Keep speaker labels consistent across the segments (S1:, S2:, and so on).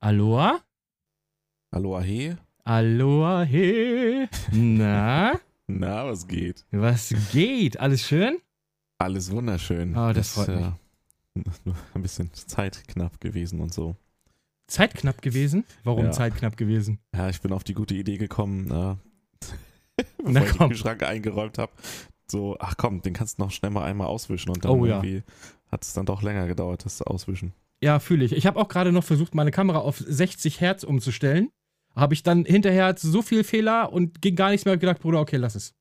S1: Aloha?
S2: Hallo, hey.
S1: Aloha, hey. Na,
S2: Na, was geht?
S1: was geht? Alles schön?
S2: Alles wunderschön.
S1: Ah, das freut mich.
S2: äh, nur ein bisschen Zeit knapp gewesen und so.
S1: Zeit knapp gewesen? Warum
S2: Ja.
S1: Zeit knapp gewesen?
S2: Ja, ich bin auf die gute Idee gekommen, äh, bevor
S1: Na
S2: ich den
S1: komm.
S2: Kühlschrank eingeräumt habe. So, ach komm, den kannst du noch schnell mal einmal auswischen und dann
S1: Oh ja.
S2: irgendwie hat es dann doch länger gedauert, das Auswischen.
S1: Ja, fühle ich. Ich habe auch gerade noch versucht, meine Kamera auf 60 Hertz umzustellen. Habe ich dann hinterher so viel Fehler und ging gar nichts mehr. Hab gedacht, Bruder, okay, lass es.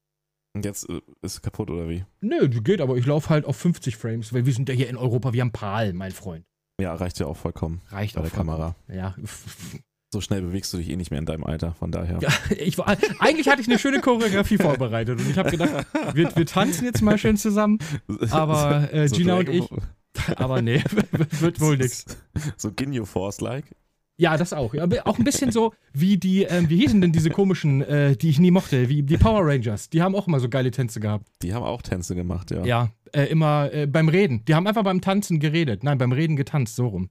S2: Und jetzt äh, ist es kaputt oder wie?
S1: Nö, die geht, aber ich laufe halt auf 50 Frames, weil wir sind ja hier in Europa, wir haben PAL, mein Freund.
S2: Ja, reicht ja auch vollkommen
S1: Reicht
S2: bei der
S1: auch. vollkommen.
S2: Kamera.
S1: Ja.
S2: So schnell bewegst du dich eh nicht mehr in deinem Alter, von daher.
S1: ja ich, war- eigentlich hatte ich eine schöne Choreografie vorbereitet und ich habe gedacht, wir, wir tanzen jetzt mal schön zusammen, aber äh, Gina und ich, aber nee, wird wohl nix.
S2: So Ginyo Force-like.
S1: Ja, das auch. Ja, aber auch ein bisschen so wie die, ähm, wie hießen denn diese komischen, äh, die ich nie mochte, wie die Power Rangers. Die haben auch immer so geile Tänze gehabt.
S2: Die haben auch Tänze gemacht, ja.
S1: Ja, äh, immer äh, beim Reden. Die haben einfach beim Tanzen geredet. Nein, beim Reden getanzt, so rum.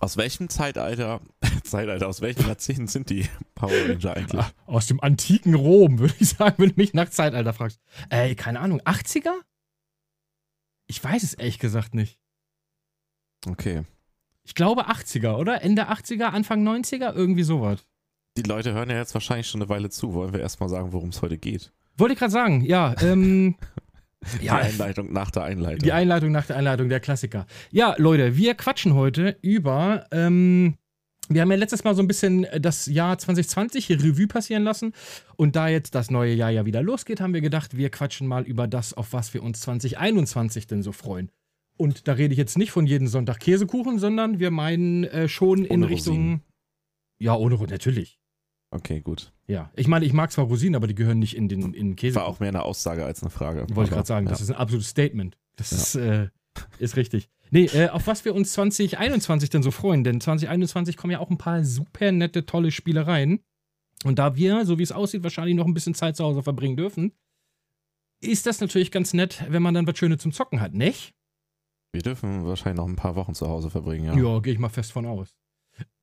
S2: Aus welchem Zeitalter, Zeitalter, aus welchen Jahrzehnten sind die Power Ranger eigentlich?
S1: Ah, aus dem antiken Rom, würde ich sagen, wenn du mich nach Zeitalter fragst. Ey, keine Ahnung, 80er? Ich weiß es ehrlich gesagt nicht.
S2: Okay.
S1: Ich glaube 80er, oder? Ende 80er, Anfang 90er, irgendwie sowas.
S2: Die Leute hören ja jetzt wahrscheinlich schon eine Weile zu. Wollen wir erstmal sagen, worum es heute geht?
S1: Wollte ich gerade sagen, ja, ähm.
S2: Die Einleitung nach der Einleitung.
S1: Die Einleitung nach der Einleitung, der Klassiker. Ja, Leute, wir quatschen heute über. Ähm, wir haben ja letztes Mal so ein bisschen äh, das Jahr 2020 hier Revue passieren lassen. Und da jetzt das neue Jahr ja wieder losgeht, haben wir gedacht, wir quatschen mal über das, auf was wir uns 2021 denn so freuen. Und da rede ich jetzt nicht von jedem Sonntag Käsekuchen, sondern wir meinen äh, schon in
S2: Ohne
S1: Richtung.
S2: Rosinen.
S1: Ja, ohne Rosinen, natürlich.
S2: okay, gut.
S1: Ja. Ich meine, ich mag zwar Rosinen, aber die gehören nicht in den in Käsekuchen.
S2: War auch mehr eine Aussage als eine Frage. Also,
S1: Wollte ich
S2: Aber,
S1: gerade sagen,
S2: ja.
S1: das ist ein absolutes Statement. Das
S2: Ja.
S1: ist, äh, ist richtig. Nee, äh, auf was wir uns 2021 denn so freuen, denn 2021 kommen ja auch ein paar super nette, tolle Spielereien. Und da wir, so wie es aussieht, wahrscheinlich noch ein bisschen Zeit zu Hause verbringen dürfen, ist das natürlich ganz nett, wenn man dann was Schönes zum Zocken hat, nicht?
S2: Wir dürfen wahrscheinlich noch ein paar Wochen zu Hause verbringen, ja.
S1: Ja, gehe ich mal fest von aus.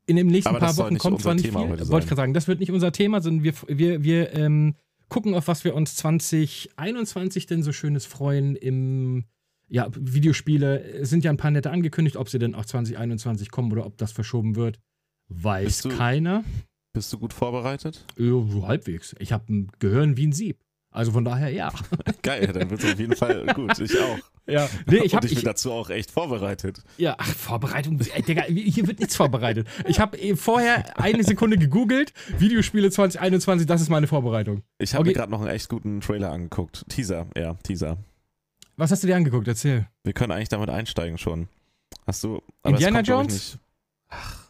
S1: In den nächsten
S2: Aber
S1: paar
S2: das soll
S1: Wochen
S2: nicht
S1: kommt
S2: unser
S1: zwar nicht
S2: Thema
S1: viel. Wollte
S2: heute
S1: ich
S2: sein.
S1: gerade sagen, das wird nicht unser Thema, sondern wir, wir, wir ähm, gucken, auf was wir uns 2021 denn so Schönes freuen im ja, Videospiele. Es sind ja ein paar nette angekündigt, ob sie denn auch 2021 kommen oder ob das verschoben wird. Weiß
S2: Bist du-
S1: keiner.
S2: Bist du gut vorbereitet?
S1: Ja, so halbwegs. Ich habe ein Gehirn wie ein Sieb. Also von daher, ja.
S2: Geil, dann wird es auf jeden Fall gut. Ich auch.
S1: ja. Nee, ich
S2: und
S1: habe
S2: ich bin dazu auch echt vorbereitet.
S1: Ja, ach, Vorbereitung. Ey, Digga, hier wird nichts vorbereitet. Ich habe eh vorher eine Sekunde gegoogelt. Videospiele 2021, das ist meine Vorbereitung.
S2: Ich habe
S1: Okay.
S2: mir gerade noch einen echt guten Trailer angeguckt. Teaser, ja, Teaser.
S1: Was hast du dir angeguckt? Erzähl.
S2: Wir können eigentlich damit einsteigen schon. Hast du.
S1: Indiana
S2: es kommt, glaub ich,
S1: Jones?
S2: nicht- Ach.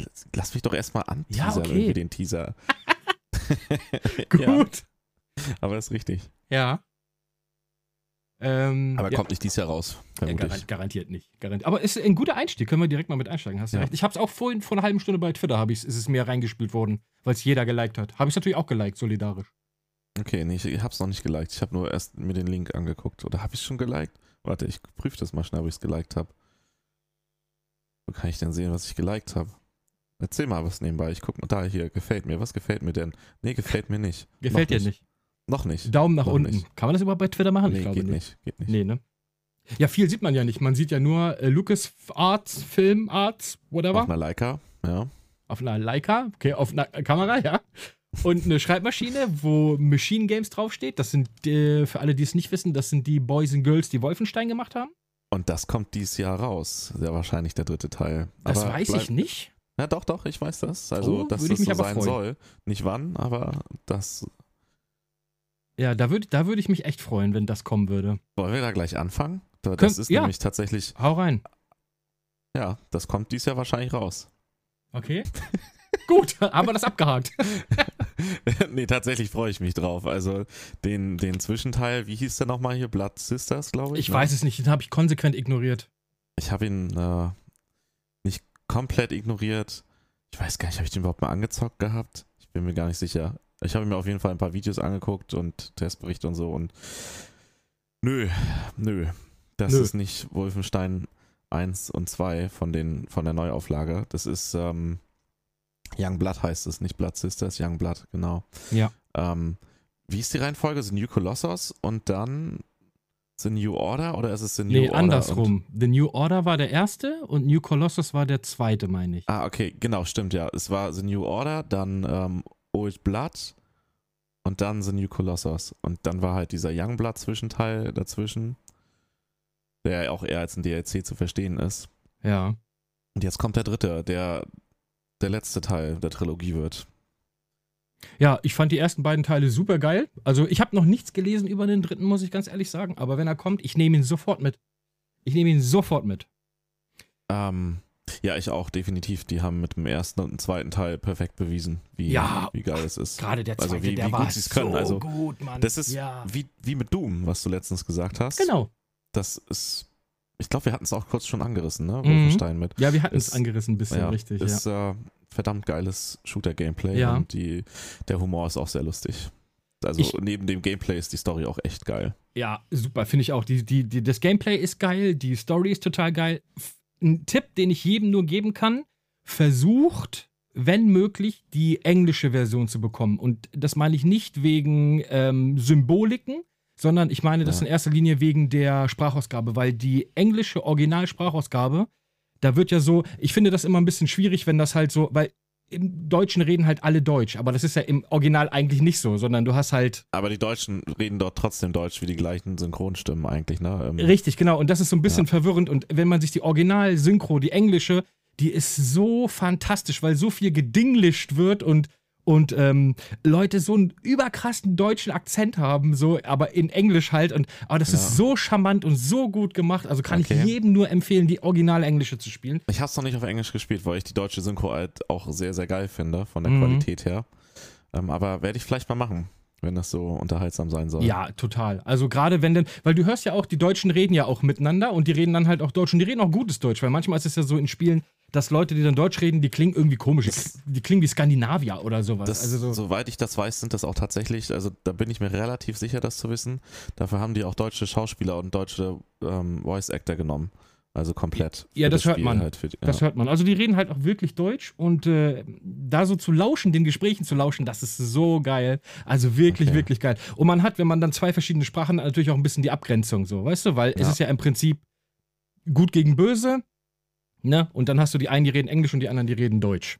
S2: Lass, lass mich doch erstmal an.
S1: Ja, okay.
S2: irgendwie den Teaser. Ja,
S1: Gut.
S2: aber das ist richtig.
S1: Ja. Ähm,
S2: Aber
S1: ja.
S2: kommt nicht dies Jahr raus,
S1: Ja,
S2: vermute
S1: garan-
S2: ich.
S1: garantiert nicht. Garantiert. Aber ist ein guter Einstieg. Können wir direkt mal mit einsteigen. Hast du
S2: Ja.
S1: recht. Ich habe es auch vorhin vor einer halben Stunde bei Twitter habe ich ist es mir reingespielt worden, weil es jeder geliked hat. Habe ich natürlich auch geliked, solidarisch.
S2: Okay, nee, ich, ich hab's noch nicht geliked. Ich habe nur erst mir den Link angeguckt. Oder habe ich schon geliked? Warte, ich prüfe das mal schnell, ob ich es geliked habe. Wo kann ich denn sehen, was ich geliked habe? Erzähl mal was nebenbei. Ich guck mal da hier. Gefällt mir. Was gefällt mir denn? Nee, gefällt mir nicht.
S1: Gefällt
S2: Noch
S1: dir nicht.
S2: Noch nicht.
S1: Daumen nach
S2: Noch
S1: unten.
S2: nicht.
S1: Kann man das überhaupt bei Twitter machen?
S2: nee, geht nicht. Geht nicht.
S1: Nee, ne? Ja, viel sieht man ja nicht. Man sieht ja nur äh, Lucas Arts, Film Arts, whatever.
S2: Auf einer Leica, ja.
S1: Auf einer Leica, okay, auf einer Kamera, ja. Und eine Schreibmaschine, wo Machine Games draufsteht. Das sind, äh, für alle, die es nicht wissen, das sind die Boys and Girls, die Wolfenstein gemacht haben.
S2: Und das kommt dieses Jahr raus. Sehr wahrscheinlich der dritte Teil.
S1: Das
S2: Aber
S1: weiß
S2: bleib-
S1: ich nicht.
S2: Ja, doch, doch, ich weiß das. Also,
S1: Oh,
S2: dass
S1: würde ich
S2: das
S1: mich
S2: so
S1: aber
S2: sein
S1: freuen.
S2: soll. Nicht wann, aber das.
S1: Ja, da würde da würd ich mich echt freuen, wenn das kommen würde.
S2: Wollen wir da gleich anfangen? Da- Das
S1: Könnt-
S2: ist
S1: ja.
S2: nämlich tatsächlich,
S1: Hau rein.
S2: ja, das kommt dieses Jahr wahrscheinlich raus.
S1: Okay. Gut, haben wir das abgehakt.
S2: nee, tatsächlich freue ich mich drauf. Also, den, den Zwischenteil, wie hieß der nochmal hier? Blood Sisters, glaube ich.
S1: Ich
S2: ne?
S1: weiß es nicht, den habe ich konsequent ignoriert.
S2: Ich habe ihn äh, nicht komplett ignoriert. Ich weiß gar nicht, habe ich den überhaupt mal angezockt gehabt? Ich bin mir gar nicht sicher. Ich habe mir auf jeden Fall ein paar Videos angeguckt und Testberichte und so und nö, nö. Das
S1: Nö.
S2: ist nicht Wolfenstein 1 und 2 von, den, von der Neuauflage. Das ist ähm, Young Blood heißt es, nicht Blood Sisters, Young Blood, genau.
S1: Ja.
S2: Ähm, wie ist die Reihenfolge? The New Colossus und dann The New Order oder ist es The New
S1: Nee,
S2: Order? Und,
S1: andersrum. The New Order war der erste und New Colossus war der zweite, meine ich.
S2: ah, okay, genau, stimmt, ja. Es war The New Order, dann ähm, Old Blood und dann The New Colossus. Und dann war halt dieser Young Blood Zwischenteil dazwischen, der ja auch eher als ein DLC zu verstehen ist.
S1: Ja.
S2: Und jetzt kommt der dritte, der der letzte Teil der Trilogie wird.
S1: Ja, ich fand die ersten beiden Teile super geil. Also, ich habe noch nichts gelesen über den dritten, muss ich ganz ehrlich sagen. Aber wenn er kommt, ich nehme ihn sofort mit. Ich nehme ihn sofort mit.
S2: Ähm, ja, ich auch, definitiv. Die haben mit dem ersten und dem zweiten Teil perfekt bewiesen, wie,
S1: Ja.
S2: wie geil es ist.
S1: Gerade der
S2: Also,
S1: zweite,
S2: wie-
S1: der
S2: wie
S1: war
S2: gut sie's können,
S1: so
S2: also,
S1: gut, Mann.
S2: das ist-
S1: ja.
S2: Wie, wie mit Doom, was du letztens gesagt hast.
S1: Genau.
S2: Das ist, ich glaube, wir hatten es auch kurz schon angerissen, ne?
S1: Mhm.
S2: Wolfenstein mit.
S1: Ja, wir hatten es
S2: Ist-
S1: angerissen ein bisschen,
S2: ja,
S1: richtig. Ja.
S2: Ist äh, verdammt geiles Shooter-Gameplay
S1: Ja.
S2: und die, der Humor ist auch sehr lustig. Also
S1: Ich-
S2: neben dem Gameplay ist die Story auch echt geil.
S1: Ja, super, finde ich auch. Die, die, die, das Gameplay ist geil, die Story ist total geil. F- Ein Tipp, den ich jedem nur geben kann, versucht, wenn möglich, die englische Version zu bekommen. Und das meine ich nicht wegen ähm, Symboliken, sondern ich meine das
S2: Ja.
S1: in erster Linie wegen der Sprachausgabe, weil die englische Originalsprachausgabe, da wird ja so, ich finde das immer ein bisschen schwierig, wenn das halt so, weil im Deutschen reden halt alle Deutsch, aber das ist ja im Original eigentlich nicht so, sondern du hast halt
S2: Aber die Deutschen reden dort trotzdem Deutsch wie die gleichen Synchronstimmen eigentlich, ne? Ähm,
S1: Richtig, genau. Und das ist so ein bisschen verwirrend. Und wenn man sich die Original-Synchro, die englische, die ist so fantastisch, weil so viel gedinglischt wird und, und ähm, Leute so einen überkrassen deutschen Akzent haben, so, aber in Englisch halt. Und, aber das
S2: Ja.
S1: ist so charmant und so gut gemacht. Also kann
S2: Okay.
S1: ich jedem nur empfehlen, die original englische zu spielen.
S2: Ich habe es noch nicht auf Englisch gespielt, weil ich die deutsche Synchro halt auch sehr, sehr geil finde, von der
S1: Mhm.
S2: Qualität her. Ähm, aber werde ich vielleicht mal machen, wenn das so unterhaltsam sein soll.
S1: Ja, total. Also gerade wenn denn, weil du hörst ja auch, die Deutschen reden ja auch miteinander und die reden dann halt auch Deutsch und die reden auch gutes Deutsch, weil manchmal ist es ja so in Spielen, dass Leute, die dann Deutsch reden, die klingen irgendwie komisch.
S2: Das-
S1: die klingen wie Skandinavier oder sowas.
S2: Das,
S1: also so,
S2: Soweit ich das weiß, sind das auch tatsächlich, also da bin ich mir relativ sicher, das zu wissen. Dafür haben die auch deutsche Schauspieler und deutsche ähm, Voice Actor genommen. Also komplett.
S1: Ja,
S2: für
S1: das hört
S2: Spiel
S1: man.
S2: Halt für die,
S1: das
S2: ja.
S1: hört man. Also die reden halt auch wirklich Deutsch und äh, da so zu lauschen, den Gesprächen zu lauschen, das ist so geil. Also wirklich,
S2: Okay.
S1: wirklich geil. Und man hat, wenn man dann zwei verschiedene Sprachen, hat, natürlich auch ein bisschen die Abgrenzung so, weißt du, weil es
S2: Ja.
S1: ist ja im Prinzip gut gegen böse, ne? Und dann hast du die einen, die reden Englisch und die anderen, die reden Deutsch.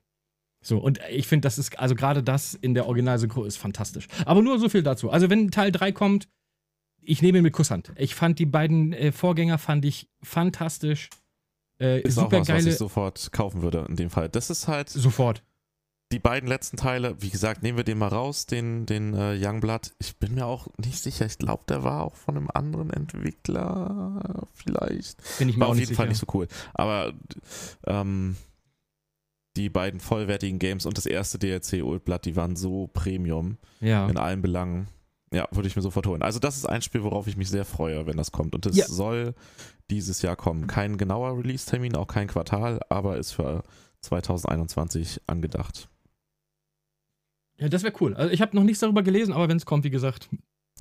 S1: So, und ich finde, das ist, also gerade das in der Originalsynchro ist fantastisch. Aber nur so viel dazu. Also, wenn Teil 3 kommt, ich nehme ihn mit Kusshand. Ich fand die beiden äh, Vorgänger fand ich fantastisch. Äh,
S2: ist auch
S1: super
S2: was, was
S1: geile.
S2: ich sofort kaufen würde in dem Fall. Das ist halt
S1: sofort.
S2: die beiden letzten Teile, wie gesagt, nehmen wir den mal raus, den, den äh, Youngblood. Ich bin mir auch nicht sicher. Ich glaube, der war auch von einem anderen Entwickler. Vielleicht.
S1: Bin ich mir
S2: War
S1: auch
S2: auf
S1: nicht
S2: jeden
S1: sicher.
S2: Fall nicht so cool. Aber ähm, die beiden vollwertigen Games und das erste DLC Old Blood, die waren so Genau. Premium
S1: Ja.
S2: in allen Belangen. Ja, würde ich mir sofort holen. Also, das ist ein Spiel, worauf ich mich sehr freue, wenn das kommt. Und es
S1: Ja.
S2: soll dieses Jahr kommen. Kein genauer Release-Termin, auch kein Quartal, aber ist für 2021 angedacht.
S1: ja, das wäre cool. Also, ich habe noch nichts darüber gelesen, aber wenn es kommt, wie gesagt,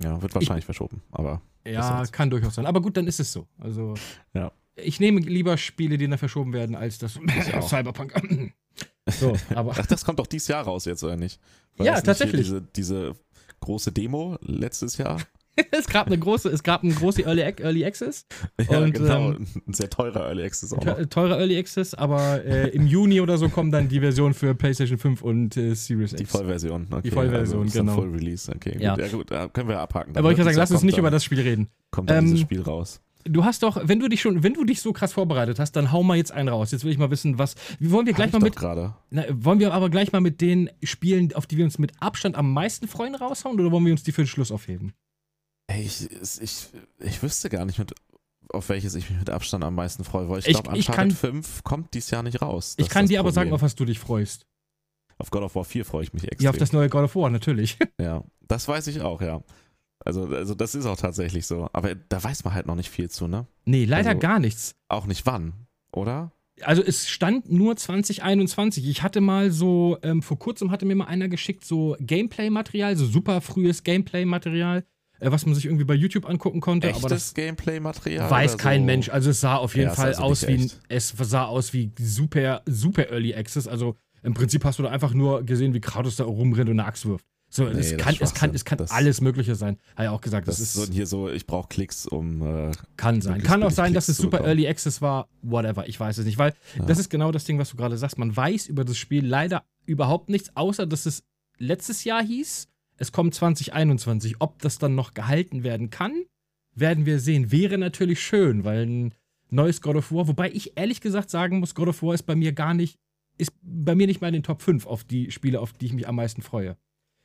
S2: Ja, wird wahrscheinlich verschoben, aber
S1: ja,
S2: sonst?
S1: kann durchaus sein. Aber gut, dann ist es so. Also,
S2: Ja.
S1: ich nehme lieber Spiele, die dann verschoben werden, als das
S2: auch.
S1: Cyberpunk. so, aber.
S2: ach, das kommt doch dieses Jahr raus jetzt, oder nicht?
S1: Ja,
S2: es nicht
S1: tatsächlich.
S2: Hier diese, diese große Demo letztes Jahr.
S1: es gab eine große, es gab eine große Early, Ac- Early Access.
S2: Ja,
S1: Und,
S2: genau. Ein sehr teurer Early Access auch noch.
S1: Te- Teurer Early Access, aber äh, im Juni oder so kommen dann die Version für PlayStation 5 und äh, Series
S2: Die
S1: X.
S2: Vollversion. Okay, Also
S1: Vollversion,
S2: ist dann
S1: genau.
S2: Full Release, okay.
S1: Ja.
S2: Gut, ja, gut, da können wir abhaken. Dann
S1: aber ich kann sagen,
S2: wird dieser
S1: lass uns nicht
S2: kommt
S1: über
S2: dann,
S1: das Spiel reden.
S2: Kommt dann dieses
S1: Ähm,
S2: Spiel raus.
S1: Du hast doch, wenn du dich schon, wenn du dich so krass vorbereitet hast, dann hau mal jetzt einen raus. Jetzt will ich mal wissen, was. Wie wollen wir
S2: Hab
S1: gleich
S2: ich
S1: mal
S2: doch
S1: mit.
S2: gerade.
S1: Na, wollen wir aber gleich mal mit den Spielen, auf die wir uns mit Abstand am meisten freuen, raushauen oder wollen wir uns die für den Schluss aufheben?
S2: Ey, ich, es- ich, ich wüsste gar nicht, mit, auf welches ich mich mit Abstand am meisten freue, weil ich,
S1: Ich-
S2: glaube,
S1: ich
S2: Uncharted
S1: kann-
S2: 5 kommt dieses Jahr nicht raus. Das
S1: ich
S2: ist
S1: kann
S2: das
S1: dir aber
S2: Problem.
S1: sagen, auf was du dich freust.
S2: Auf God of War 4 freue ich mich extrem.
S1: Ja, auf das neue God of War, natürlich.
S2: Ja, das weiß ich auch, ja. Also, also das ist auch tatsächlich so. Aber da weiß man halt noch nicht viel zu, ne?
S1: nee, leider
S2: Also-
S1: gar nichts.
S2: Auch nicht wann, oder?
S1: also es stand nur 2021. Ich hatte mal so, ähm, vor kurzem hatte mir mal einer geschickt, so Gameplay-Material, so super frühes Gameplay-Material. Äh, äh, was man sich irgendwie bei YouTube angucken konnte.
S2: Echtes
S1: aber das
S2: Gameplay-Material.
S1: weiß
S2: oder
S1: kein
S2: so?
S1: Mensch. Also es sah auf jeden
S2: Ja, es
S1: Fall
S2: ist also
S1: aus
S2: nicht
S1: wie ein,
S2: echt.
S1: es sah aus wie super super Early Access. Also im Prinzip hast du da einfach nur gesehen, wie Kratos da rumrennt und eine Axt wirft. So,
S2: Nee,
S1: es,
S2: das
S1: kann,
S2: ist
S1: es kann, es kann
S2: Schwachsinn. Das-
S1: alles Mögliche sein. Hat ja auch gesagt,
S2: Das
S1: das,
S2: ist
S1: ist,
S2: so hier so, ich brauche Klicks, um. Äh,
S1: kann sein.
S2: möglichst
S1: Kann auch
S2: billig
S1: sein, dass
S2: Klicks
S1: es
S2: zu
S1: super
S2: bekommen.
S1: Early Access war, whatever, ich weiß es nicht, weil
S2: Ja.
S1: das ist genau das Ding, was du gerade sagst. Man weiß über das Spiel leider überhaupt nichts, außer dass es letztes Jahr hieß, es kommt 2021. Ob das dann noch gehalten werden kann, werden wir sehen. Wäre natürlich schön, weil ein neues God of War, wobei ich ehrlich gesagt sagen muss, God of War ist bei mir gar nicht, ist bei mir nicht mal in den Top 5 auf die Spiele, auf die ich mich am meisten freue.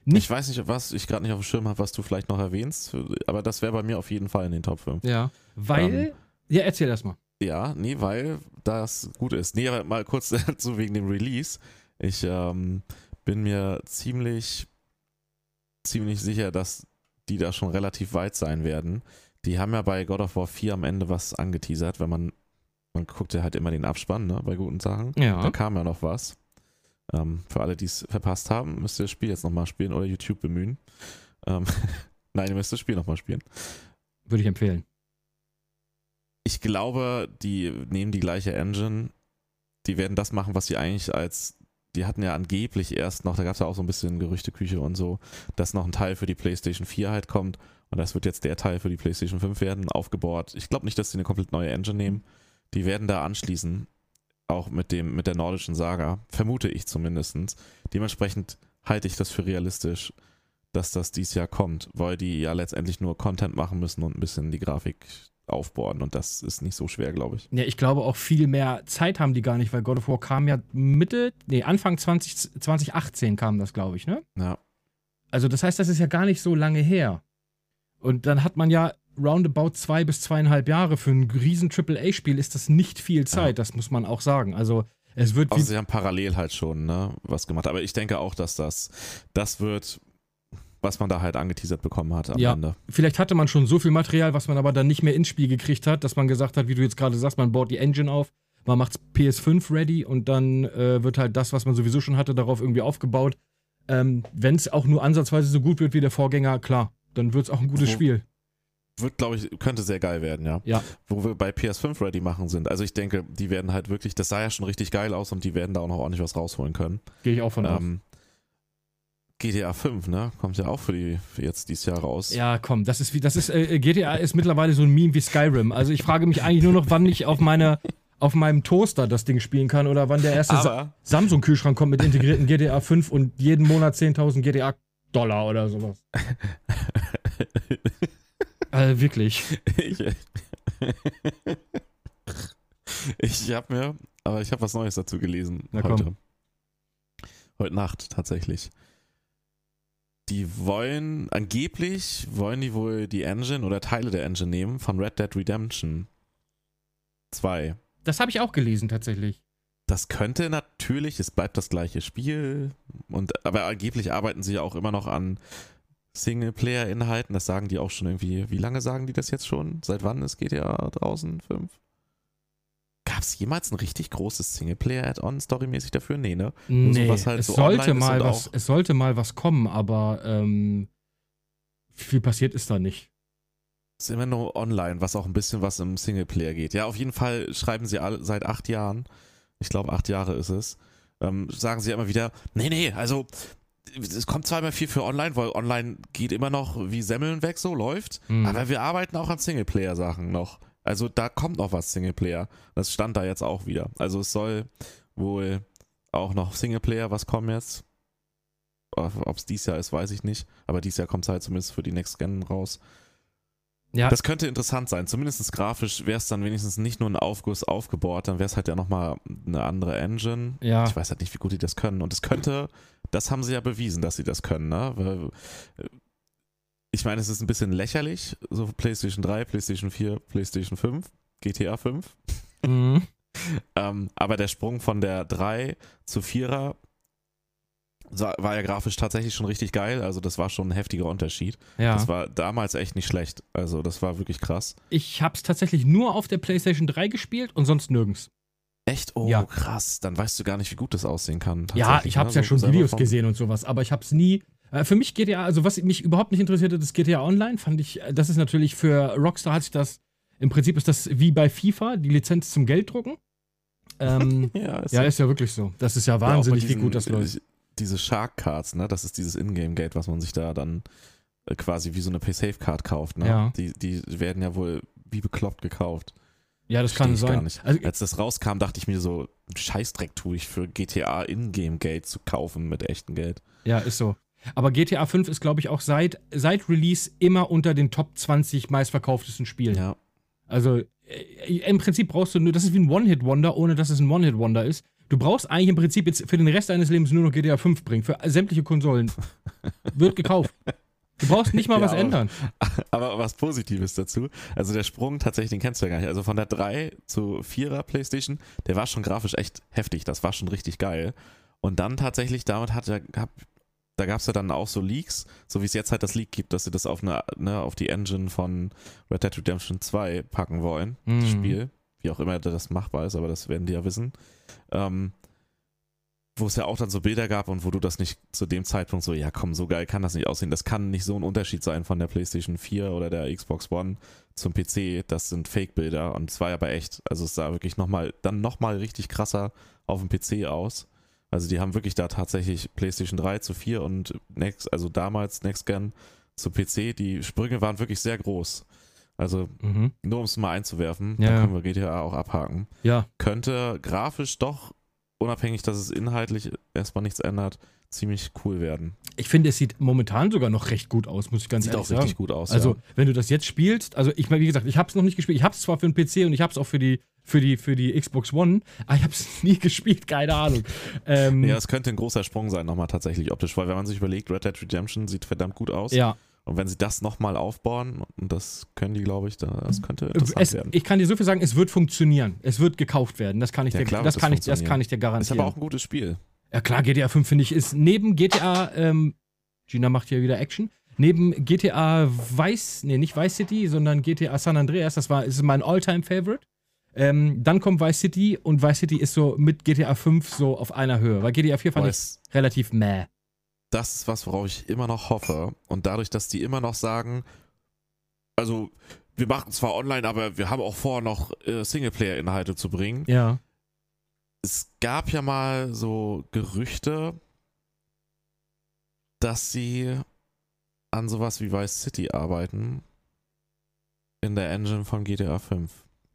S2: ich
S1: Nicht.
S2: weiß nicht, was ich gerade nicht auf dem Schirm habe, was du vielleicht noch erwähnst, aber das wäre bei mir auf jeden Fall in den Top 5.
S1: Ja. Weil. ja, erzähl das mal.
S2: Ja, nee, weil das gut ist. Nee, aber mal kurz dazu wegen dem Release. Ich ähm, bin mir ziemlich, ziemlich sicher, dass die da schon relativ weit sein werden. Die haben ja bei God of War 4 am Ende was angeteasert, wenn man, man guckt ja halt immer den Abspann, ne, bei guten Sachen. Da
S1: Ja.
S2: kam ja noch was. Ähm, für alle, die es verpasst haben, müsst ihr das Spiel jetzt nochmal spielen oder YouTube bemühen. Ähm, Nein, ihr müsst das Spiel nochmal spielen.
S1: Würde ich empfehlen.
S2: Ich glaube, die nehmen die gleiche Engine. Die werden das machen, was sie eigentlich als. Die hatten ja angeblich erst noch, da gab es ja auch so ein bisschen Gerüchteküche und so, dass noch ein Teil für die PlayStation 4 halt kommt. Und das wird jetzt der Teil für die PlayStation 5 werden, aufgebohrt. Ich glaube nicht, dass sie eine komplett neue Engine nehmen. Die werden da anschließen. Auch mit dem, mit der nordischen Saga. Vermute ich zumindestens. Dementsprechend halte ich das für realistisch, dass das dies Jahr kommt, weil die ja letztendlich nur Content machen müssen und ein bisschen die Grafik aufbohren und das ist nicht so schwer, glaube ich.
S1: Ja, ich glaube auch viel mehr Zeit haben die gar nicht, weil God of War kam ja Mitte, nee, Anfang 20, 2018 kam das, glaube ich, ne?
S2: Ja.
S1: Also das heißt, das ist ja gar nicht so lange her. Und dann hat man ja roundabout zwei bis zweieinhalb Jahre für ein riesen AAA-Spiel ist das nicht viel Zeit, das muss man auch sagen. Also es wird
S2: Außer
S1: wie,
S2: sie haben parallel halt schon ne, was gemacht. Aber ich denke auch, dass das, das wird, was man da halt angeteasert bekommen hat am
S1: Ja.
S2: Ende.
S1: vielleicht hatte man schon so viel Material, was man aber dann nicht mehr ins Spiel gekriegt hat, dass man gesagt hat, wie du jetzt gerade sagst, man baut die Engine auf, man macht PS5 ready und dann äh, wird halt das, was man sowieso schon hatte, darauf irgendwie aufgebaut. Ähm, Wenn es auch nur ansatzweise so gut wird wie der Vorgänger, klar, dann wird es auch ein gutes
S2: Wo-
S1: Spiel.
S2: Wird, glaube ich, könnte sehr geil werden, ja.
S1: Ja.
S2: Wo wir bei PS5 ready machen sind. Also ich denke, die werden halt wirklich, das sah ja schon richtig geil aus und die werden da auch noch ordentlich was rausholen können.
S1: Gehe ich auch von aus.
S2: Ähm, GTA 5, ne? Kommt ja auch für die für jetzt dieses Jahr raus.
S1: Ja, komm, das ist wie, das ist, äh, GTA ist mittlerweile so ein Meme wie Skyrim. Also ich frage mich eigentlich nur noch, wann ich auf meiner, auf meinem Toaster das Ding spielen kann oder wann der erste Sa
S2: Aber
S1: Samsung-Kühlschrank kommt mit integrierten GTA 5 und jeden Monat 10.000 GTA Dollar oder sowas. Äh, wirklich.
S2: Ich, ich habe mir, aber ich habe was Neues dazu gelesen
S1: Na komm.
S2: heute. Heute Nacht tatsächlich. Die wollen, angeblich wollen die wohl die Engine oder Teile der Engine nehmen von Red Dead Redemption 2.
S1: Das habe ich auch gelesen tatsächlich.
S2: Das könnte natürlich, es bleibt das gleiche Spiel. Und, aber angeblich arbeiten sie ja auch immer noch an Singleplayer-Inhalten. Das sagen die auch schon irgendwie. Wie lange sagen die das jetzt schon? Seit wann ist GTA draußen? Fünf? Gab es jemals ein richtig großes Singleplayer-Add-on storymäßig dafür? Nee, ne? Nur so,
S1: Nee,
S2: was halt
S1: es,
S2: so
S1: sollte
S2: online ist
S1: mal
S2: und
S1: was,
S2: auch-
S1: es sollte mal was kommen, aber ähm, viel passiert ist da nicht.
S2: Ist immer nur online, was auch ein bisschen was im Singleplayer geht. Ja, auf jeden Fall schreiben sie alle seit acht Jahren, ich glaube acht Jahre ist es, ähm, sagen sie ja immer wieder, nee, nee, also es kommt zwar immer viel für online, weil online geht immer noch wie Semmeln weg, so läuft,
S1: Mhm.
S2: aber wir arbeiten auch an Singleplayer-Sachen noch. Also da kommt noch was Singleplayer. Das stand da jetzt auch wieder. Also es soll wohl auch noch Singleplayer, was kommen jetzt? Ob es dies Jahr ist, weiß ich nicht. Aber dies Jahr kommt es halt zumindest für die Next Gen raus.
S1: Ja,
S2: Das könnte interessant sein. Zumindest grafisch wäre es dann wenigstens nicht nur ein Aufguss aufgebohrt, dann wäre es halt ja nochmal eine andere Engine.
S1: ja.
S2: Ich weiß halt nicht, wie gut die das können. Und es könnte, das haben sie ja bewiesen, dass sie das können, ne? Weil, äh, Ich meine, es ist ein bisschen lächerlich, so PlayStation 3, PlayStation 4, PlayStation 5, GTA 5.
S1: Mhm.
S2: Ähm, aber der Sprung von der 3 zu 4er sa- war ja grafisch tatsächlich schon richtig geil. Also das war schon ein heftiger Unterschied.
S1: ja.
S2: Das war damals echt nicht schlecht. Also das war wirklich krass.
S1: Ich hab's tatsächlich nur auf der PlayStation 3 gespielt und sonst nirgends.
S2: Echt? Oh,
S1: Ja.
S2: krass. Dann weißt du gar nicht, wie gut das aussehen kann.
S1: Ja,
S2: tatsächlich,
S1: ich hab's
S2: ne?
S1: ja
S2: So
S1: schon
S2: selber
S1: Videos
S2: vom-
S1: gesehen und sowas, aber ich hab's nie Äh, Für mich GTA, also was mich überhaupt nicht interessierte, das GTA Online fand ich, äh, das ist natürlich für Rockstar hat sich das, im Prinzip ist das wie bei FIFA, die Lizenz zum Gelddrucken. Ähm,
S2: Ja, ist
S1: ja, ist ja wirklich so. Das ist ja wahnsinnig, wie gut das
S2: äh,
S1: läuft.
S2: Diese Shark Cards, ne? Das ist dieses Ingame Geld, was man sich da dann äh, quasi wie so eine PaySafe Card kauft, ne?
S1: Ja.
S2: Die die werden ja wohl wie bekloppt gekauft.
S1: Ja, das kann
S2: Versteh ich
S1: sein.
S2: Gar nicht.
S1: Also,
S2: Als das rauskam, dachte ich mir so, Scheißdreck tue ich für GTA Ingame Geld zu kaufen mit echtem Geld.
S1: ja, ist so. Aber GTA 5 ist, glaube ich, auch seit, seit Release immer unter den Top 20 meistverkauftesten Spielen.
S2: Ja.
S1: Also äh, im Prinzip brauchst du nur, das ist wie ein One-Hit-Wonder, ohne dass es ein One-Hit-Wonder ist. Du brauchst eigentlich im Prinzip jetzt für den Rest deines Lebens nur noch GTA 5 bringen, für sämtliche Konsolen. Wird gekauft. Du brauchst nicht mal
S2: Ja,
S1: was
S2: aber-
S1: ändern.
S2: Aber was Positives dazu, also der Sprung tatsächlich, den kennst du ja gar nicht. Also von der 3 zu 4er Playstation, der war schon grafisch echt heftig, das war schon richtig geil. Und dann tatsächlich, damit hat er, hab, da gab es ja dann auch so Leaks, so wie es jetzt halt das Leak gibt, dass sie das auf, eine, ne, auf die Engine von Red Dead Redemption 2 packen wollen, das
S1: Mhm.
S2: Spiel. Wie auch immer das machbar ist, aber das werden die ja wissen. Ähm, wo es ja auch dann so Bilder gab und wo du das nicht zu dem Zeitpunkt so, ja komm, so geil kann das nicht aussehen. Das kann nicht so ein Unterschied sein von der PlayStation 4 oder der Xbox One zum PC. Das sind Fake-Bilder und es war ja aber echt, also es sah wirklich nochmal, dann nochmal richtig krasser auf dem PC aus. Also die haben wirklich da tatsächlich PlayStation 3 zu 4 und Next, also damals Next Gen zu PC, die Sprünge waren wirklich sehr groß. Also
S1: Mhm.
S2: nur um es mal einzuwerfen,
S1: Ja, ja.
S2: dann können wir GTA auch abhaken
S1: Ja,
S2: könnte grafisch doch, unabhängig, dass es inhaltlich erstmal nichts ändert, ziemlich cool werden.
S1: ich finde, es sieht momentan sogar noch recht gut aus, muss ich ganz
S2: Sieht
S1: ehrlich
S2: auch
S1: sagen.
S2: richtig gut aus.
S1: Also,
S2: ja.
S1: wenn du das jetzt spielst, also ich meine, wie gesagt, ich habe es noch nicht gespielt. Ich habe es zwar für den PC und ich habe es auch für die, für, die, für die Xbox One, aber ich habe es nie gespielt, keine Ahnung. Ähm,
S2: ja, es könnte ein großer Sprung sein, nochmal tatsächlich optisch, weil wenn man sich überlegt, Red Dead Redemption sieht verdammt gut aus.
S1: ja.
S2: Und wenn sie das nochmal aufbauen, und das können die, glaube ich, dann, das könnte interessant
S1: Äh, Es,
S2: werden.
S1: ich kann dir so viel sagen, es wird funktionieren. Es wird gekauft werden. Das kann ich,
S2: Ja,
S1: dir,
S2: klar wird
S1: das
S2: es
S1: kann ich, das
S2: funktionieren.
S1: kann ich dir
S2: Ist
S1: garantieren.
S2: aber auch ein gutes Spiel.
S1: ja klar, GTA 5 finde ich ist neben GTA, ähm, Gina macht hier wieder Action, neben GTA Vice, nee, nicht Vice City, sondern GTA San Andreas, das war, ist mein Alltime favorite Ähm, dann kommt Vice City und Vice City ist so mit GTA 5 so auf einer Höhe, weil GTA 4 fand
S2: Weil
S1: ich
S2: es-
S1: relativ meh.
S2: das ist was, worauf ich immer noch hoffe. Und dadurch, dass die immer noch sagen, also wir machen zwar online, aber wir haben auch vor, noch äh, Singleplayer-Inhalte zu bringen.
S1: Ja.
S2: es gab ja mal so Gerüchte, dass sie an sowas wie Vice City arbeiten. In der Engine von GTA 5.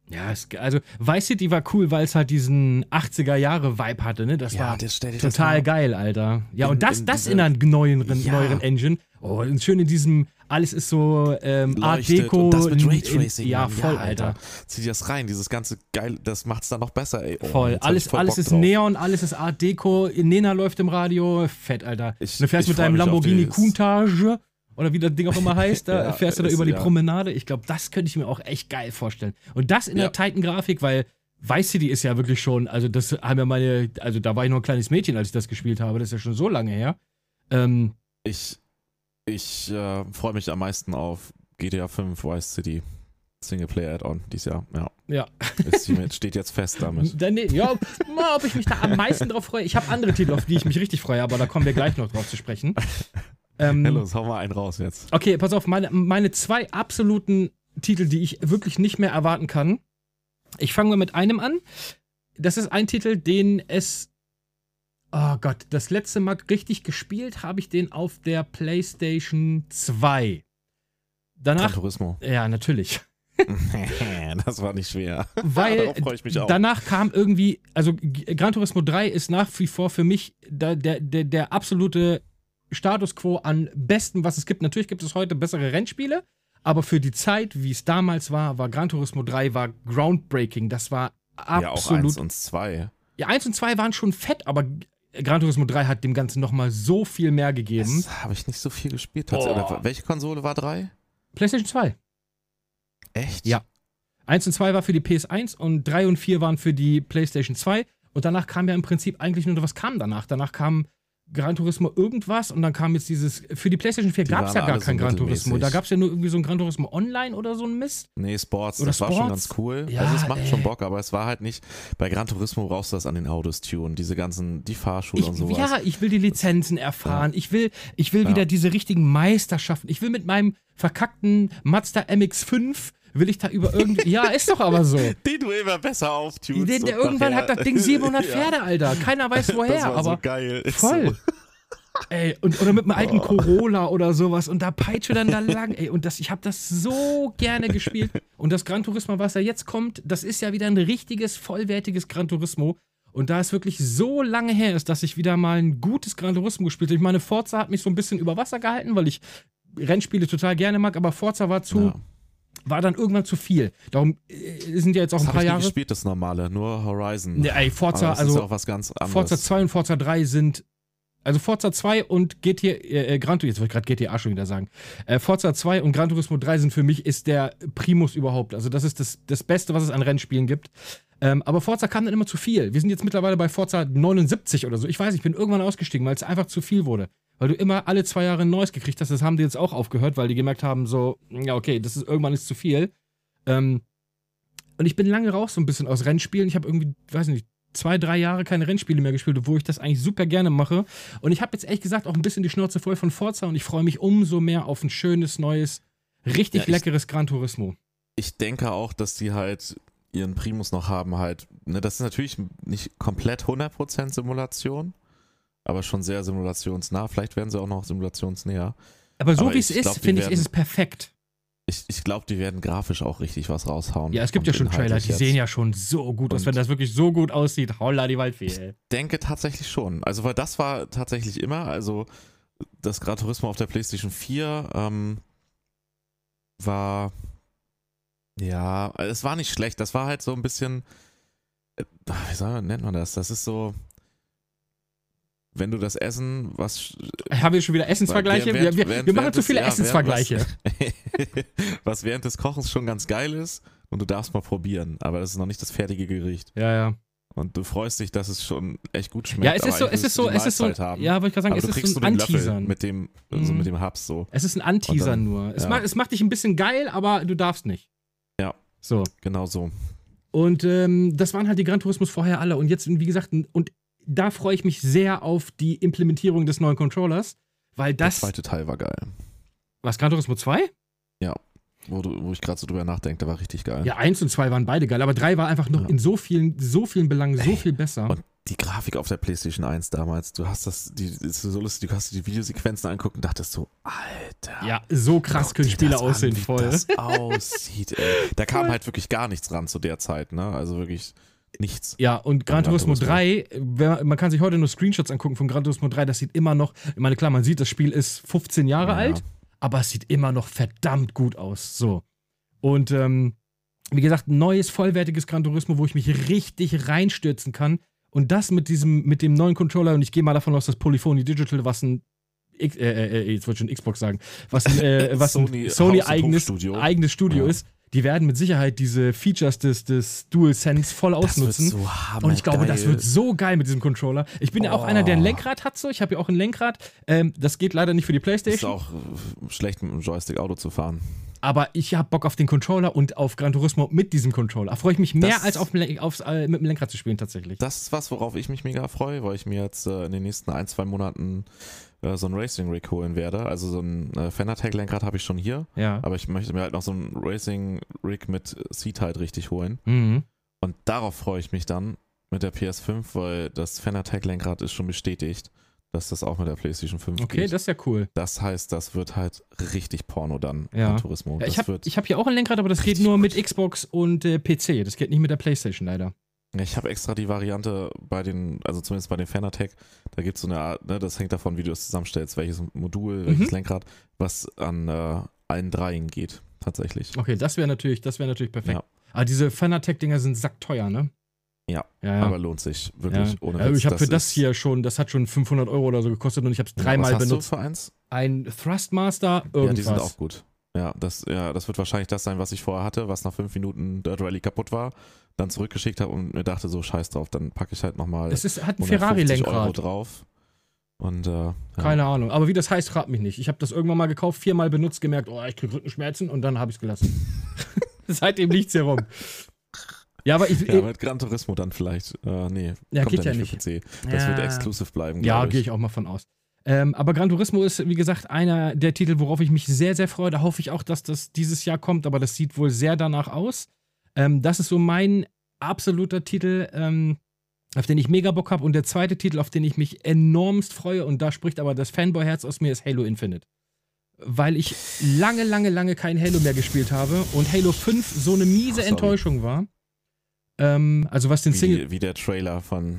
S1: Ja, es, also Vice City war cool, weil es halt diesen 80er-Jahre-Vibe hatte, ne? Das war
S2: das stell dir
S1: Total geil, Alter. Ja,
S2: In-
S1: und das,
S2: in
S1: das in
S2: dieser-
S1: einer neueren,
S2: Ja.
S1: neueren Engine. Oh, und schön in diesem, alles ist so ähm, Art
S2: Leuchtet
S1: Deco.
S2: und das mit
S1: in-
S2: Raytracing.
S1: In, ja,
S2: Mann.
S1: voll, Alter.
S2: Zieh dir das rein, dieses ganze geil, das macht's dann noch besser, ey. Oh,
S1: Voll.
S2: jetzt hab
S1: Alles,
S2: ich voll
S1: alles
S2: Bock
S1: ist
S2: drauf.
S1: Neon, alles ist Art Deco. Nena läuft im Radio. Fett, Alter.
S2: Ich-
S1: du fährst
S2: ich
S1: mit deinem
S2: freu mich auf
S1: Lamborghini
S2: dieses-
S1: Countach oder wie das Ding auch immer heißt, da
S2: Ja,
S1: fährst du da
S2: ist-
S1: über die
S2: ja.
S1: Promenade. Ich glaube, das könnte ich mir auch echt geil vorstellen. Und das in
S2: Ja.
S1: der Titan-Grafik, weil Vice City ist ja wirklich schon, also das haben ja meine, also da war ich noch ein kleines Mädchen, als ich das gespielt habe. Das ist ja schon so lange her. Ähm,
S2: Ich, ich äh, freue mich am meisten auf GTA 5 Vice City Singleplayer Add-on dieses Jahr. Ja.
S1: Ja.
S2: Ist, hiermit- steht jetzt fest damit.
S1: Dann, nee, ja, mal, ob ich mich da am meisten drauf freue. Ich habe andere Titel, auf die ich mich richtig freue, aber da kommen wir gleich noch drauf zu sprechen. Ähm,
S2: Hello, hau mal einen raus jetzt.
S1: Okay, pass auf, meine, meine zwei absoluten Titel, die ich wirklich nicht mehr erwarten kann. Ich fange mal mit einem an. Das ist ein Titel, den es. Oh Gott, das letzte Mal richtig gespielt habe ich den auf der PlayStation 2.
S2: Gran
S1: Danach.
S2: Turismo.
S1: Ja, natürlich.
S2: das war nicht schwer.
S1: Weil
S2: Darauf freue ich mich auch.
S1: danach kam irgendwie, also G- Gran Turismo 3 ist nach wie vor für mich da, der, der, der absolute Status quo an besten, was es gibt. Natürlich gibt es heute bessere Rennspiele, aber für die Zeit, wie es damals war, war Gran Turismo 3 war groundbreaking. Das war
S2: ja, auch eins
S1: absolut.
S2: und zwei.
S1: Ja, 1 und 2 waren schon fett, aber G- Gran Turismo 3 hat dem Ganzen nochmal so viel mehr gegeben.
S2: Das habe ich nicht so viel gespielt. tatsächlich.
S1: Boah.
S2: Oder welche Konsole war drei?
S1: PlayStation 2.
S2: Echt?
S1: Ja. 1 und 2 war für die PS1 und 3 und 4 waren für die PlayStation 2. Und danach kam ja im Prinzip eigentlich nur, was kam danach? Danach kam Gran Turismo irgendwas und dann kam jetzt dieses. Für die PlayStation 4
S2: Die
S1: gab es
S2: waren
S1: ja gar
S2: alle so
S1: kein Gran Turismo.
S2: mittelmäßig.
S1: Da gab es ja nur irgendwie so ein Gran Turismo Online oder so ein Mist.
S2: Nee, Sports,
S1: Oder
S2: das war schon
S1: Sports?
S2: ganz cool.
S1: Ja, äh.
S2: also es macht schon
S1: ey.
S2: Bock, aber es war halt nicht. Bei Gran Turismo brauchst du das an den Autos tunen, diese ganzen, die Fahrschule
S1: Ich,
S2: und sowas.
S1: ja, ich will die Lizenzen erfahren. Ich will, ich will
S2: Ja.
S1: wieder diese richtigen Meisterschaften. Ich will mit meinem verkackten Mazda MX5 will ich da über irgendwie. ja, ist doch aber so.
S2: Die du immer besser auftunst.
S1: Den,
S2: und
S1: der, irgendwann hat
S2: nachher-
S1: das Ding 700
S2: Ja,
S1: Pferde, Alter. Keiner weiß woher,
S2: das war
S1: Oh aber
S2: so geil. Ist
S1: voll.
S2: So.
S1: Ey, und, oder mit einem alten Corolla oder sowas und da peitsche dann da lang. Ey, und das, ich habe das so gerne gespielt. Und das Gran Turismo, was da jetzt kommt, das ist ja wieder ein richtiges, vollwertiges Gran Turismo. Und da es wirklich so lange her ist, dass ich wieder mal ein gutes Gran Turismo gespielt habe. Ich meine, Forza hat mich so ein bisschen über Wasser gehalten, weil ich Rennspiele total gerne mag, aber Forza war zu,
S2: Ja.
S1: war dann irgendwann zu viel. Darum äh, sind ja jetzt auch
S2: Das
S1: ein
S2: habe
S1: paar
S2: ich nie
S1: Jahre.
S2: gespielt, das normale, nur Horizon.
S1: Nee, ey, Forza,
S2: aber das ist
S1: also
S2: auch was ganz anderes.
S1: Forza 2 und Forza 3 sind. Also Forza 2 und GTA, äh, Gran Turismo, jetzt wollte ich gerade GTA schon wieder sagen. Äh, Forza 2 und Gran Turismo 3 sind für mich ist der Primus überhaupt. Also das ist das, das Beste, was es an Rennspielen gibt. Ähm, aber Forza kam dann immer zu viel. Wir sind jetzt mittlerweile bei Forza 79 oder so. Ich weiß, ich bin irgendwann ausgestiegen, weil es einfach zu viel wurde. Weil du immer alle zwei Jahre ein neues gekriegt hast. Das haben die jetzt auch aufgehört, weil die gemerkt haben, so, ja, okay, das ist irgendwann ist zu viel. Ähm, und ich bin lange raus so ein bisschen aus Rennspielen. Ich habe irgendwie, weiß nicht, zwei, drei Jahre keine Rennspiele mehr gespielt, obwohl ich das eigentlich super gerne mache. Und ich habe jetzt ehrlich gesagt auch ein bisschen die Schnauze voll von Forza und ich freue mich umso mehr auf ein schönes, neues, richtig
S2: Ja, ich-
S1: leckeres Gran Turismo.
S2: ich denke auch, dass die halt ihren Primus noch haben, halt. Ne, das ist natürlich nicht komplett 100% Simulation, aber schon sehr simulationsnah. Vielleicht werden sie auch noch simulationsnäher.
S1: Aber so
S2: Aber
S1: wie es
S2: ich
S1: ist,
S2: glaub, die
S1: finde ich,
S2: werden-
S1: ist es perfekt.
S2: Ich, ich glaube, die werden grafisch auch richtig was raushauen.
S1: Ja, es gibt ja schon Trailer, die sehen ja schon so gut aus.
S2: Und-
S1: Wenn das wirklich so gut aussieht, holla die Waldfee. ey.
S2: denke tatsächlich schon. Also, weil das war tatsächlich immer, also das Gran Turismo auf der PlayStation 4 ähm, war. Ja, es war nicht schlecht. Das war halt so ein bisschen. äh, Wie soll- nennt man das? Das ist so. Wenn du das Essen, was sch-
S1: Haben wir schon wieder Essensvergleiche?
S2: Während-
S1: wir, wir,
S2: während-
S1: wir machen
S2: während
S1: zu
S2: des-
S1: viele
S2: ja, während-
S1: Essensvergleiche.
S2: was während des Kochens schon ganz geil ist und du darfst mal probieren, aber das ist noch nicht das fertige Gericht.
S1: Ja, ja.
S2: Und du freust dich, dass es schon echt gut schmeckt.
S1: Ja, es
S2: aber
S1: ist so,
S2: eigentlich
S1: es ist
S2: willst du
S1: so,
S2: die
S1: es ist so.
S2: Mahlzeit haben.
S1: Ja, wollte ich gerade sagen,
S2: aber
S1: es
S2: du
S1: ist
S2: halt, ne? Also kriegst
S1: so
S2: nur
S1: ein
S2: den Löffel
S1: Anteasern.
S2: mit dem, so
S1: Mhm.
S2: mit dem Hubs so.
S1: Es ist ein Anteasern
S2: Und dann-
S1: nur. Es,
S2: ja.
S1: macht, es macht dich ein bisschen geil, aber du darfst nicht.
S2: Ja.
S1: So.
S2: Genau so.
S1: Und ähm, das waren halt die Gran Turismos vorher alle. Und jetzt, wie gesagt, n- und da freue ich mich sehr auf die Implementierung des neuen Controllers, weil das.
S2: Der zweite Teil war geil.
S1: was, Gran Turismo 2?
S2: Wo, du, wo ich gerade so drüber nachdenke, der war richtig geil.
S1: Ja, 1 und 2 waren beide geil, aber 3 war einfach noch
S2: Ja.
S1: in so vielen, so vielen Belangen so
S2: Ey,
S1: viel besser.
S2: und- Die Grafik auf der PlayStation 1 damals, du hast das, die, das ist so lustig, du hast dir die Videosequenzen angucken und dachtest so, Alter.
S1: ja, so krass
S2: guck
S1: können
S2: dir
S1: Spiele
S2: das an,
S1: aussehen,
S2: wie
S1: voll.
S2: Das aussieht, ey. Da kam halt wirklich gar nichts ran zu der Zeit, ne? Also wirklich nichts.
S1: Ja, und Gran
S2: Gran
S1: Turismo
S2: Turismo.
S1: 3, wenn man, man kann sich heute nur Screenshots angucken von Gran Turismo 3, das sieht immer noch, ich meine, klar, man sieht, das Spiel ist 15 Jahre
S2: Ja.
S1: alt, aber es sieht immer noch verdammt gut aus. So. Und ähm, wie gesagt, ein neues, vollwertiges Gran Turismo, wo ich mich richtig reinstürzen kann. Und das mit diesem, mit dem neuen Controller, und ich gehe mal davon aus, dass Polyphony Digital, was ein X, äh, äh, äh, jetzt wollte ich schon Xbox sagen, was ein, äh, was
S2: Sony
S1: ein
S2: Haus-
S1: Sony
S2: und
S1: eigenes Studio,
S2: Hofstudio.
S1: eigenes Studio
S2: Ja.
S1: ist, die werden mit Sicherheit diese Features des, des DualSense voll
S2: Das wird
S1: ausnutzen.
S2: so hammergeil.
S1: Und ich glaube, das wird so geil mit diesem Controller. Ich bin ja auch
S2: Ah, Oh.
S1: einer, der ein Lenkrad hat, so. Ich habe ja auch ein Lenkrad. Ähm, das geht leider nicht für die
S2: Ist
S1: Playstation.
S2: auch äh, schlecht, mit dem Joystick Auto zu fahren.
S1: Aber ich habe Bock auf den Controller und auf Gran Turismo mit diesem Controller. Da freue ich mich mehr,
S2: Das-
S1: als auf, dem Len- aufs, äh, mit dem Lenkrad zu spielen, tatsächlich.
S2: Das ist was, worauf ich mich mega freue, weil ich mir jetzt äh, in den nächsten ein, zwei Monaten äh, so ein Racing Rig holen werde. Also so ein äh, Fanatec-Lenkrad habe ich schon hier,
S1: Ja.
S2: aber ich möchte mir halt noch so ein Racing Rig mit Seat halt richtig holen.
S1: Mhm.
S2: Und darauf freue ich mich dann mit der PS5, weil das Fanatec-Lenkrad ist schon bestätigt, dass das auch mit der PlayStation 5
S1: Okay,
S2: geht.
S1: das ist ja cool.
S2: das heißt, das wird halt richtig Porno dann,
S1: Ja.
S2: Gran Turismo.
S1: Ja,
S2: Oh, das
S1: ich habe
S2: wird, ich,
S1: hab hier auch ein Lenkrad, aber das geht
S2: Richtig
S1: nur mit Xbox und äh, PC. Das geht nicht mit der Playstation, leider.
S2: habe extra die Variante bei den, also zumindest bei den Fanatec, da gibt es so eine Art, ne, das hängt davon, wie du es zusammenstellst, welches Modul, welches
S1: Mhm.
S2: Lenkrad, was an äh, allen dreien geht, tatsächlich.
S1: Okay, das wäre natürlich, das wäre natürlich perfekt.
S2: Ja.
S1: Aber diese Fanatec-Dinger sind sackteuer, ne?
S2: Ja,
S1: ja, ja.
S2: Aber lohnt sich, wirklich,
S1: ja.
S2: ohne
S1: Also
S2: Witz,
S1: ich habe für das
S2: ist-
S1: hier schon, das hat schon 500 Euro oder so gekostet und ich habe es
S2: Ja,
S1: dreimal
S2: was hast
S1: benutzt.
S2: Du für eins?
S1: Ein Thrustmaster, irgendwas.
S2: Ja, die sind auch gut. Ja das, ja, das wird wahrscheinlich das sein, was ich vorher hatte, was nach fünf Minuten Dirt Rally kaputt war, dann zurückgeschickt habe und mir dachte so, scheiß drauf, dann packe ich halt nochmal
S1: Es ist, hat ein
S2: 150 Euro
S1: Ferrari-Lenkrad.
S2: drauf. Und, äh, ja.
S1: Keine Ahnung. Aber wie das heißt, fragt mich nicht. Ich habe das irgendwann mal gekauft, viermal benutzt, gemerkt, oh, ich krieg Rückenschmerzen und dann habe ich es gelassen. Seitdem liegt's hier rum. Ja, aber ich.
S2: Ja, mit Gran Turismo dann vielleicht. Äh, nee,
S1: Ja,
S2: kommt
S1: geht
S2: ja
S1: ja
S2: nicht für PC. Das
S1: Ja.
S2: wird exklusiv bleiben,
S1: Ja,
S2: glaub
S1: gehe ich auch mal von aus. Ähm, aber Gran Turismo ist, wie gesagt, einer der Titel, worauf ich mich sehr, sehr freue. Da hoffe ich auch, dass das dieses Jahr kommt, aber das sieht wohl sehr danach aus. Ähm, das ist so mein absoluter Titel, ähm, auf den ich mega Bock habe. Und der zweite Titel, auf den ich mich enormst freue, und da spricht aber das Fanboy-Herz aus mir, ist Halo Infinite. Weil ich lange, lange, lange kein Halo mehr gespielt habe und Halo 5 so eine miese
S2: Sorry.
S1: Enttäuschung war. Ähm, also was den
S2: Wie,
S1: Single.
S2: die- wie der Trailer von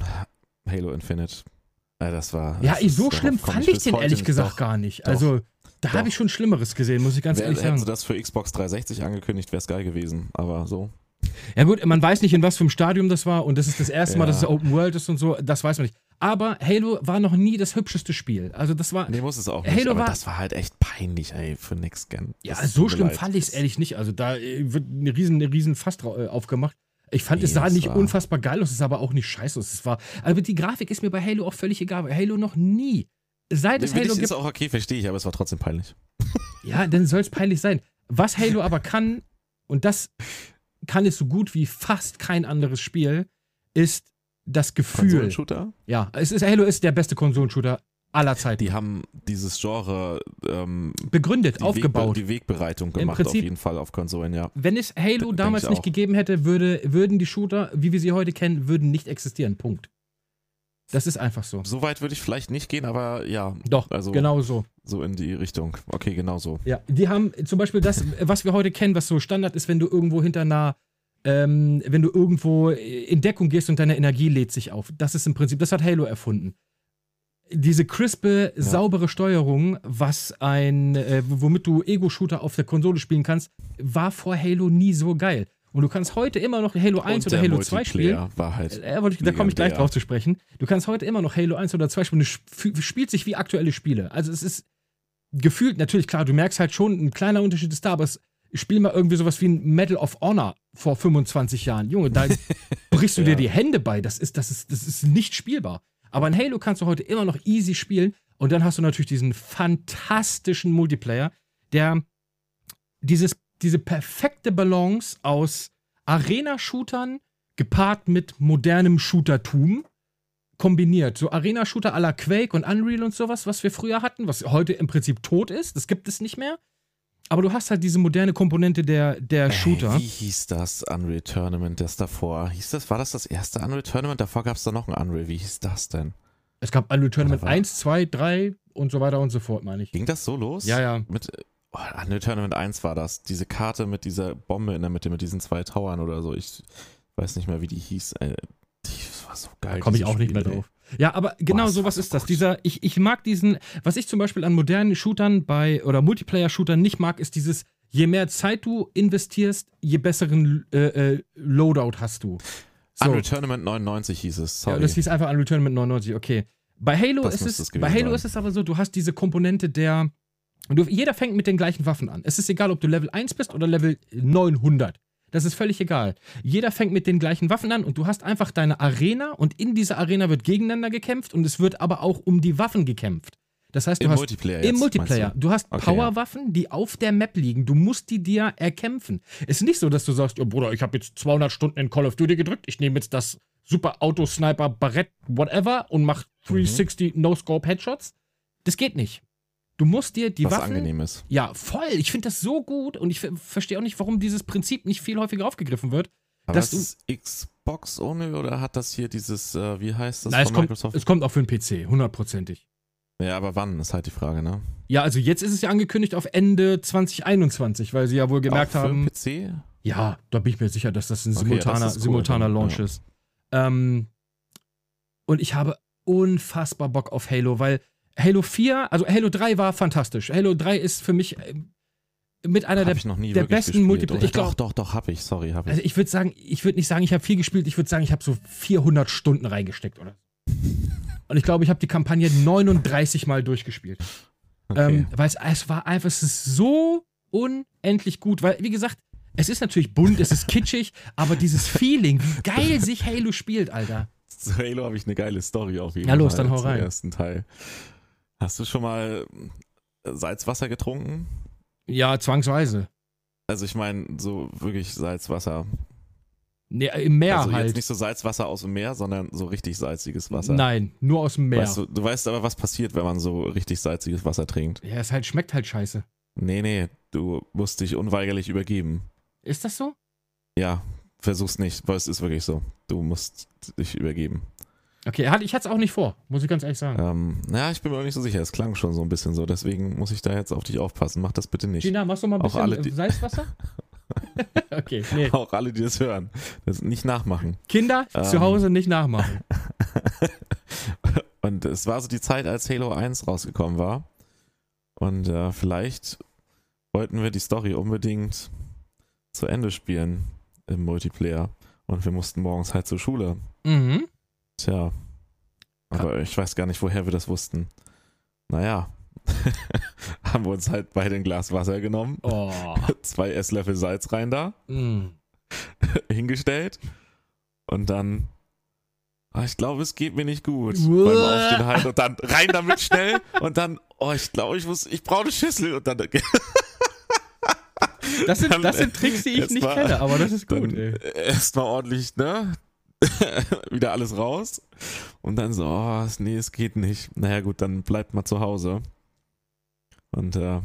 S2: Halo Infinite. Äh, das war.
S1: Ja,
S2: das
S1: ich,
S2: ist-
S1: so
S2: darauf
S1: schlimm
S2: komm
S1: fand ich
S2: bis
S1: den
S2: heute
S1: ehrlich
S2: nicht.
S1: gesagt
S2: Doch.
S1: gar nicht.
S2: Doch.
S1: Also, da habe
S2: Doch.
S1: ich schon Schlimmeres gesehen, muss ich ganz
S2: Wär,
S1: ehrlich
S2: hätten
S1: sagen.
S2: sie das für Xbox 360 angekündigt, wäre es geil gewesen. Aber so.
S1: Ja gut, man weiß nicht, in was für einem Stadium das war und das ist das erste Mal,
S2: Ja.
S1: dass es Open World ist und so, das weiß man nicht. Aber Halo war noch nie das hübscheste Spiel. Also das war,
S2: Nee, muss es auch nicht.
S1: Halo
S2: aber
S1: war-
S2: das war halt echt peinlich, ey, für nix Gen.
S1: ja,
S2: Das
S1: so
S2: tut mir
S1: schlimm
S2: leid.
S1: fand ich es ehrlich nicht. Also da äh, wird eine riesen, eine riesen Fass drau- äh, aufgemacht. Ich fand,
S2: Nee,
S1: es sah
S2: das
S1: nicht
S2: war-
S1: unfassbar geil aus, es sah aber auch nicht scheiße aus. Es war, aber die Grafik ist mir bei Halo auch völlig egal, weil Halo noch nie, seit
S2: Nee,
S1: es
S2: will
S1: Halo
S2: ich,
S1: gibt,
S2: ist auch okay, verstehe ich, aber es war trotzdem peinlich.
S1: Ja, dann soll es peinlich sein. Was Halo aber kann, und das kann es so gut wie fast kein anderes Spiel, ist das Gefühl.
S2: Konsolenshooter?
S1: Ja, es ist, Halo ist der beste Konsolenshooter aller Zeiten.
S2: Die haben dieses Genre ähm,
S1: Begründet,
S2: die
S1: aufgebaut.
S2: Wegbe die Wegbereitung gemacht, auf
S1: Prinzip-
S2: jeden Fall auf Konsolen, ja.
S1: Wenn es
S2: D-
S1: Halo
S2: denk
S1: damals
S2: ich
S1: nicht
S2: auch.
S1: gegeben hätte, würde, würden die Shooter, wie wir sie heute kennen, würden nicht existieren. Punkt. Das ist einfach so.
S2: So weit würde ich vielleicht nicht gehen, aber ja,
S1: Doch,
S2: Also-
S1: genau so.
S2: so in die Richtung. Okay, genau so.
S1: Ja, die haben zum Beispiel das, was wir heute kennen, was so Standard ist, wenn du irgendwo hinter einer, ähm, wenn du irgendwo in Deckung gehst und deine Energie lädt sich auf. Das ist im Prinzip, das hat Halo erfunden. Diese crispe, saubere Steuerung, was ein, äh, womit du Ego-Shooter auf der Konsole spielen kannst, war vor Halo nie so geil. Und du kannst heute immer noch Halo 1
S2: Und
S1: oder
S2: der
S1: Halo 2 spielen.
S2: Multiplayer war halt.
S1: Äh, wollte ich- Da komme ich gleich
S2: Legendär.
S1: drauf zu sprechen. Du kannst heute immer noch Halo 1 oder 2 spielen. Es sp- spielt sich wie aktuelle Spiele. Also es ist gefühlt, natürlich, klar, du merkst halt schon, ein kleiner Unterschied ist da, aber es spiel mal irgendwie sowas wie ein Medal of Honor vor 25 Jahren. Junge, da brichst du dir
S2: Ja.
S1: die Hände bei. Das ist, das ist, das ist nicht spielbar. Aber in Halo kannst du heute immer noch easy spielen. Und dann hast du natürlich diesen fantastischen Multiplayer, der dieses, diese perfekte Balance aus Arena-Shootern gepaart mit modernem Shootertum kombiniert. So Arena-Shooter à la Quake und Unreal und sowas, was wir früher hatten, was heute im Prinzip tot ist, das gibt es nicht mehr. Aber du hast halt diese moderne Komponente der, der äh, Shooter.
S2: Ey, Äh, wie hieß das Unreal Tournament, das davor? Hieß das, war das das erste Unreal Tournament? Davor gab es da noch ein Unreal. Wie hieß das denn?
S1: Es gab Unreal Tournament
S2: Oder was?
S1: 1, 2, 3 und so weiter und so fort, meine ich.
S2: Ging das so los?
S1: Ja, ja.
S2: Mit äh, oh, Unreal Tournament 1 war das. Diese Karte mit dieser Bombe in der Mitte, mit diesen zwei Towern oder so. Ich weiß nicht mehr, wie die hieß. Äh, die, das war so geil.
S1: Da komme ich
S2: dieses
S1: auch nicht mehr
S2: Spiel, ey.
S1: drauf. Ja, aber genau
S2: Boah, das war
S1: sowas
S2: so
S1: ist das.
S2: gut.
S1: Dieser, ich, ich mag diesen, was ich zum Beispiel an modernen Shootern bei oder Multiplayer-Shootern nicht mag, ist dieses, je mehr Zeit du investierst, je besseren äh, äh, Loadout hast du. So.
S2: Unreal Tournament 99 hieß es. Sorry.
S1: Ja, das hieß einfach Unreal Tournament 99, okay. Bei Halo,
S2: Das
S1: ist
S2: müsste
S1: es,
S2: es gewesen
S1: bei Halo
S2: sein.
S1: ist es aber so, du hast diese Komponente der. Du, jeder fängt mit den gleichen Waffen an. Es ist egal, ob du Level 1 bist oder Level 900. Das ist völlig egal. Jeder fängt mit den gleichen Waffen an und du hast einfach deine Arena und in dieser Arena wird gegeneinander gekämpft und es wird aber auch um die Waffen gekämpft. Das heißt, du
S2: Im
S1: hast
S2: Multiplayer
S1: im
S2: jetzt,
S1: Multiplayer.
S2: meinst
S1: Du hast
S2: Okay,
S1: Powerwaffen, die auf der Map liegen. Du musst die dir erkämpfen. Ist nicht so, dass du sagst, oh Bruder, ich habe jetzt 200 Stunden in Call of Duty gedrückt. Ich nehme jetzt das Super Auto Sniper Barrett whatever und mach 360
S2: Mhm.
S1: No Scope Headshots. Das geht nicht. Du musst dir die
S2: Was
S1: Waffen
S2: angenehm ist.
S1: ja, voll. Ich finde das so gut und ich ver- verstehe auch nicht, warum dieses Prinzip nicht viel häufiger aufgegriffen wird.
S2: Aber
S1: dass
S2: ist es Xbox only oder hat das hier dieses, äh, wie heißt das
S1: Na, es,
S2: von
S1: kommt,
S2: Microsoft?
S1: es kommt auch für den PC, hundertprozentig.
S2: ja, aber wann ist halt die Frage, ne?
S1: Ja, also jetzt ist es ja angekündigt auf Ende 2021, weil sie ja wohl gemerkt
S2: Auch für
S1: haben. äh,
S2: PC?
S1: Ja, da bin ich mir sicher, dass das ein
S2: Okay,
S1: simultaner,
S2: das ist cool,
S1: simultaner
S2: dann,
S1: Launch
S2: ja.
S1: ist. Ähm, und ich habe unfassbar Bock auf Halo, weil Halo 4, also Halo 3 war fantastisch. Halo 3 ist für mich ähm, mit einer
S2: Hab
S1: der.
S2: ich noch nie
S1: der
S2: wirklich
S1: besten
S2: gespielt,
S1: Multiplayer-
S2: oder?
S1: ich glaub-
S2: doch, doch, doch, hab ich, sorry, hab ich.
S1: Also ich würde sagen, ich würde nicht sagen, ich habe viel gespielt, ich würde sagen, ich habe so 400 Stunden reingesteckt, oder? Und ich glaube, ich habe die Kampagne 39 Mal durchgespielt.
S2: okay.
S1: Ähm, weil es, es war einfach, es ist so unendlich gut, weil, wie gesagt, es ist natürlich bunt, es ist kitschig, aber dieses Feeling, wie geil sich Halo spielt, Alter.
S2: zu Halo habe ich eine geile Story auf jeden
S1: Ja, los,
S2: Fall.
S1: dann hau
S2: zum
S1: rein.
S2: ersten Teil. Hast du schon mal Salzwasser getrunken?
S1: Ja, zwangsweise.
S2: Also ich meine, so wirklich Salzwasser.
S1: Nee, Im Meer
S2: also
S1: halt.
S2: jetzt nicht so Salzwasser aus dem Meer, sondern so richtig salziges Wasser.
S1: Nein, nur aus dem Meer.
S2: Weißt du, du weißt aber, was passiert, wenn man so richtig salziges Wasser trinkt.
S1: Ja, es halt, schmeckt halt scheiße.
S2: Nee, nee, du musst dich unweigerlich übergeben.
S1: Ist das so?
S2: Ja, versuch's nicht, weil es ist wirklich so. Du musst dich übergeben.
S1: Okay, hat- ich hatte es auch nicht vor, muss ich ganz ehrlich sagen.
S2: Ähm, naja, ich bin mir auch nicht so sicher. Es klang schon so ein bisschen so. Deswegen muss ich da jetzt auf dich aufpassen. Mach das bitte nicht.
S1: Gina, machst du mal ein
S2: Auch
S1: bisschen
S2: alle, die-
S1: äh, Salzwasser? okay, nee.
S2: Auch alle, die das hören, das nicht nachmachen.
S1: Kinder
S2: Ähm.
S1: zu Hause nicht nachmachen.
S2: Und es war so die Zeit, als Halo 1 rausgekommen war. Und äh, vielleicht wollten wir die Story unbedingt zu Ende spielen im Multiplayer. Und wir mussten morgens halt zur Schule.
S1: Mhm.
S2: Tja. Aber ich weiß gar nicht, woher wir das wussten. Naja. Haben wir uns halt beide ein Glas Wasser genommen,
S1: Oh.
S2: zwei Esslöffel Salz rein da,
S1: Mhm.
S2: hingestellt und dann. Ah, ich glaube, es geht mir nicht gut.
S1: Uah.
S2: Beim Aufstehen halt und dann rein damit schnell und dann, oh, ich glaube, ich muss, ich brauche eine Schüssel und dann
S1: Das, sind,
S2: Dann,
S1: äh, das sind Tricks, die ich
S2: jetzt
S1: nicht
S2: mal-
S1: kenne, aber das ist gut,
S2: dann äh,
S1: ey.
S2: Erstmal ordentlich, ne? Wieder alles raus. Und dann so, oh, es- nee, es geht nicht. Naja, gut, dann bleibt mal zu Hause. Und äh,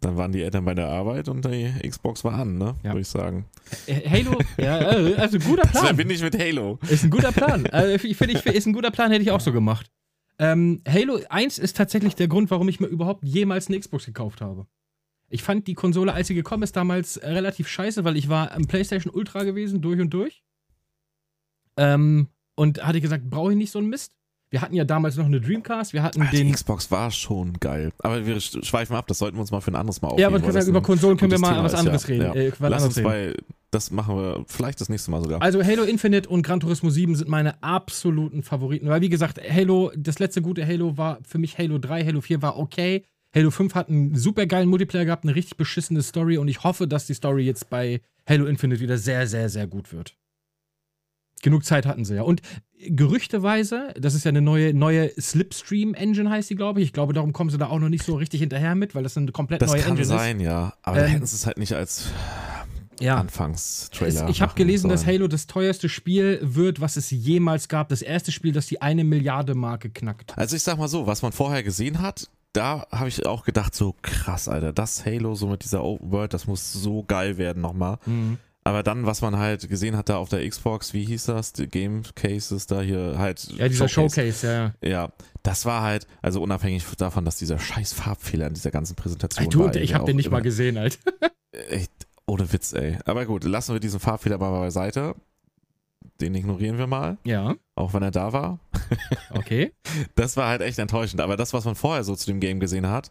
S2: dann waren die Eltern bei der Arbeit und die Xbox war an, ne?
S1: Ja.
S2: Würde ich sagen.
S1: Äh, Halo, ja, äh, also guter
S2: Das
S1: Plan.
S2: verbinde ich mit Halo.
S1: Ist ein guter Plan. Also, ich finde, ich, ist ein guter Plan, hätte ich auch so gemacht. Ähm, Halo 1 ist tatsächlich der Grund, warum ich mir überhaupt jemals eine Xbox gekauft habe. Ich fand die Konsole, als sie gekommen ist, damals äh, relativ scheiße, weil ich war am PlayStation Ultra gewesen, durch und durch. Ähm, und hatte gesagt, brauche ich nicht so einen Mist. Wir hatten ja damals noch eine Dreamcast, wir hatten
S2: Ah, die
S1: den.
S2: Xbox war schon geil. Aber wir sch- schweifen ab, das sollten wir uns mal für ein anderes Mal
S1: Ja, aber
S2: aufheben,
S1: ich
S2: weil das
S1: gesagt, über
S2: ein
S1: Konsolen können wir
S2: gutes
S1: mal
S2: Thema
S1: was
S2: ist,
S1: anderes
S2: ja,
S1: reden.
S2: ja.
S1: Äh, was
S2: Lass
S1: anderes
S2: uns
S1: reden.
S2: bei, das machen wir vielleicht das nächste Mal sogar.
S1: Also Halo Infinite und Gran Turismo 7 sind meine absoluten Favoriten, weil wie gesagt, Halo, das letzte gute Halo war für mich Halo 3, Halo 4 war okay. Halo 5 hat einen super geilen Multiplayer gehabt, eine richtig beschissene Story und ich hoffe, dass die Story jetzt bei Halo Infinite wieder sehr, sehr, sehr gut wird. Genug Zeit hatten sie ja. Und gerüchteweise, das ist ja eine neue, neue Slipstream-Engine, heißt die, glaube ich. Ich glaube, darum kommen sie da auch noch nicht so richtig hinterher mit, weil das eine komplett
S2: das
S1: neue
S2: kann
S1: Engine
S2: sein, ja. Aber
S1: Ähm,
S2: dann hätten sie es halt nicht als
S1: ist. Ja.
S2: Anfangstrailer.
S1: Es, ich habe
S2: machen
S1: gelesen,
S2: sollen.
S1: dass Halo das teuerste Spiel wird, was es jemals gab. Das erste Spiel, das die eine Milliarde Marke knackt.
S2: Also ich sag mal so, was man vorher gesehen hat, da habe ich auch gedacht, so krass, Alter, das Halo so mit dieser Open World, das muss so geil werden nochmal. Aber dann, was man halt gesehen hat da auf der Xbox, wie hieß das? Die Game Cases da hier halt.
S1: Ja, dieser Showcase, ja.
S2: Ja, das war halt, also unabhängig davon, dass dieser scheiß Farbfehler in dieser ganzen Präsentation
S1: Ey, du,
S2: war.
S1: ich
S2: der
S1: habe den
S2: auch
S1: nicht mal
S2: immer-
S1: gesehen, Alter.
S2: Echt, ohne Witz, ey. Aber gut, lassen wir diesen Farbfehler mal beiseite. Den ignorieren wir mal,
S1: Ja,
S2: auch wenn er da war.
S1: okay.
S2: Das war halt echt enttäuschend. Aber das, was man vorher so zu dem Game gesehen hat,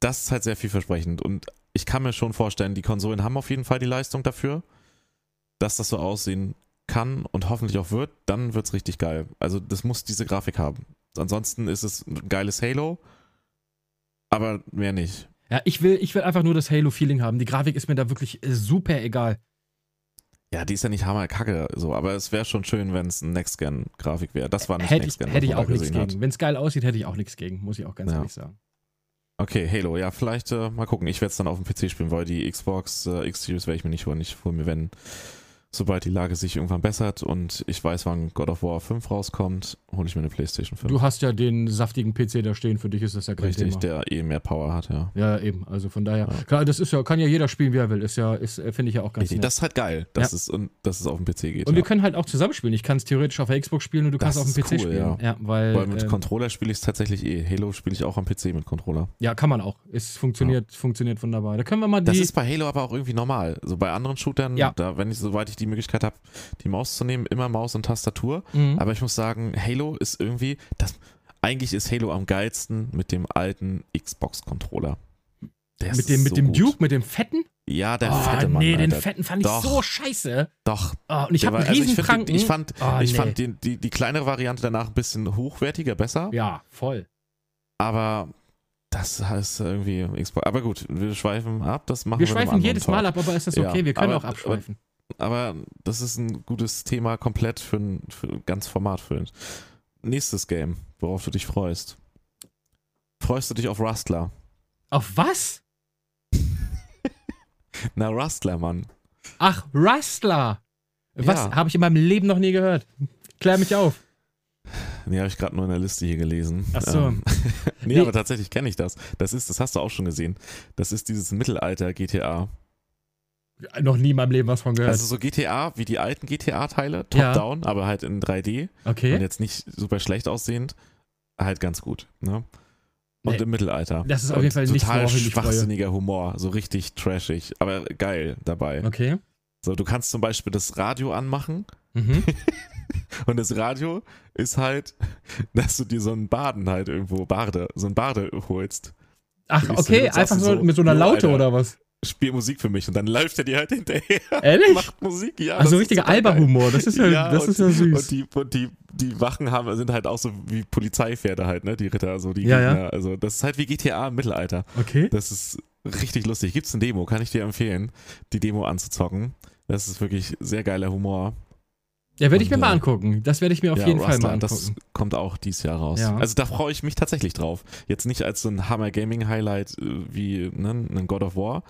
S2: das ist halt sehr vielversprechend. Und ich kann mir schon vorstellen, die Konsolen haben auf jeden Fall die Leistung dafür, dass das so aussehen kann und hoffentlich auch wird. Dann wird es richtig geil. Also, das muss diese Grafik haben. Ansonsten ist es ein geiles Halo, aber mehr nicht.
S1: Ja, ich will, ich will einfach nur das Halo-Feeling haben. Die Grafik ist mir da wirklich äh, super egal.
S2: Ja, die ist ja nicht hammerkacke, so, aber es wäre schon schön, wenn es ein Next-Gen-Grafik wäre. Das war nicht
S1: Hätte ich,
S2: Next-Gen,
S1: hätte ich
S2: man
S1: auch
S2: da
S1: nichts
S2: gesehen hat.
S1: gegen. Wenn es geil aussieht, hätte ich auch nichts gegen, muss ich auch ganz
S2: Ja.
S1: ehrlich sagen.
S2: Okay, Halo, ja, vielleicht äh, mal gucken. Ich werde es dann auf dem PC spielen, weil die Xbox äh, X Series werde ich mir nicht holen. Ich hole mir, wenn, sobald die Lage sich irgendwann bessert und ich weiß, wann God of War 5 rauskommt, hole ich mir eine PlayStation 5.
S1: Du hast ja den saftigen PC da stehen, für dich ist das ja kein
S2: Richtig,
S1: Thema.
S2: der eh mehr Power hat, ja.
S1: Ja, eben. Also von daher.
S2: Ja.
S1: Klar, das ist ja, kann ja jeder spielen, wie er will. Ist ja, ist, äh, finde ich ja auch ganz
S2: Richtig,
S1: nett.
S2: das ist halt geil, dass, es, und, dass es auf dem PC geht.
S1: Und
S2: ja.
S1: wir können halt auch zusammenspielen. Ich kann es theoretisch auf der Xbox spielen und du
S2: Das
S1: kannst auf dem PC
S2: ist cool,
S1: spielen.
S2: ja.
S1: weil,
S2: weil mit
S1: ähm,
S2: Controller spiele ich es tatsächlich eh. Halo spiele ich auch am PC mit Controller.
S1: ja, kann man auch. Es funktioniert, funktioniert wunderbar. Da können wir mal
S2: Das
S1: die.
S2: ist bei Halo aber auch irgendwie normal. So bei anderen Shootern,
S1: Ja.
S2: da, wenn ich, soweit ich die Möglichkeit habe, die Maus zu nehmen, immer Maus und Tastatur.
S1: Mhm.
S2: Aber ich muss sagen, Halo ist irgendwie, das, eigentlich ist Halo am geilsten mit dem alten Xbox-Controller. Der
S1: mit
S2: ist
S1: dem, mit
S2: so
S1: dem
S2: gut.
S1: Duke, mit dem fetten?
S2: Ja, der
S1: Ah,
S2: fette Mann.
S1: nee, den
S2: Alter.
S1: fetten fand ich
S2: Doch.
S1: so scheiße.
S2: Doch.
S1: Ah, und ich
S2: Der
S1: habe
S2: war-
S1: einen
S2: also
S1: riesen
S2: find den- ich fand,
S1: Ah,
S2: ich
S1: nee.
S2: fand den, die, die kleinere Variante danach ein bisschen hochwertiger, besser.
S1: Ja, voll.
S2: Aber das heißt irgendwie Xbox. Aber gut, wir schweifen ab. Das machen wir
S1: Wir
S2: beim
S1: schweifen
S2: anderen
S1: jedes
S2: Talk.
S1: Mal ab, aber ist das
S2: Ja,
S1: okay? wir können
S2: aber-
S1: auch abschweifen.
S2: Aber das ist ein gutes Thema komplett für ein, für ein ganz Format für ein. Nächstes Game, worauf du dich freust. Freust du dich auf Rustler?
S1: Auf was?
S2: Na, Rustler, Mann.
S1: Ach, Rustler. Was
S2: Ja.
S1: habe ich in meinem Leben noch nie gehört? Klär mich auf.
S2: Nee, habe ich gerade nur in der Liste hier gelesen.
S1: Ach so.
S2: Ähm, nee,
S1: Nee.
S2: aber tatsächlich kenne ich das. Das ist, das hast du auch schon gesehen. Das ist dieses Mittelalter-GTA.
S1: Noch nie in meinem Leben was von gehört.
S2: Also so GTA wie die alten GTA-Teile,
S1: Ja.
S2: top-down, aber halt in 3D und
S1: okay.
S2: jetzt nicht super schlecht aussehend, halt ganz gut. Ne? Und
S1: Nee.
S2: im Mittelalter.
S1: Das ist auf
S2: Und
S1: jeden Fall nichts,
S2: total
S1: worauf ich mich freue.
S2: schwachsinniger Humor, so richtig trashig, aber geil dabei.
S1: Okay.
S2: So, du kannst zum Beispiel das Radio anmachen
S1: Mhm.
S2: Und das Radio ist halt, dass du dir so einen Baden halt irgendwo, Bade, so einen Bade holst.
S1: Ach,
S2: Du gehst
S1: okay,
S2: hin und sagst
S1: einfach so,
S2: so,
S1: mit so einer
S2: "Jo,
S1: Laute
S2: Alter."
S1: oder was?
S2: Spiel Musik für mich und dann läuft er dir halt hinterher.
S1: Ehrlich?
S2: Macht Musik, ja.
S1: also
S2: das ist
S1: richtiger
S2: total geil.
S1: Alba-Humor, das ist ja, das
S2: und,
S1: ist ja
S2: Und
S1: süß.
S2: die, und die, die Wachen haben, sind halt auch so wie Polizeipferde halt, ne? Die Ritter, so die
S1: Ja, ja.
S2: Gegner. Also das ist halt wie GTA im Mittelalter.
S1: Okay.
S2: Das ist richtig lustig. Gibt's eine Demo, kann ich dir empfehlen, die Demo anzuzocken. Das ist wirklich sehr geiler Humor.
S1: Ja, werde ich mir
S2: und,
S1: mal
S2: äh,
S1: angucken. Das werde ich mir auf jeden Fall mal
S2: Rustler, Das
S1: angucken.
S2: kommt auch dieses Jahr raus.
S1: Ja.
S2: Also da freue ich mich tatsächlich drauf. Jetzt nicht als so ein Hammer Gaming Highlight äh, wie ne, ein God of War,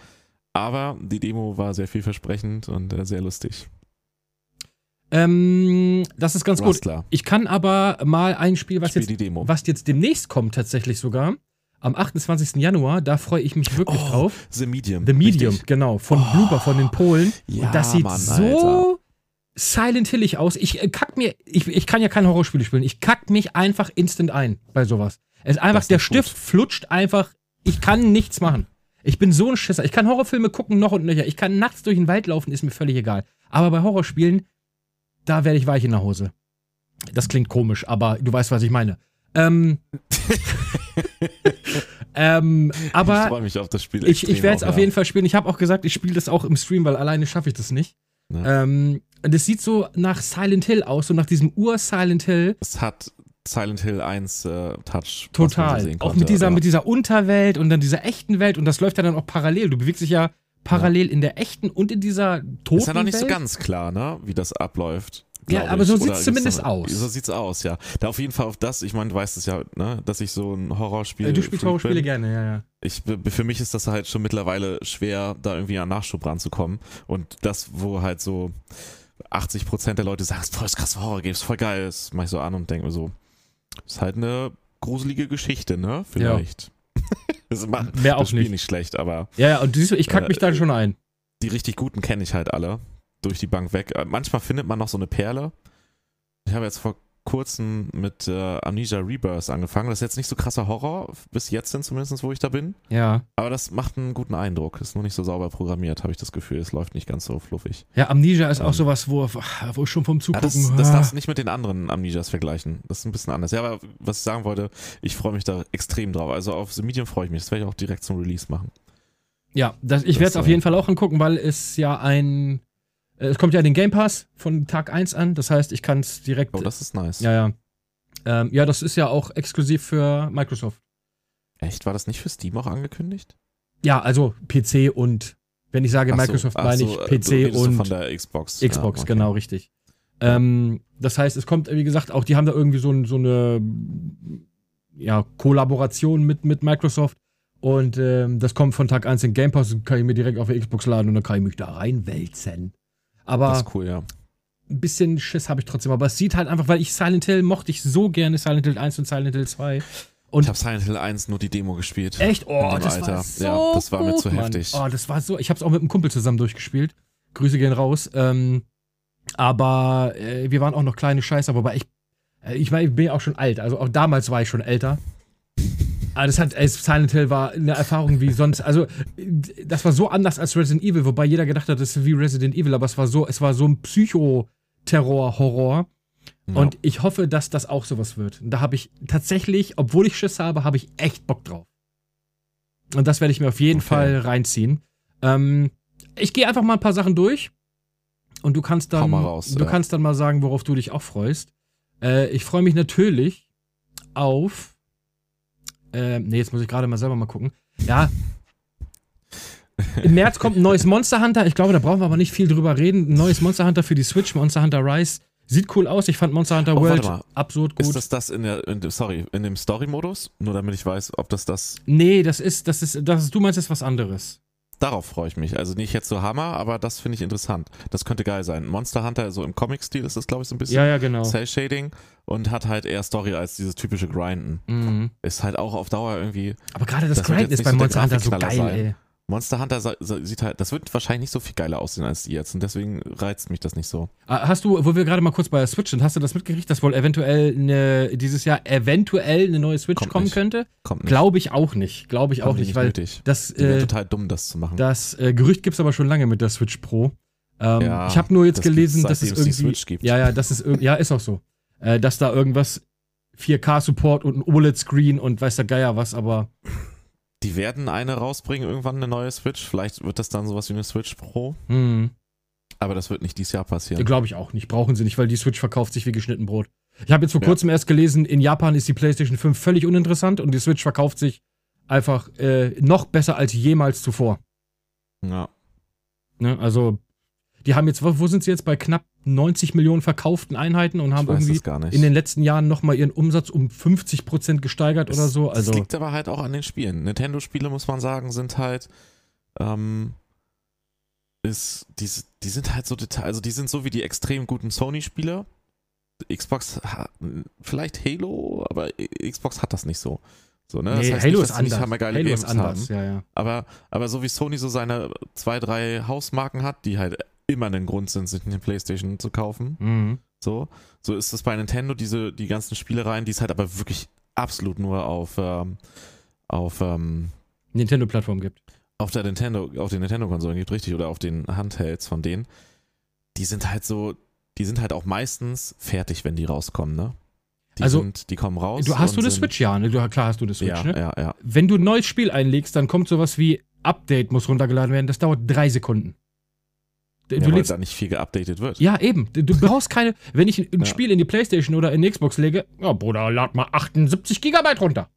S2: aber die Demo war sehr vielversprechend und äh, sehr lustig.
S1: Ähm, das ist ganz gut.
S2: Rustler,
S1: Ich kann aber mal ein Spiel, was
S2: spiel
S1: jetzt,
S2: die Demo.
S1: was jetzt demnächst kommt, tatsächlich sogar, am 28. Januar, da freue ich mich wirklich
S2: Oh,
S1: drauf.
S2: The Medium.
S1: The Medium,
S2: Richtig.
S1: genau, von
S2: Oh.
S1: Blooper, von den Polen.
S2: Ja,
S1: Und das sieht
S2: Mann, Alter.
S1: so Silent Hillig aus. Ich äh, kack mir, ich, ich kann ja keine Horrorspiele spielen. Ich kack mich einfach instant ein bei sowas. Es ist einfach,
S2: Das ist
S1: der
S2: gut.
S1: Stift flutscht einfach. Ich kann nichts machen. Ich bin so ein Schisser. Ich kann Horrorfilme gucken noch und nöcher. Ich kann nachts durch den Wald laufen, ist mir völlig egal. Aber bei Horrorspielen, da werde ich weich in der Hose. Das klingt komisch, aber du weißt, was ich meine. Ähm, ähm, aber
S2: ich freue mich auf das Spiel.
S1: ich, ich
S2: extrem
S1: werde es
S2: auch,
S1: auf
S2: ja.
S1: jeden Fall spielen. Ich habe auch gesagt, ich spiele das auch im Stream, weil alleine schaffe ich das nicht.
S2: Ja.
S1: Ähm, das sieht so nach Silent Hill aus, so nach diesem Ur-Silent Hill.
S2: Es hat Silent Hill 1 äh, Touch. was man so
S1: Total.
S2: sehen
S1: Auch
S2: konnte,
S1: mit dieser,
S2: ja.
S1: mit dieser Unterwelt und dann dieser echten Welt. Und das läuft ja dann auch parallel. Du bewegst dich ja parallel in der echten und in dieser toten
S2: Ist ja noch nicht
S1: Welt.
S2: so ganz klar, ne, wie das abläuft.
S1: Ja,
S2: glaub
S1: aber
S2: ich.
S1: so
S2: Oder
S1: sieht's
S2: gibt's
S1: zumindest
S2: da-
S1: aus.
S2: So sieht's aus, ja. Da auf jeden Fall auf das, ich meine, du weißt es ja, ne, dass ich so ein Horrorspiel.
S1: Äh, du spielst
S2: Freak
S1: Horrorspiele
S2: bin.
S1: gerne, ja, ja.
S2: Ich, für mich ist das halt schon mittlerweile schwer, da irgendwie an Nachschub ranzukommen. Und das, wo halt so 80% der Leute sagen, voll das krasse Horror-Game, ist voll geil, das mach ich so an und denke mir so, ist halt eine gruselige Geschichte, ne? Vielleicht. das macht
S1: Mehr auch
S2: das Spiel
S1: nicht.
S2: nicht. schlecht, aber
S1: Ja, ja, und siehst du, ich kack
S2: Äh,
S1: mich da
S2: äh,
S1: schon ein.
S2: die richtig guten kenne ich halt alle. Durch die Bank weg. Äh, Manchmal findet man noch so eine Perle. Ich habe jetzt vor kurzem mit äh, Amnesia Rebirth angefangen. Das ist jetzt nicht so krasser Horror, bis jetzt hin zumindest, wo ich da bin.
S1: Ja.
S2: Aber das macht einen guten Eindruck. Ist nur nicht so sauber programmiert, habe ich das Gefühl. Es läuft nicht ganz so fluffig.
S1: Ja, Amnesia ist auch
S2: Ähm,
S1: sowas, wo, wo ich schon vom
S2: Ja, das,
S1: Zugucken.
S2: das
S1: ah.
S2: darfst du nicht mit den anderen Amnesias vergleichen. Das ist ein bisschen anders. Ja, aber was ich sagen wollte, ich freue mich da extrem drauf. Also auf The Medium freue ich mich. Das werde ich auch direkt zum Release machen.
S1: Ja, das, ich werde es
S2: Das,
S1: auf
S2: äh,
S1: jeden Fall auch angucken, weil es ja ein. äh, Es kommt ja in den Game Pass von Tag 1 an. Das heißt, ich kann es direkt.
S2: Oh, das ist nice.
S1: ja, ja. Ähm, ja, das ist ja auch exklusiv für Microsoft.
S2: Echt? War das nicht für Steam auch angekündigt?
S1: Ja, also PC und. Wenn ich sage
S2: Ach so,
S1: Microsoft,
S2: ach
S1: meine
S2: so,
S1: ich
S2: äh, du
S1: PC
S2: redest so
S1: und
S2: von der Xbox.
S1: Xbox,
S2: Ja, okay.
S1: genau, richtig.
S2: Ja.
S1: Ähm, das heißt, es kommt, wie gesagt, auch die haben da irgendwie so, ein, so eine ja, Kollaboration mit, mit Microsoft. Und ähm, das kommt von Tag 1 in Game Pass, kann ich mir direkt auf der Xbox laden und dann kann ich mich da reinwälzen.
S2: Das
S1: Aber
S2: ist cool, ja.
S1: ein bisschen Schiss habe ich trotzdem. Aber es sieht halt einfach, weil ich Silent Hill mochte ich so gerne, Silent Hill 1 und Silent Hill 2. Und
S2: Ich habe Silent Hill 1 nur die Demo gespielt.
S1: Echt?
S2: In
S1: Oh,
S2: dem
S1: das
S2: Alter.
S1: war so
S2: Ja, das war mir
S1: gut,
S2: zu
S1: Mann.
S2: heftig.
S1: Oh, das war so. Ich habe es auch mit einem Kumpel zusammen durchgespielt. Grüße gehen raus. Ähm, aber äh, wir waren auch noch kleine Scheiße, wobei ich, äh, ich, mein, ich bin ja auch schon alt. Also auch damals war ich schon älter. Aber das hat, ey, Silent Hill war eine Erfahrung wie sonst. Also, äh, das war so anders als Resident Evil, wobei jeder gedacht hat, das ist wie Resident Evil, aber es war so, es war so ein Psycho-Terror-Horror.
S2: Ja.
S1: Und ich hoffe, dass das auch sowas wird. Und da habe ich tatsächlich, obwohl ich Schiss habe, habe ich echt Bock drauf. Und das werde ich mir auf jeden
S2: Okay.
S1: Fall reinziehen. Ähm, ich gehe einfach mal ein paar Sachen durch. Und du kannst
S2: Hau
S1: dann,
S2: mal raus,
S1: du
S2: ja.
S1: kannst dann mal sagen, worauf du dich auch freust. Äh, ich freue mich natürlich auf. Äh, nee, jetzt muss ich gerade mal selber mal gucken. Ja, Im März kommt ein neues Monster Hunter. Ich glaube, da brauchen wir aber nicht viel drüber reden. Ein neues Monster Hunter für die Switch, Monster Hunter Rise. Sieht cool aus. Ich fand Monster Hunter
S2: Oh,
S1: World
S2: warte mal.
S1: absurd
S2: Ist
S1: gut.
S2: das das in der, in, dem- sorry, in dem Story-Modus? Nur damit ich weiß, ob das das,
S1: nee, das ist, das ist, das ist, du meinst, das ist was anderes.
S2: darauf freue ich mich. Also nicht jetzt so Hammer, aber das finde ich interessant. Das könnte geil sein. Monster Hunter, so im Comic-Stil ist das, glaube ich, so ein bisschen
S1: Ja, ja, genau.
S2: Cell-Shading und hat halt eher Story als dieses typische Grinden.
S1: Mhm.
S2: Ist halt auch auf Dauer irgendwie,
S1: Aber gerade das,
S2: Das wird
S1: Grind
S2: jetzt
S1: ist
S2: nicht
S1: bei
S2: so der
S1: Monster Hunter so geil,
S2: Grafikknaller sein.
S1: ey.
S2: Monster Hunter sa- sa- sieht halt, das wird wahrscheinlich nicht so viel geiler aussehen als die jetzt und deswegen reizt mich das nicht so.
S1: Ah, Hast du, wo wir gerade mal kurz bei der Switch sind, hast du das mitgekriegt, dass wohl eventuell eine, dieses Jahr eventuell eine neue Switch
S2: Kommt
S1: kommen
S2: nicht.
S1: könnte?
S2: Kommt nicht.
S1: Glaube ich auch nicht. Glaube ich
S2: Haben
S1: auch
S2: die
S1: nicht, weil
S2: nötig.
S1: das,
S2: Die wäre
S1: äh,
S2: total dumm, das zu machen.
S1: das äh, Gerücht gibt es aber schon lange mit der Switch Pro. Ähm,
S2: Ja,
S1: ich habe nur jetzt
S2: das
S1: gelesen,
S2: gibt's,
S1: dass es
S2: seitdem es die
S1: irgendwie.
S2: Switch gibt.
S1: Ja, ja, das ist irg- ja, ist auch so. Äh, dass da irgendwas 4K-Support und ein OLED-Screen und weiß der Geier was, aber
S2: Die werden eine rausbringen, irgendwann eine neue Switch. Vielleicht wird das dann sowas wie eine Switch Pro.
S1: hm,
S2: Aber das wird nicht dieses Jahr passieren.
S1: glaube ich auch nicht. Brauchen sie nicht, weil die Switch verkauft sich wie geschnitten Brot. Ich habe jetzt vor
S2: Ja.
S1: kurzem erst gelesen, in Japan ist die PlayStation 5 völlig uninteressant und die Switch verkauft sich einfach äh, noch besser als jemals zuvor.
S2: Ja.
S1: Ne? Also, die haben jetzt, wo wo sind sie jetzt? Bei knapp 90 Millionen verkauften Einheiten und haben
S2: ich weiß
S1: irgendwie
S2: das gar nicht.
S1: in den letzten Jahren nochmal ihren Umsatz um 50% gesteigert oder so.
S2: Das
S1: Also,
S2: liegt aber halt auch an den Spielen. Nintendo-Spiele, muss man sagen, sind halt. Ähm, ist, die, die sind halt so detail. Also, die sind so wie die extrem guten Sony-Spiele. Xbox, ha- vielleicht Halo, aber Xbox hat das nicht so. so ne? das heißt nicht, dass sie nicht hammer geile
S1: Halo
S2: Games
S1: ist anders,
S2: Haben.
S1: ja, ja.
S2: Aber, aber so wie Sony so seine zwei, drei Hausmarken hat, die halt immer einen Grund sind, sich eine Playstation zu kaufen.
S1: Mhm.
S2: So, so ist es bei Nintendo, diese, die ganzen Spielereien, die es halt aber wirklich absolut nur auf, ähm, auf, ähm,
S1: Nintendo-Plattform gibt.
S2: auf der Nintendo, auf den Nintendo-Konsolen gibt, richtig, oder auf den Handhelds von denen, die sind halt so, die sind halt auch meistens fertig, wenn die rauskommen, ne? Die
S1: Also,
S2: sind, die kommen raus.
S1: Du hast
S2: und
S1: du eine
S2: sind-
S1: Switch, ja, ne? Du, klar hast du eine Switch,
S2: ja,
S1: ne?
S2: ja, ja.
S1: Wenn du ein neues Spiel einlegst, dann kommt sowas wie Update muss runtergeladen werden. Das dauert drei Sekunden. D-
S2: ja
S1: Du
S2: weil
S1: legst,
S2: da nicht viel geupdatet wird.
S1: ja, eben. D- Du brauchst keine. Wenn ich ein ein
S2: Ja.
S1: Spiel in die Playstation oder in die Xbox lege, ja, Bruder, lad mal 78 Gigabyte runter.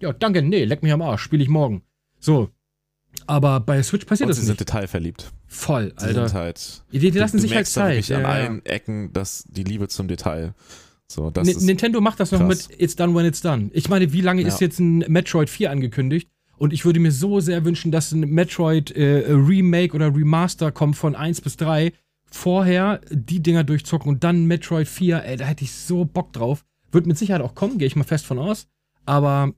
S1: Ja, danke, nee, leck mich am Arsch, spiele ich morgen. So. Aber bei Switch passiert
S2: und
S1: das
S2: sie sind
S1: nicht.
S2: detailverliebt.
S1: Voll,
S2: Sie
S1: Alter.
S2: sind halt.
S1: die, die lassen
S2: du
S1: sich halt
S2: merkst da
S1: Zeit.
S2: wirklich
S1: Ja,
S2: an
S1: ja.
S2: allen Ecken, dass die Liebe zum Detail. So, das
S1: Ni-
S2: ist
S1: Nintendo macht das noch
S2: krass.
S1: mit It's done when it's done. Ich meine, wie lange
S2: Ja.
S1: ist jetzt ein Metroid 4 angekündigt? Und ich würde mir so sehr wünschen, dass ein Metroid äh, Remake oder Remaster kommt von 1 bis 3. Vorher die Dinger durchzocken und dann Metroid 4. Ey, da hätte ich so Bock drauf. Wird mit Sicherheit auch kommen, gehe ich mal fest von aus. Aber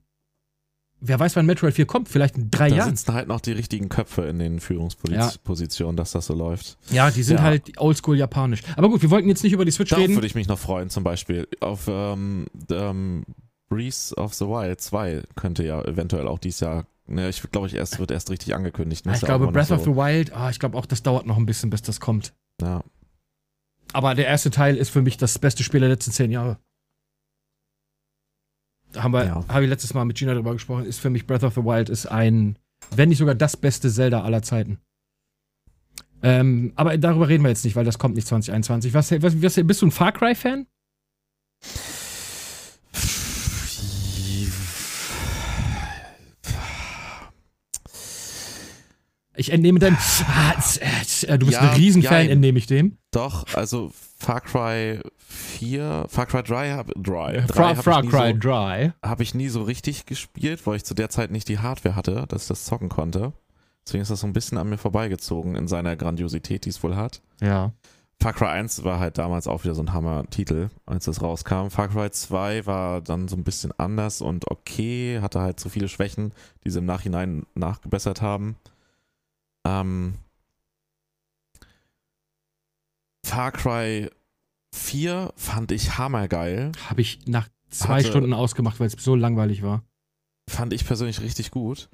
S1: wer weiß, wann Metroid 4 kommt? Vielleicht in drei
S2: Da
S1: Jahren.
S2: sitzen halt noch die richtigen Köpfe in den
S1: Ja.
S2: Führungspositionen, dass das so läuft.
S1: Ja, die sind
S2: Ja.
S1: halt oldschool japanisch. Aber gut, wir wollten jetzt nicht über die Switch
S2: Darauf
S1: reden.
S2: würde ich mich noch freuen, zum Beispiel. Auf ähm, ähm, Breeze of the Wild 2 könnte ja eventuell auch dieses Jahr. Ne, ich glaube, ich erst wird erst richtig angekündigt.
S1: Ah, Ich glaube, Breath of the Wild, ah, ich glaube auch, das dauert noch ein bisschen, bis das kommt.
S2: Ja.
S1: Aber der erste Teil ist für mich das beste Spiel der letzten zehn Jahre. Da Haben wir,
S2: Ja.
S1: habe ich letztes Mal mit Gina drüber gesprochen, ist für mich Breath of the Wild ist ein, wenn nicht sogar das beste Zelda aller Zeiten. Ähm, aber darüber reden wir jetzt nicht, weil das kommt nicht 2021. Was, was, was bist du ein Far Cry Fan? Ich entnehme deinem. Ah, Du bist
S2: Ja,
S1: ein Riesenfan,
S2: jein.
S1: entnehme ich dem.
S2: Doch, also Far Cry 4, Far Cry 3 habe drei,
S1: Far,
S2: drei
S1: Far
S2: hab ich nie
S1: Cry
S2: so-
S1: Dry.
S2: habe ich nie so richtig gespielt, weil ich zu der Zeit nicht die Hardware hatte, dass ich das zocken konnte. Deswegen ist das so ein bisschen an mir vorbeigezogen in seiner Grandiosität, die es wohl hat.
S1: Ja.
S2: Far Cry 1 war halt damals auch wieder so ein Hammer-Titel, als das rauskam. Far Cry 2 war dann so ein bisschen anders und okay, hatte halt so viele Schwächen, die sie im Nachhinein nachgebessert haben. Ähm, Far Cry 4 fand ich hammergeil.
S1: Habe ich nach zwei
S2: Hatte-
S1: Stunden ausgemacht, weil es so langweilig war.
S2: Fand ich persönlich richtig gut.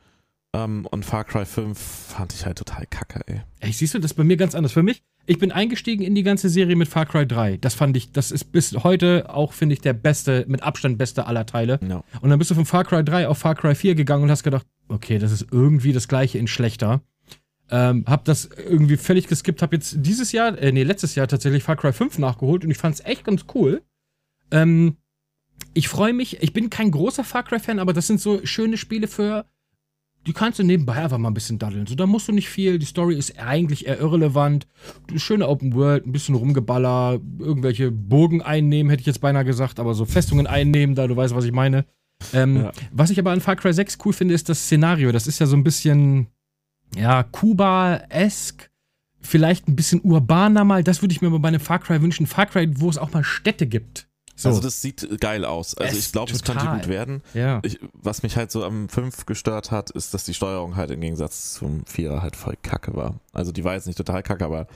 S2: Ähm, und Far Cry 5 fand ich halt total kacke, ey.
S1: Ey, siehst du, das ist bei mir ganz anders. Für mich, ich bin eingestiegen in die ganze Serie mit Far Cry 3. Das fand ich, das ist bis heute auch, finde ich, der beste, mit Abstand beste aller Teile.
S2: Ja.
S1: Und dann bist du von Far Cry 3 auf Far Cry 4 gegangen und hast gedacht, okay, das ist irgendwie das gleiche in schlechter. Ähm, hab das irgendwie völlig geskippt, hab jetzt dieses Jahr, äh, nee, letztes Jahr tatsächlich Far Cry 5 nachgeholt und ich fand's echt ganz cool. Ähm, ich freue mich, ich bin kein großer Far Cry-Fan, aber das sind so schöne Spiele für Die kannst du nebenbei einfach mal ein bisschen daddeln. So, da musst du nicht viel. Die Story ist eigentlich eher irrelevant. Schöne Open World, ein bisschen rumgeballer, irgendwelche Burgen einnehmen, hätte ich jetzt beinahe gesagt, aber so Festungen einnehmen, da du weißt, was ich meine. Ähm,
S2: Ja.
S1: Was ich aber an Far Cry 6 cool finde, ist das Szenario. Das ist ja so ein bisschen, ja, Kuba-esk, vielleicht ein bisschen urbaner mal. Das würde ich mir mal bei einem Far Cry wünschen. Far Cry, wo es auch mal Städte gibt. So,
S2: Also das sieht geil aus. Also
S1: Es-
S2: ich glaube, es könnte
S1: total.
S2: gut werden.
S1: ja.
S2: Ich, was mich halt so am 5 gestört hat, ist, dass die Steuerung halt im Gegensatz zum 4er halt voll kacke war. Also die war jetzt nicht total kacke, aber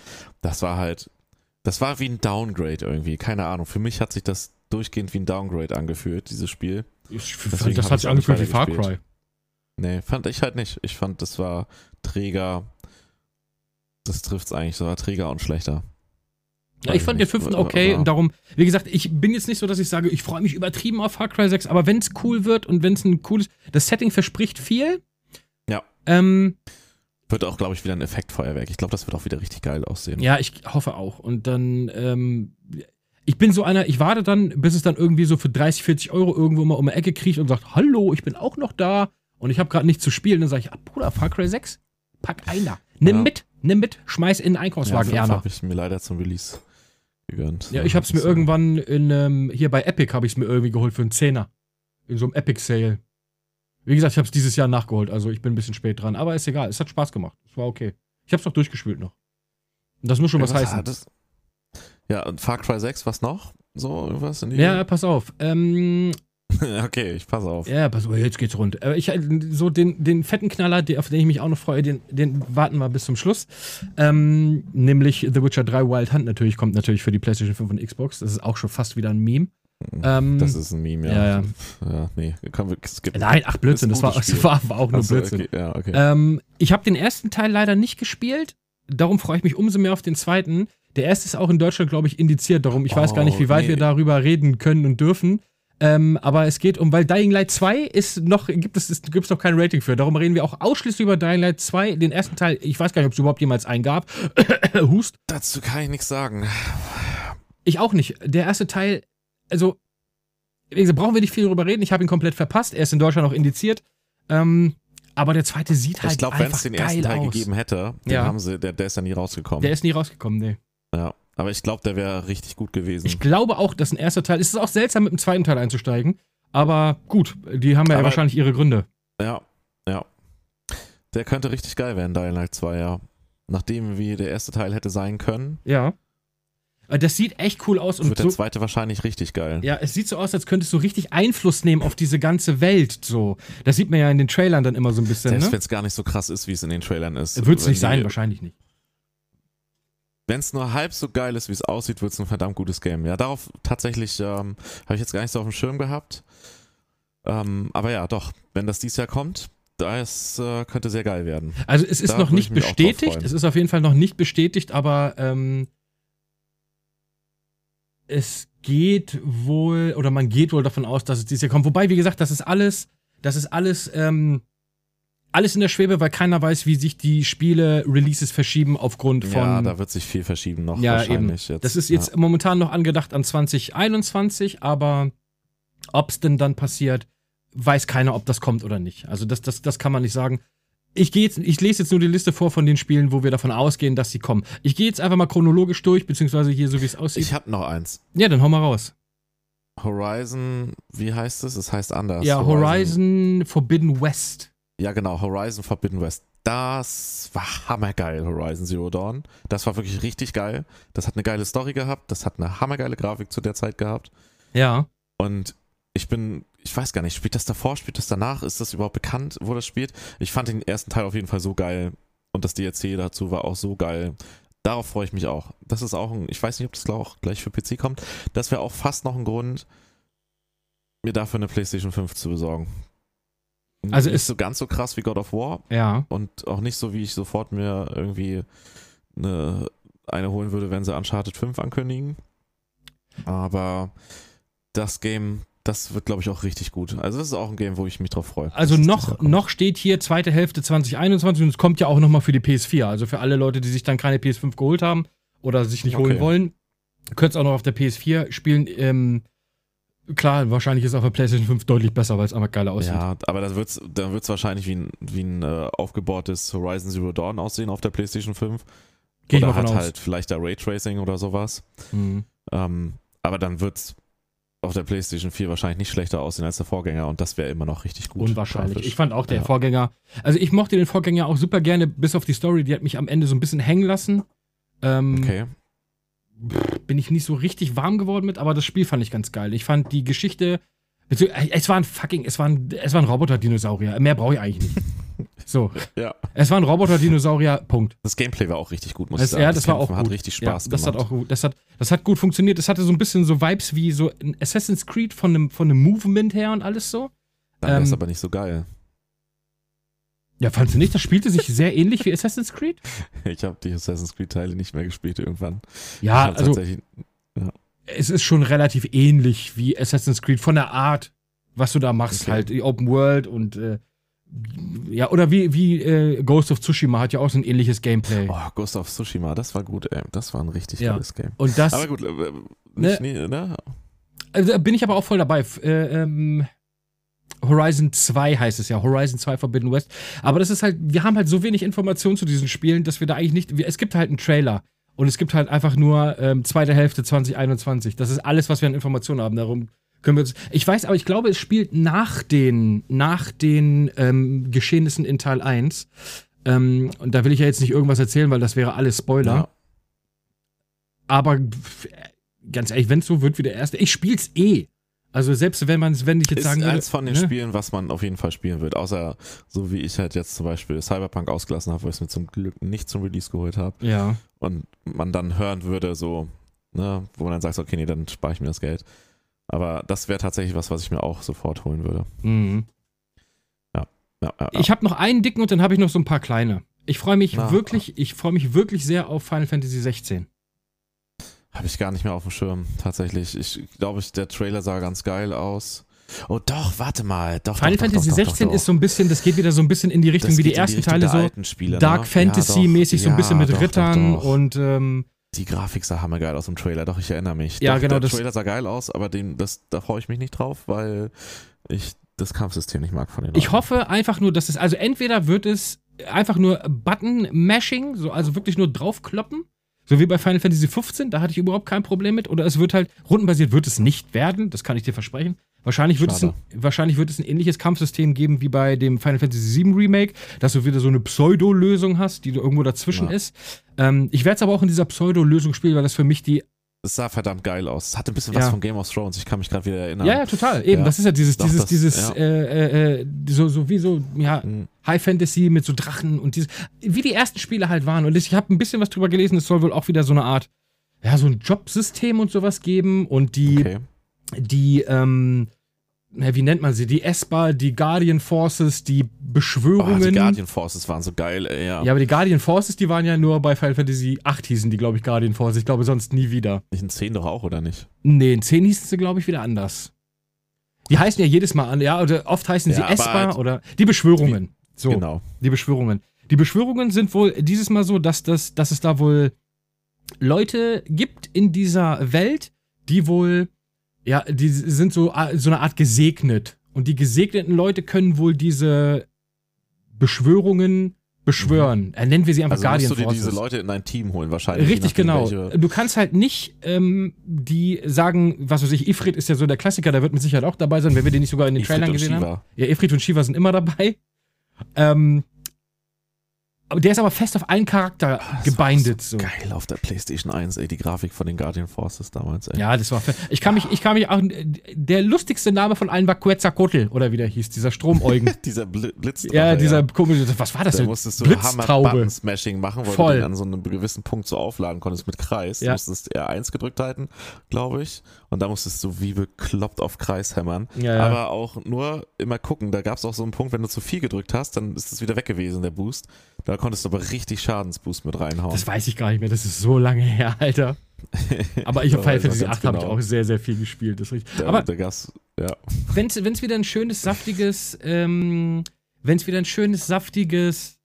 S2: das war halt, das war wie ein Downgrade irgendwie. Keine Ahnung. Für mich hat sich das durchgehend wie ein Downgrade angefühlt, dieses Spiel.
S1: Ich,
S2: Deswegen
S1: das
S2: hab
S1: hat
S2: ich's
S1: sich
S2: auch nicht
S1: angefühlt wie Far Cry.
S2: weitergespielt. Nee, fand ich halt nicht. Ich fand, das war träger. Das trifft's eigentlich. Das war träger und schlechter. Äh,
S1: Ja, ich fand den
S2: Weiß
S1: fünften
S2: nicht,
S1: okay
S2: aber-
S1: und darum, wie gesagt, ich bin jetzt nicht so, dass ich sage, ich freue mich übertrieben auf Far Cry 6, aber wenn es cool wird und wenn es ein cooles, das Setting verspricht viel.
S2: Ja.
S1: Ähm,
S2: Wird auch, glaube ich, wieder ein Effektfeuerwerk. Ich glaube, das wird auch wieder richtig geil aussehen.
S1: ja, ich hoffe auch. Und dann, ähm, ich bin so einer, ich warte dann, bis es dann irgendwie so für 30, 40 Euro irgendwo mal um die Ecke kriegt und sagt, hallo, ich bin auch noch da und ich habe gerade nichts zu spielen. Dann sage ich, ah, Bruder, Far Cry 6, pack einer. Nimm
S2: Ja.
S1: mit, nimm mit, schmeiß in den Einkaufswagen,
S2: fünf
S1: Erna.
S2: hab ich mir leider zum Release gegönnt.
S1: Ja, ich hab's mir
S2: So.
S1: irgendwann in ähm, hier bei Epic habe ich's mir irgendwie geholt für einen Zehner. In so einem Epic Sale. Wie gesagt, ich hab's dieses Jahr nachgeholt, also ich bin ein bisschen spät dran, aber ist egal, es hat Spaß gemacht. Es war okay. Ich hab's noch durchgespielt noch. Und Das muss schon was, heißen.
S2: hat es? Ja, und Far Cry 6, was noch? So, irgendwas in die
S1: Ja, pass auf. Ähm,
S2: okay, ich pass auf.
S1: ja, pass auf, jetzt geht's rund. Äh, Ich, äh, so den, den fetten Knaller, der- auf den ich mich auch noch freue, den, den warten wir bis zum Schluss. Ähm, nämlich The Witcher 3 Wild Hunt natürlich, kommt natürlich für die PlayStation 5 und Xbox. Das ist auch schon fast wieder ein Meme. Ähm,
S2: das ist ein Meme, ja.
S1: ja, ja.
S2: Ja, nee, können wir skippen.
S1: Nein, ach Blödsinn, das,
S2: Das
S1: war,
S2: gute
S1: das
S2: Spiel.
S1: war, war auch nur
S2: Ach so,
S1: Blödsinn.
S2: Okay, ja, okay.
S1: Ähm, ich habe den ersten Teil leider nicht gespielt, darum freue ich mich umso mehr auf den zweiten. Der erste ist auch in Deutschland, glaube ich, indiziert, darum ich weiß gar nicht,
S2: Oh,
S1: wie weit wir
S2: nee.
S1: darüber reden können und dürfen. Ähm, aber es geht um, weil Dying Light 2 ist noch, gibt es ist, gibt's noch kein Rating für. Darum reden wir auch ausschließlich über Dying Light 2. Den ersten Teil, ich weiß gar nicht, ob es überhaupt jemals einen gab. Hust.
S2: Dazu kann ich nichts sagen.
S1: Ich auch nicht. Der erste Teil, also, wie gesagt, brauchen wir nicht viel drüber reden. Ich habe ihn komplett verpasst. Er ist in Deutschland auch indiziert. Ähm, aber der zweite sieht halt
S2: ich glaube, wenn
S1: einfach
S2: es den
S1: geil
S2: ersten Teil
S1: aus.
S2: gegeben hätte, den
S1: Ja.
S2: haben sie, der, der ist ja nie rausgekommen.
S1: Der ist nie rausgekommen,
S2: Mhm.
S1: nee.
S2: ja. Aber ich glaube, der wäre richtig gut gewesen.
S1: Ich glaube auch, dass ein erster Teil, es ist auch seltsam, mit dem zweiten Teil einzusteigen. Aber gut, die haben ja
S2: Aber-
S1: wahrscheinlich ihre Gründe.
S2: Ja, ja. Der könnte richtig geil werden, Dying Light 2, ja. Nachdem wie der erste Teil hätte sein können,
S1: Ja. Aber Das sieht echt cool aus und
S2: wird der
S1: so,
S2: zweite wahrscheinlich richtig geil.
S1: ja, es sieht so aus, als könntest du richtig Einfluss nehmen auf diese ganze Welt. So, das sieht man ja in den Trailern dann immer so ein bisschen.
S2: Selbst
S1: Ne?
S2: wenn es gar nicht so krass ist, wie es in den Trailern ist.
S1: Wird es
S2: Wenn
S1: nicht sein,
S2: die-
S1: wahrscheinlich nicht.
S2: Wenn es nur halb so geil ist, wie es aussieht, wird es ein verdammt gutes Game. Ja, darauf tatsächlich ähm, habe ich jetzt gar nicht so auf dem Schirm gehabt. Ähm, aber ja, doch, wenn das dieses Jahr kommt, das äh, könnte sehr geil werden.
S1: Also es ist
S2: Da
S1: noch
S2: würde
S1: nicht
S2: ich mich auch drauf
S1: bestätigt.
S2: freuen.
S1: Es ist auf jeden Fall noch nicht bestätigt, aber ähm, es geht wohl oder man geht wohl davon aus, dass es dieses Jahr kommt. Wobei, wie gesagt, das ist alles, das ist alles, ähm, alles in der Schwebe, weil keiner weiß, wie sich die Spiele-Releases verschieben aufgrund von.
S2: ja, da wird sich viel verschieben noch
S1: Ja,
S2: wahrscheinlich jetzt.
S1: das ist jetzt
S2: Ja.
S1: momentan noch angedacht an 2021, aber ob es denn dann passiert, weiß keiner, ob das kommt oder nicht. Also das, das, das kann man nicht sagen. Ich, geh jetzt, ich lese jetzt nur die Liste vor von den Spielen, wo wir davon ausgehen, dass sie kommen. Ich gehe jetzt einfach mal chronologisch durch, beziehungsweise hier so wie es aussieht.
S2: Ich habe noch eins.
S1: ja, dann hau mal raus.
S2: Horizon, wie heißt es? Es heißt anders.
S1: ja, Horizon Forbidden West.
S2: Ja, genau, Horizon Forbidden West. Das war hammergeil, Horizon Zero Dawn. Das war wirklich richtig geil. Das hat eine geile Story gehabt, das hat eine hammergeile Grafik zu der Zeit gehabt.
S1: Ja.
S2: Und ich bin, ich weiß gar nicht, spielt das davor, spielt das danach? Ist das überhaupt bekannt, wo das spielt? Ich fand den ersten Teil auf jeden Fall so geil. Und das DLC dazu war auch so geil. Darauf freue ich mich auch. Das ist auch ein, ich weiß nicht, ob das glaub auch gleich für PC kommt. Das wäre auch fast noch ein Grund, mir dafür eine PlayStation 5 zu besorgen.
S1: Also
S2: ist
S1: ist-
S2: so ganz so krass wie God of War,
S1: Ja.
S2: und auch nicht so, wie ich sofort mir irgendwie eine, eine holen würde, wenn sie Uncharted 5 ankündigen. Aber das Game, das wird, glaube ich, auch richtig gut. Also, das ist auch ein Game, wo ich mich drauf freue.
S1: Also
S2: dass es dieses Jahr
S1: noch,
S2: kommt.
S1: noch steht hier zweite Hälfte 2021 und es kommt ja auch nochmal für die PS4. Also für alle Leute, die sich dann keine PS5 geholt haben oder sich nicht holen
S2: Okay.
S1: wollen, könnt es auch noch auf der PS4 spielen. Ähm, Klar, wahrscheinlich ist auf der PlayStation 5 deutlich besser, weil es einfach geiler aussieht.
S2: Ja, aber dann wird es dann wird's wahrscheinlich wie ein, wie ein äh, aufgebautes Horizon Zero Dawn aussehen auf der PlayStation 5.
S1: Geh ich
S2: oder
S1: mal von
S2: hat
S1: aus.
S2: halt vielleicht da Raytracing oder sowas.
S1: Mhm.
S2: Ähm, aber dann wird es auf der PlayStation 4 wahrscheinlich nicht schlechter aussehen als der Vorgänger und das wäre immer noch richtig gut.
S1: Unwahrscheinlich.
S2: grafisch.
S1: Ich fand auch der
S2: Ja.
S1: Vorgänger. Also ich mochte den Vorgänger auch super gerne, bis auf die Story, die hat mich am Ende so ein bisschen hängen lassen. Ähm,
S2: Okay.
S1: Bin ich nicht so richtig warm geworden mit, aber das Spiel fand ich ganz geil. Ich fand die Geschichte. Also, äh, Es war ein fucking, es war ein, es war ein Roboter-Dinosaurier. Mehr brauche ich eigentlich nicht. So,
S2: Ja.
S1: es war ein Roboter-Dinosaurier, Punkt.
S2: Das Gameplay war auch richtig gut, muss ich
S1: Das,
S2: sagen.
S1: ja, das war auch
S2: Kämpfen
S1: gut.
S2: hat richtig Spaß
S1: ja, das
S2: gemacht.
S1: Hat auch, gut- das, hat, das hat gut funktioniert. Das hatte so ein bisschen so Vibes wie so ein Assassin's Creed von einem, von einem Movement her und alles so.
S2: Dann wär's
S1: ähm,
S2: aber nicht so geil.
S1: Ja, fandst du nicht? Das spielte sich sehr ähnlich wie Assassin's Creed.
S2: Ich habe die Assassin's Creed Teile nicht mehr gespielt irgendwann. Ich
S1: Ja,
S2: hab
S1: also
S2: tatsächlich-
S1: es ist schon relativ ähnlich wie Assassin's Creed von der Art, was du da machst,
S2: Okay.
S1: halt die Open World und äh, ja, oder wie, wie äh, Ghost of Tsushima hat ja auch so ein ähnliches Gameplay.
S2: oh, Ghost of Tsushima, das war gut, ey. Das war ein richtig
S1: Ja.
S2: geiles Game.
S1: Und das,
S2: Aber gut, äh, nicht, nie, ne?
S1: also, da bin ich aber auch voll dabei. F- Äh, ähm, Horizon 2 heißt es ja, Horizon 2 Forbidden West. Aber das ist halt, wir haben halt so wenig Informationen zu diesen Spielen, dass wir da eigentlich nicht, wir, es gibt halt einen Trailer. Und es gibt halt einfach nur ähm, zweite Hälfte 2021. Das ist alles, was wir an Informationen haben. Darum können wir uns. Ich weiß, aber ich glaube, es spielt nach den, nach den ähm, Geschehnissen in Teil 1. Ähm, und da will ich ja jetzt nicht irgendwas erzählen, weil das wäre alles Spoiler.
S2: Ja.
S1: Aber pf, äh, ganz ehrlich, wenn es so wird wie der erste, ich spiel's eh. Also selbst wenn man es, wenn ich jetzt
S2: Ist
S1: sagen würde,
S2: eins von den
S1: ne?
S2: Spielen, was man auf jeden Fall spielen wird. Außer so wie ich halt jetzt zum Beispiel Cyberpunk ausgelassen habe, weil ich es mir zum Glück nicht zum Release geholt habe.
S1: ja,
S2: und man dann hören würde, so, ne, wo man dann sagt, okay, nee, dann spare ich mir das Geld. Aber das wäre tatsächlich was, was ich mir auch sofort holen würde.
S1: mhm.
S2: Ja, ja, ja.
S1: ich habe noch einen dicken und dann habe ich noch so ein paar kleine. Ich freue mich
S2: Na.
S1: wirklich, ich freue mich wirklich sehr auf Final Fantasy 16.
S2: Habe ich gar nicht mehr auf dem Schirm, tatsächlich. Ich glaube, ich, der Trailer sah ganz geil aus. Oh doch, warte mal. Doch,
S1: Final
S2: doch, doch,
S1: Fantasy
S2: doch, doch,
S1: 16
S2: doch, doch.
S1: ist so ein bisschen, das geht wieder so ein bisschen in die Richtung
S2: Das
S1: wie
S2: geht in
S1: die ersten
S2: Richtung
S1: Teile
S2: der
S1: so
S2: alten Spiele, ne?
S1: Dark
S2: Ja,
S1: Fantasy mäßig
S2: doch,
S1: so ein bisschen
S2: ja,
S1: mit
S2: doch, doch,
S1: Rittern
S2: doch.
S1: und ähm,
S2: Die Grafik sah hammergeil aus im Trailer, doch, ich erinnere mich.
S1: Ja,
S2: doch,
S1: genau,
S2: Der
S1: das-
S2: Trailer sah geil aus, aber den, das, da freue ich mich nicht drauf, weil ich das Kampfsystem nicht mag von den
S1: ich
S2: Leuten.
S1: hoffe einfach nur, dass es also entweder wird es einfach nur Button Mashing, so also wirklich nur draufkloppen, so wie bei Final Fantasy 15, da hatte ich überhaupt kein Problem mit oder es wird halt rundenbasiert wird es nicht werden, das kann ich dir versprechen. Wahrscheinlich wird, es ein,
S2: Schade.
S1: wahrscheinlich wird es ein ähnliches Kampfsystem geben wie bei dem Final Fantasy VII Remake, dass du wieder so eine Pseudo-Lösung hast, die du irgendwo dazwischen
S2: Ja.
S1: ist. Ähm, ich werde es aber auch in dieser Pseudo-Lösung spielen, weil das für mich die
S2: Es sah verdammt geil aus. Es hatte ein bisschen
S1: Ja.
S2: was von Game of Thrones, ich kann mich gerade wieder erinnern.
S1: Ja, ja, total. Eben,
S2: Ja.
S1: das ist ja dieses,
S2: Doch,
S1: dieses,
S2: das-
S1: dieses,
S2: ja.
S1: äh, äh, äh, so, so wie so, ja,
S2: Mhm.
S1: High Fantasy mit so Drachen und dieses, wie die ersten Spiele halt waren. Und ich habe ein bisschen was drüber gelesen, es soll wohl auch wieder so eine Art, ja, so ein Jobsystem und sowas geben und die,
S2: Okay. Ah,
S1: die, ähm, na, wie nennt man sie? Die ESPA, die Guardian Forces, die
S2: Oh, die
S1: Beschwörungen.
S2: Guardian Forces waren so geil, ey, ja.
S1: ja, aber die Guardian Forces, die waren ja nur bei Final Fantasy 8 hießen die, glaube ich, Guardian Forces. Ich glaube, sonst nie wieder.
S2: Nicht in 10 doch auch, oder nicht?
S1: Nee, in 10 hießen sie, glaube ich, wieder anders. Die heißen ja jedes Mal an, ja, oder oft heißen
S2: Ja,
S1: sie
S2: aber
S1: Esper
S2: halt-
S1: oder die Beschwörungen. So,
S2: Genau.
S1: die Beschwörungen. Die Beschwörungen sind wohl dieses Mal so, dass, das, dass es da wohl Leute gibt in dieser Welt, die wohl, ja, die sind so, ah, so eine Art gesegnet. Und die gesegneten Leute können wohl diese Beschwörungen beschwören. Äh, Nennen wir sie einfach
S2: Also
S1: Guardian
S2: musst du dir
S1: Forces.
S2: diese Leute in ein Team holen, wahrscheinlich. je
S1: Richtig,
S2: nachdem,
S1: genau.
S2: welche-
S1: Du kannst halt nicht ähm, die sagen, was weiß ich, Ifrit ist ja so der Klassiker, der wird mit Sicherheit auch dabei sein, wenn wir den nicht sogar in den
S2: Ifrit
S1: Trailern
S2: und
S1: gesehen haben.
S2: Shiva.
S1: Ja, Ifrit und Shiva sind immer dabei. Ähm, aber der ist aber fest auf einen Charakter
S2: Ah, das
S1: gebindet. So.
S2: war auch Geil auf der PlayStation 1, ey, die Grafik von den Guardian Forces damals, ey.
S1: Ja, das war. fe- Ich kann mich, ich kann mich auch. Der lustigste Name von allen war Quetzalcoatl, oder wie der hieß, dieser Stromäugen.
S2: Dieser Bl Blitz.
S1: ja, dieser komische. Was war das
S2: Also, Da
S1: denn?
S2: musstest du
S1: Blitztraube.
S2: Hammer-Button-Smashing machen, weil
S1: Voll.
S2: du den an so einem gewissen Punkt so aufladen konntest mit Kreis.
S1: Ja.
S2: Du musstest R1 gedrückt halten, glaube ich. Und da musstest du wie bekloppt auf Kreis hämmern.
S1: Ja, ja.
S2: Aber auch nur immer gucken. Da gab es auch so einen Punkt, wenn du zu viel gedrückt hast, dann ist es wieder weg gewesen, der Boost. Da konntest du aber richtig Schadensboost mit reinhauen.
S1: Das weiß ich gar nicht mehr, das ist so lange her, Alter. Aber ich habe Final
S2: Ja, weiß man
S1: Fantasy VIII
S2: ganz
S1: habe ich
S2: genau.
S1: auch sehr, sehr viel gespielt. Das ist richtig.
S2: da,
S1: Aber
S2: da gab's, ja.
S1: wenn es wieder ein schönes, saftiges, ähm, wenn es wieder ein schönes, saftiges,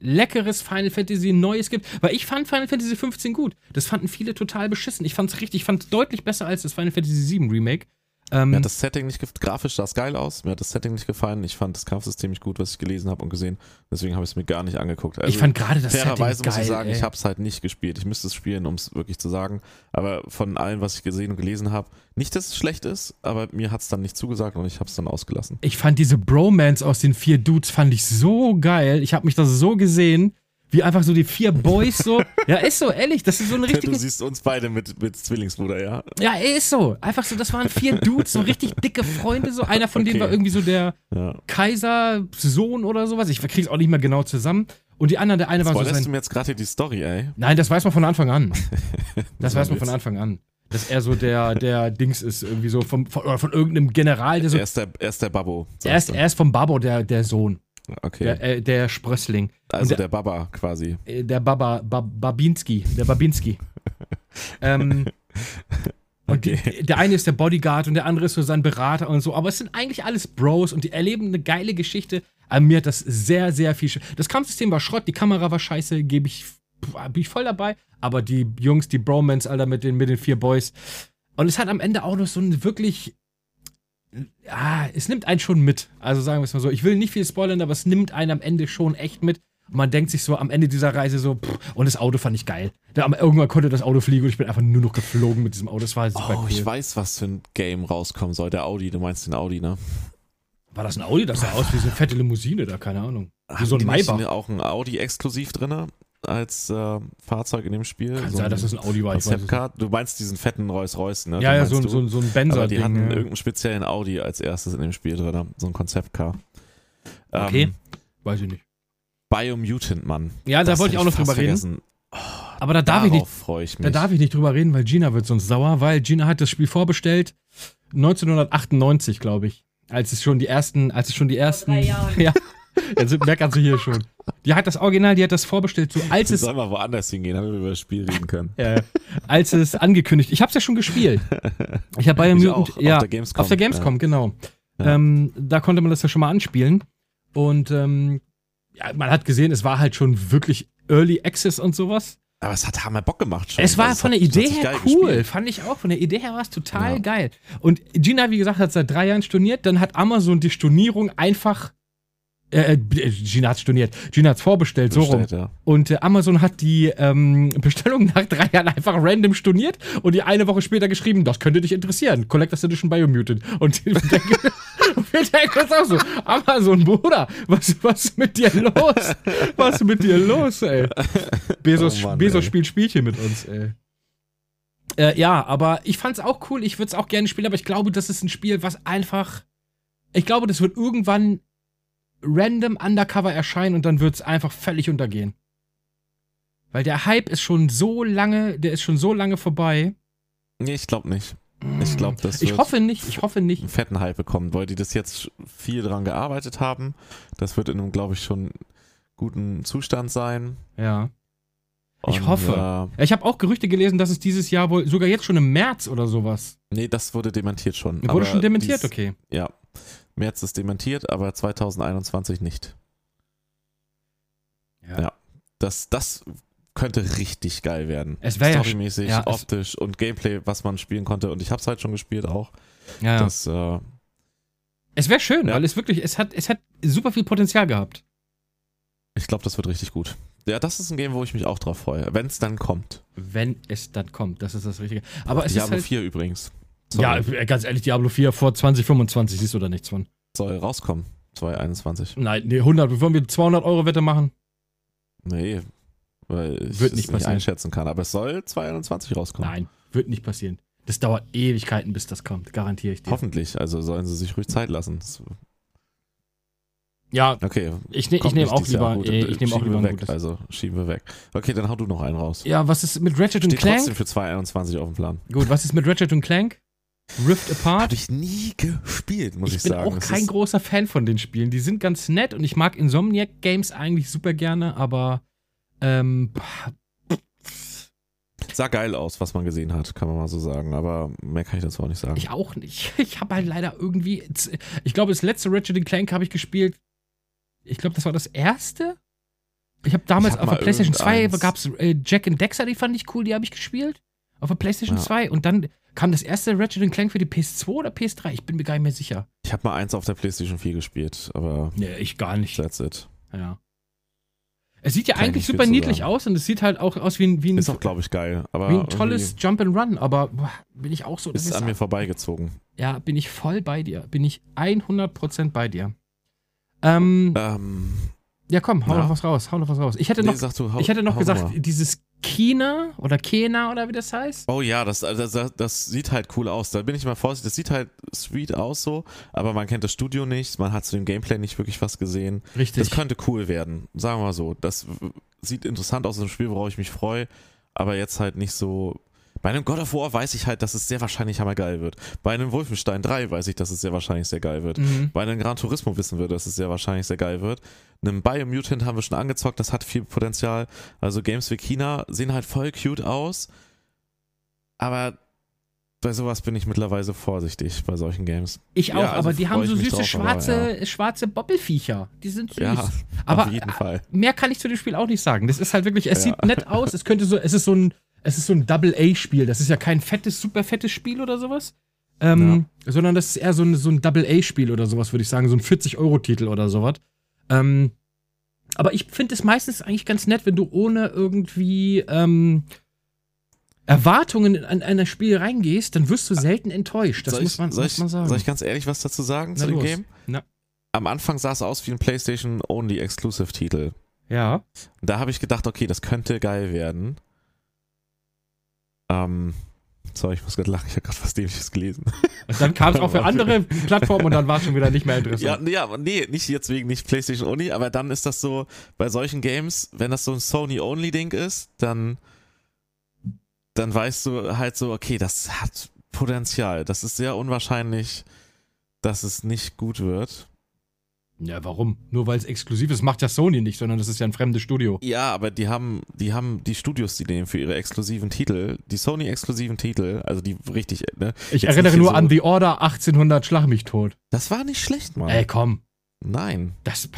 S1: leckeres Final Fantasy Neues gibt, weil ich fand Final Fantasy 15 gut. Das fanden viele total beschissen. Ich fand's richtig, ich fand's deutlich besser als das Final Fantasy 7 Remake. Ähm,
S2: Mir hat das Setting nicht gefallen. Grafisch sah es geil aus. Mir hat das Setting nicht gefallen. Ich fand das Kampfsystem nicht gut, was ich gelesen habe und gesehen. Deswegen habe ich es mir gar nicht angeguckt. Also,
S1: ich fand gerade das Setting
S2: fairerweise
S1: geil.
S2: muss ich sagen,
S1: ey.
S2: ich habe es halt nicht gespielt. Ich müsste es spielen, um es wirklich zu sagen. Aber von allem, was ich gesehen und gelesen habe, nicht, dass es schlecht ist, aber mir hat es dann nicht zugesagt und ich habe es dann ausgelassen.
S1: ich fand diese Bromance aus den vier Dudes fand ich so geil. Ich habe mich das so gesehen, wie einfach so die vier Boys so. ja, ist so, ehrlich, das ist so ein
S2: Du
S1: richtiges
S2: siehst uns beide mit, mit Zwillingsbruder, ja?
S1: Ja, ey, ist so. Einfach so, das waren vier Dudes, so richtig dicke Freunde. So einer von denen
S2: Okay.
S1: war irgendwie so der
S2: Ja.
S1: Kaisersohn oder sowas. Ich krieg's auch nicht mehr genau zusammen. Und die anderen, der eine war so
S2: Spoilerst du
S1: sein.
S2: mir jetzt gerade hier die Story, ey?
S1: Nein, das weiß man von Anfang an. Das
S2: war
S1: weiß
S2: ein
S1: man von
S2: Witz.
S1: Anfang an. Dass er so der, der Dings ist, irgendwie so vom, von, oder von irgendeinem General, der so.
S2: er, ist der, er ist der Babbo. sagst
S1: Er ist,
S2: du.
S1: er ist vom Babo der, der Sohn,
S2: okay.
S1: der, äh, der Sprössling,
S2: also
S1: der-
S2: der, Baba quasi.
S1: äh, der Baba, Bab, Babinski, der Babinski. ähm, und
S2: Okay.
S1: die, der eine ist der Bodyguard und der andere ist so sein Berater und so, aber es sind eigentlich alles Bros und die erleben eine geile Geschichte. Aber mir hat das sehr, sehr viel. Sch das Kampfsystem war Schrott, die Kamera war scheiße, gebe ich, pf, bin ich voll dabei. Aber die Jungs, die Bromance, Alter, mit den, mit den vier Boys. Und es hat am Ende auch noch so ein wirklich. Ah, es nimmt einen schon mit. Also sagen wir es mal so. Ich will nicht viel spoilern, aber es nimmt einen am Ende schon echt mit. Und man denkt sich so am Ende dieser Reise so, pff, und das Auto fand ich geil. Da, aber irgendwann konnte das Auto fliegen und ich bin einfach nur noch geflogen mit diesem Auto. Das war super
S2: Oh,
S1: cool.
S2: ich weiß, was für ein Game rauskommen soll. Der Audi, du meinst den Audi, ne?
S1: War das ein Audi? Das sah aus wie so eine fette Limousine da, keine Ahnung. Wie so
S2: Haben
S1: ein
S2: die nicht
S1: Maybach.
S2: auch ein Audi exklusiv drin als äh, Fahrzeug in dem Spiel?
S1: Kann
S2: so
S1: sein, dass es ein Audi war, ich weiß es nicht.
S2: Konzeptcar. Du meinst diesen fetten Rolls Royce, ne?
S1: Ja,
S2: Den
S1: ja,
S2: meinst
S1: so, ein-
S2: du?
S1: so, ein- so ein Benzer
S2: Aber die hatten
S1: Ding. Ja.
S2: irgendeinen speziellen Audi als erstes in dem Spiel drin, so ein Konzeptcar. Ähm,
S1: Okay. Weiß ich nicht.
S2: Biomutant, Mann.
S1: Ja, da
S2: Das
S1: wollte ich
S2: hätte
S1: auch noch drüber
S2: fast
S1: reden.
S2: vergessen.
S1: Aber da darf ich nicht,
S2: Darauf freue ich mich.
S1: da darf ich nicht drüber reden, weil Gina wird sonst sauer, weil Gina hat das Spiel vorbestellt 1998, glaube ich. Als es schon die ersten, als es schon die ersten.
S3: drei Jahren.
S1: ja. Jetzt merken sie hier schon. Die hat das Original, die hat das vorbestellt, so als
S2: Wir
S1: es
S2: sollen mal woanders hingehen, haben wir über das Spiel reden können.
S1: Ja, ja. als es angekündigt. Ich habe es ja schon gespielt. Ich habe Bayern
S2: Ich
S1: Mutant
S2: auch, auf
S1: ja,
S2: der Gamescom.
S1: Auf der Gamescom, genau.
S2: Ja.
S1: Ähm, da konnte man das ja schon mal anspielen. Und ähm, ja, man hat gesehen, es war halt schon wirklich Early Access und sowas.
S2: Aber es hat hammer Bock gemacht schon.
S1: Es war
S2: Also
S1: von
S2: hat-
S1: der Idee
S2: hat sich
S1: her
S2: geil
S1: cool,
S2: gespielt.
S1: fand ich auch. Von der Idee her war es total
S2: Ja.
S1: geil. Und Gina, wie gesagt, hat seit drei Jahren storniert. Dann hat Amazon die Stornierung einfach. Äh, äh, Gina hat storniert. Gina hat vorbestellt, so rum.
S2: Bestellt, ja.
S1: Und äh, Amazon hat die ähm, Bestellung nach drei Jahren einfach random storniert und die eine Woche später geschrieben, das könnte dich interessieren. Collectors Edition Biomutant. Und wir denken, wir denken das auch so. Amazon, Bruder, was, was ist mit dir los? Was ist mit dir los, ey? Bezos,
S2: Oh Mann,
S1: Bezos
S2: ey.
S1: spielt Spielchen mit uns, ey. Äh, ja, aber ich fand's auch cool. Ich würde es auch gerne spielen, aber ich glaube, das ist ein Spiel, was einfach. Ich glaube, das wird irgendwann random undercover erscheinen und dann wird's einfach völlig untergehen. Weil der Hype ist schon so lange, der ist schon so lange vorbei.
S2: Nee, ich glaube nicht. Ich glaube, das
S1: Ich
S2: wird
S1: hoffe nicht, ich hoffe nicht.
S2: einen fetten Hype bekommen, weil die das jetzt viel dran gearbeitet haben. Das wird in einem, glaube ich, schon guten Zustand sein.
S1: Ja. Ich
S2: Und,
S1: hoffe. Ich habe auch Gerüchte gelesen, dass es dieses Jahr wohl sogar jetzt schon im März oder sowas.
S2: Äh, nee, das wurde dementiert schon.
S1: Wurde
S2: Aber
S1: schon dementiert,
S2: dies-
S1: okay.
S2: Ja. März ist dementiert, aber 2021 nicht.
S1: Ja.
S2: ja. Das, das könnte richtig geil werden.
S1: Es wär ja sch-
S2: Storymäßig,
S1: ja, es-
S2: optisch und Gameplay, was man spielen konnte. Und ich habe es halt schon gespielt auch.
S1: Ja, ja.
S2: Das, äh,
S1: Es wäre schön,
S2: Ja.
S1: weil es wirklich, es hat, es hat super viel Potenzial gehabt.
S2: ich glaube, das wird richtig gut. Ja, das ist ein Game, wo ich mich auch drauf freue. Wenn es dann kommt.
S1: Wenn es dann kommt, das ist das Richtige. Aber es ist
S2: Diablo
S1: halt,
S2: 4 übrigens.
S1: Ja,
S2: Soll,
S1: ganz ehrlich, Diablo 4 vor 2025 siehst du da nichts von.
S2: soll rauskommen. 2021.
S1: Nein, nee, 100, bevor wir 200 Euro Wette machen.
S2: Nee, weil ich
S1: Wird
S2: es
S1: nicht passieren.
S2: einschätzen kann. Aber es soll 2021 rauskommen.
S1: Nein, wird nicht passieren. Das dauert Ewigkeiten, bis das kommt, garantiere ich dir.
S2: Hoffentlich. Also sollen sie sich ruhig Zeit lassen. Das-
S1: ja,
S2: Okay.
S1: ich, ne, ich
S2: kommt
S1: nehme
S2: nicht
S1: auch
S2: dieses Jahr.
S1: lieber,
S2: Gut,
S1: äh, ich nehme auch
S2: schieben
S1: lieber
S2: wir
S1: ein
S2: weg.
S1: gutes.
S2: Also schieben wir weg. Okay, dann hau du noch einen raus.
S1: Ja, was ist mit Ratchet und
S2: Steht trotzdem
S1: Clank?
S2: für 2021 auf dem Plan.
S1: Gut, was ist mit Ratchet und Clank? Rift Apart?
S2: Habe ich nie gespielt, muss ich,
S1: ich bin
S2: sagen.
S1: auch
S2: Es
S1: kein
S2: ist-
S1: großer Fan von den Spielen. Die sind ganz nett und ich mag Insomniac Games eigentlich super gerne, aber ähm, pah,
S2: sah geil aus, was man gesehen hat, kann man mal so sagen. Aber mehr kann ich dazu auch nicht sagen.
S1: ich auch nicht. Ich habe halt leider irgendwie, ich glaube, das letzte Ratchet und Clank habe ich gespielt. Ich glaube, das war das erste. Ich habe damals
S2: Ich hab
S1: auf der
S2: mal
S1: PlayStation 2
S2: irgendeins.
S1: gab es äh, Jack and Dexter, die fand ich cool, die habe ich gespielt. Auf der PlayStation
S2: Ja.
S1: 2 und dann Kam das erste Ratchet Clank für die PS2 oder PS3? Ich bin mir gar nicht mehr sicher.
S2: Ich habe mal eins auf der PlayStation 4 gespielt, aber
S1: Nee, ich gar nicht.
S2: that's it.
S1: Ja. Es sieht ja
S2: Kann ich
S1: eigentlich
S2: nicht viel
S1: super
S2: zu
S1: niedlich
S2: sagen.
S1: aus und es sieht halt auch aus wie ein, wie ein,
S2: Ist auch, glaube ich, geil. Aber
S1: wie ein tolles Jump and Run, aber boah, bin ich auch so.
S2: irgendwie
S1: Das
S2: ist
S1: ist,
S2: an mir vorbeigezogen.
S1: ja, bin ich voll bei dir. Bin ich 100% bei dir. Ähm,
S2: Ähm,
S1: ja, komm, hau
S2: na?
S1: noch was raus. Hau noch was raus. Ich hätte
S2: nee,
S1: noch,
S2: sag du, hau-
S1: ich hätte noch
S2: hau
S1: gesagt,
S2: mal.
S1: dieses Kena oder Kena oder wie das heißt.
S2: Oh ja, das, das, das, das sieht halt cool aus. Da bin ich mal vorsichtig. Das sieht halt sweet aus so, aber man kennt das Studio nicht. Man hat zu dem Gameplay nicht wirklich was gesehen.
S1: Richtig.
S2: Das könnte cool werden, sagen wir mal so. Das w- sieht interessant aus, so ein Spiel, worauf ich mich freue, aber jetzt halt nicht so. Bei einem God of War weiß ich halt, dass es sehr wahrscheinlich hammergeil wird. Bei einem Wolfenstein 3 weiß ich, dass es sehr wahrscheinlich sehr geil wird.
S1: mhm.
S2: Bei einem Gran Turismo wissen wir, dass es sehr wahrscheinlich sehr geil wird. Einem Biomutant haben wir schon angezockt, das hat viel Potenzial. Also Games wie China sehen halt voll cute aus, aber bei sowas bin ich mittlerweile vorsichtig, bei solchen Games.
S1: Ich auch,
S2: Ja, also
S1: aber die haben
S2: freu
S1: so
S2: ich mich
S1: süße
S2: drauf, aber
S1: schwarze, schwarze Bobbelfiecher. Die sind süß.
S2: Ja,
S1: aber äh,
S2: auf jeden Fall.
S1: mehr kann ich zu dem Spiel auch nicht sagen. Das ist halt wirklich, es
S2: Ja.
S1: sieht nett aus. Es könnte so, es ist so ein, es ist so ein Double-A-Spiel. Das ist ja kein fettes, super fettes Spiel oder sowas. Ähm, Sondern das ist eher so ein, so ein Double-A-Spiel oder sowas, würde ich sagen. So ein 40-Euro-Titel oder sowas. Ähm, aber ich finde es meistens eigentlich ganz nett, wenn du ohne irgendwie ähm, Erwartungen in- an ein Spiel reingehst, dann wirst du selten enttäuscht. Das
S2: Ah. soll
S1: muss
S2: ich,
S1: man,
S2: soll
S1: muss
S2: ich,
S1: man sagen.
S2: Soll ich ganz ehrlich was dazu sagen
S1: Na
S2: zu dem
S1: los.
S2: Game?
S1: Na.
S2: Am Anfang sah es aus wie ein PlayStation-Only-Exclusive-Titel.
S1: ja.
S2: Da habe ich gedacht, okay, das könnte geil werden. Ähm, sorry, ich muss gerade lachen, ich habe gerade was Dämliches gelesen.
S1: Und dann kam es auch für andere Plattformen und dann war es schon wieder nicht mehr interessant.
S2: Ja, nee, ja, nee, nicht jetzt wegen nicht PlayStation Only, aber dann ist das so, bei solchen Games, wenn das so ein Sony Only Ding ist, dann dann weißt du halt so, okay, das hat Potenzial. Das ist sehr unwahrscheinlich, dass es nicht gut wird.
S1: Ja, warum? Nur weil es exklusiv ist, macht ja Sony nicht, sondern das ist ja ein fremdes Studio.
S2: Ja, aber die haben, die haben die Studios, die nehmen für ihre exklusiven Titel, die Sony-exklusiven Titel, also die richtig, ne?
S1: Ich
S2: Jetzt
S1: erinnere
S2: nicht
S1: nur
S2: so-
S1: an The Order 1800 Schlag mich tot.
S2: Das war nicht schlecht, Mann.
S1: Ey, komm,
S2: Nein.
S1: das.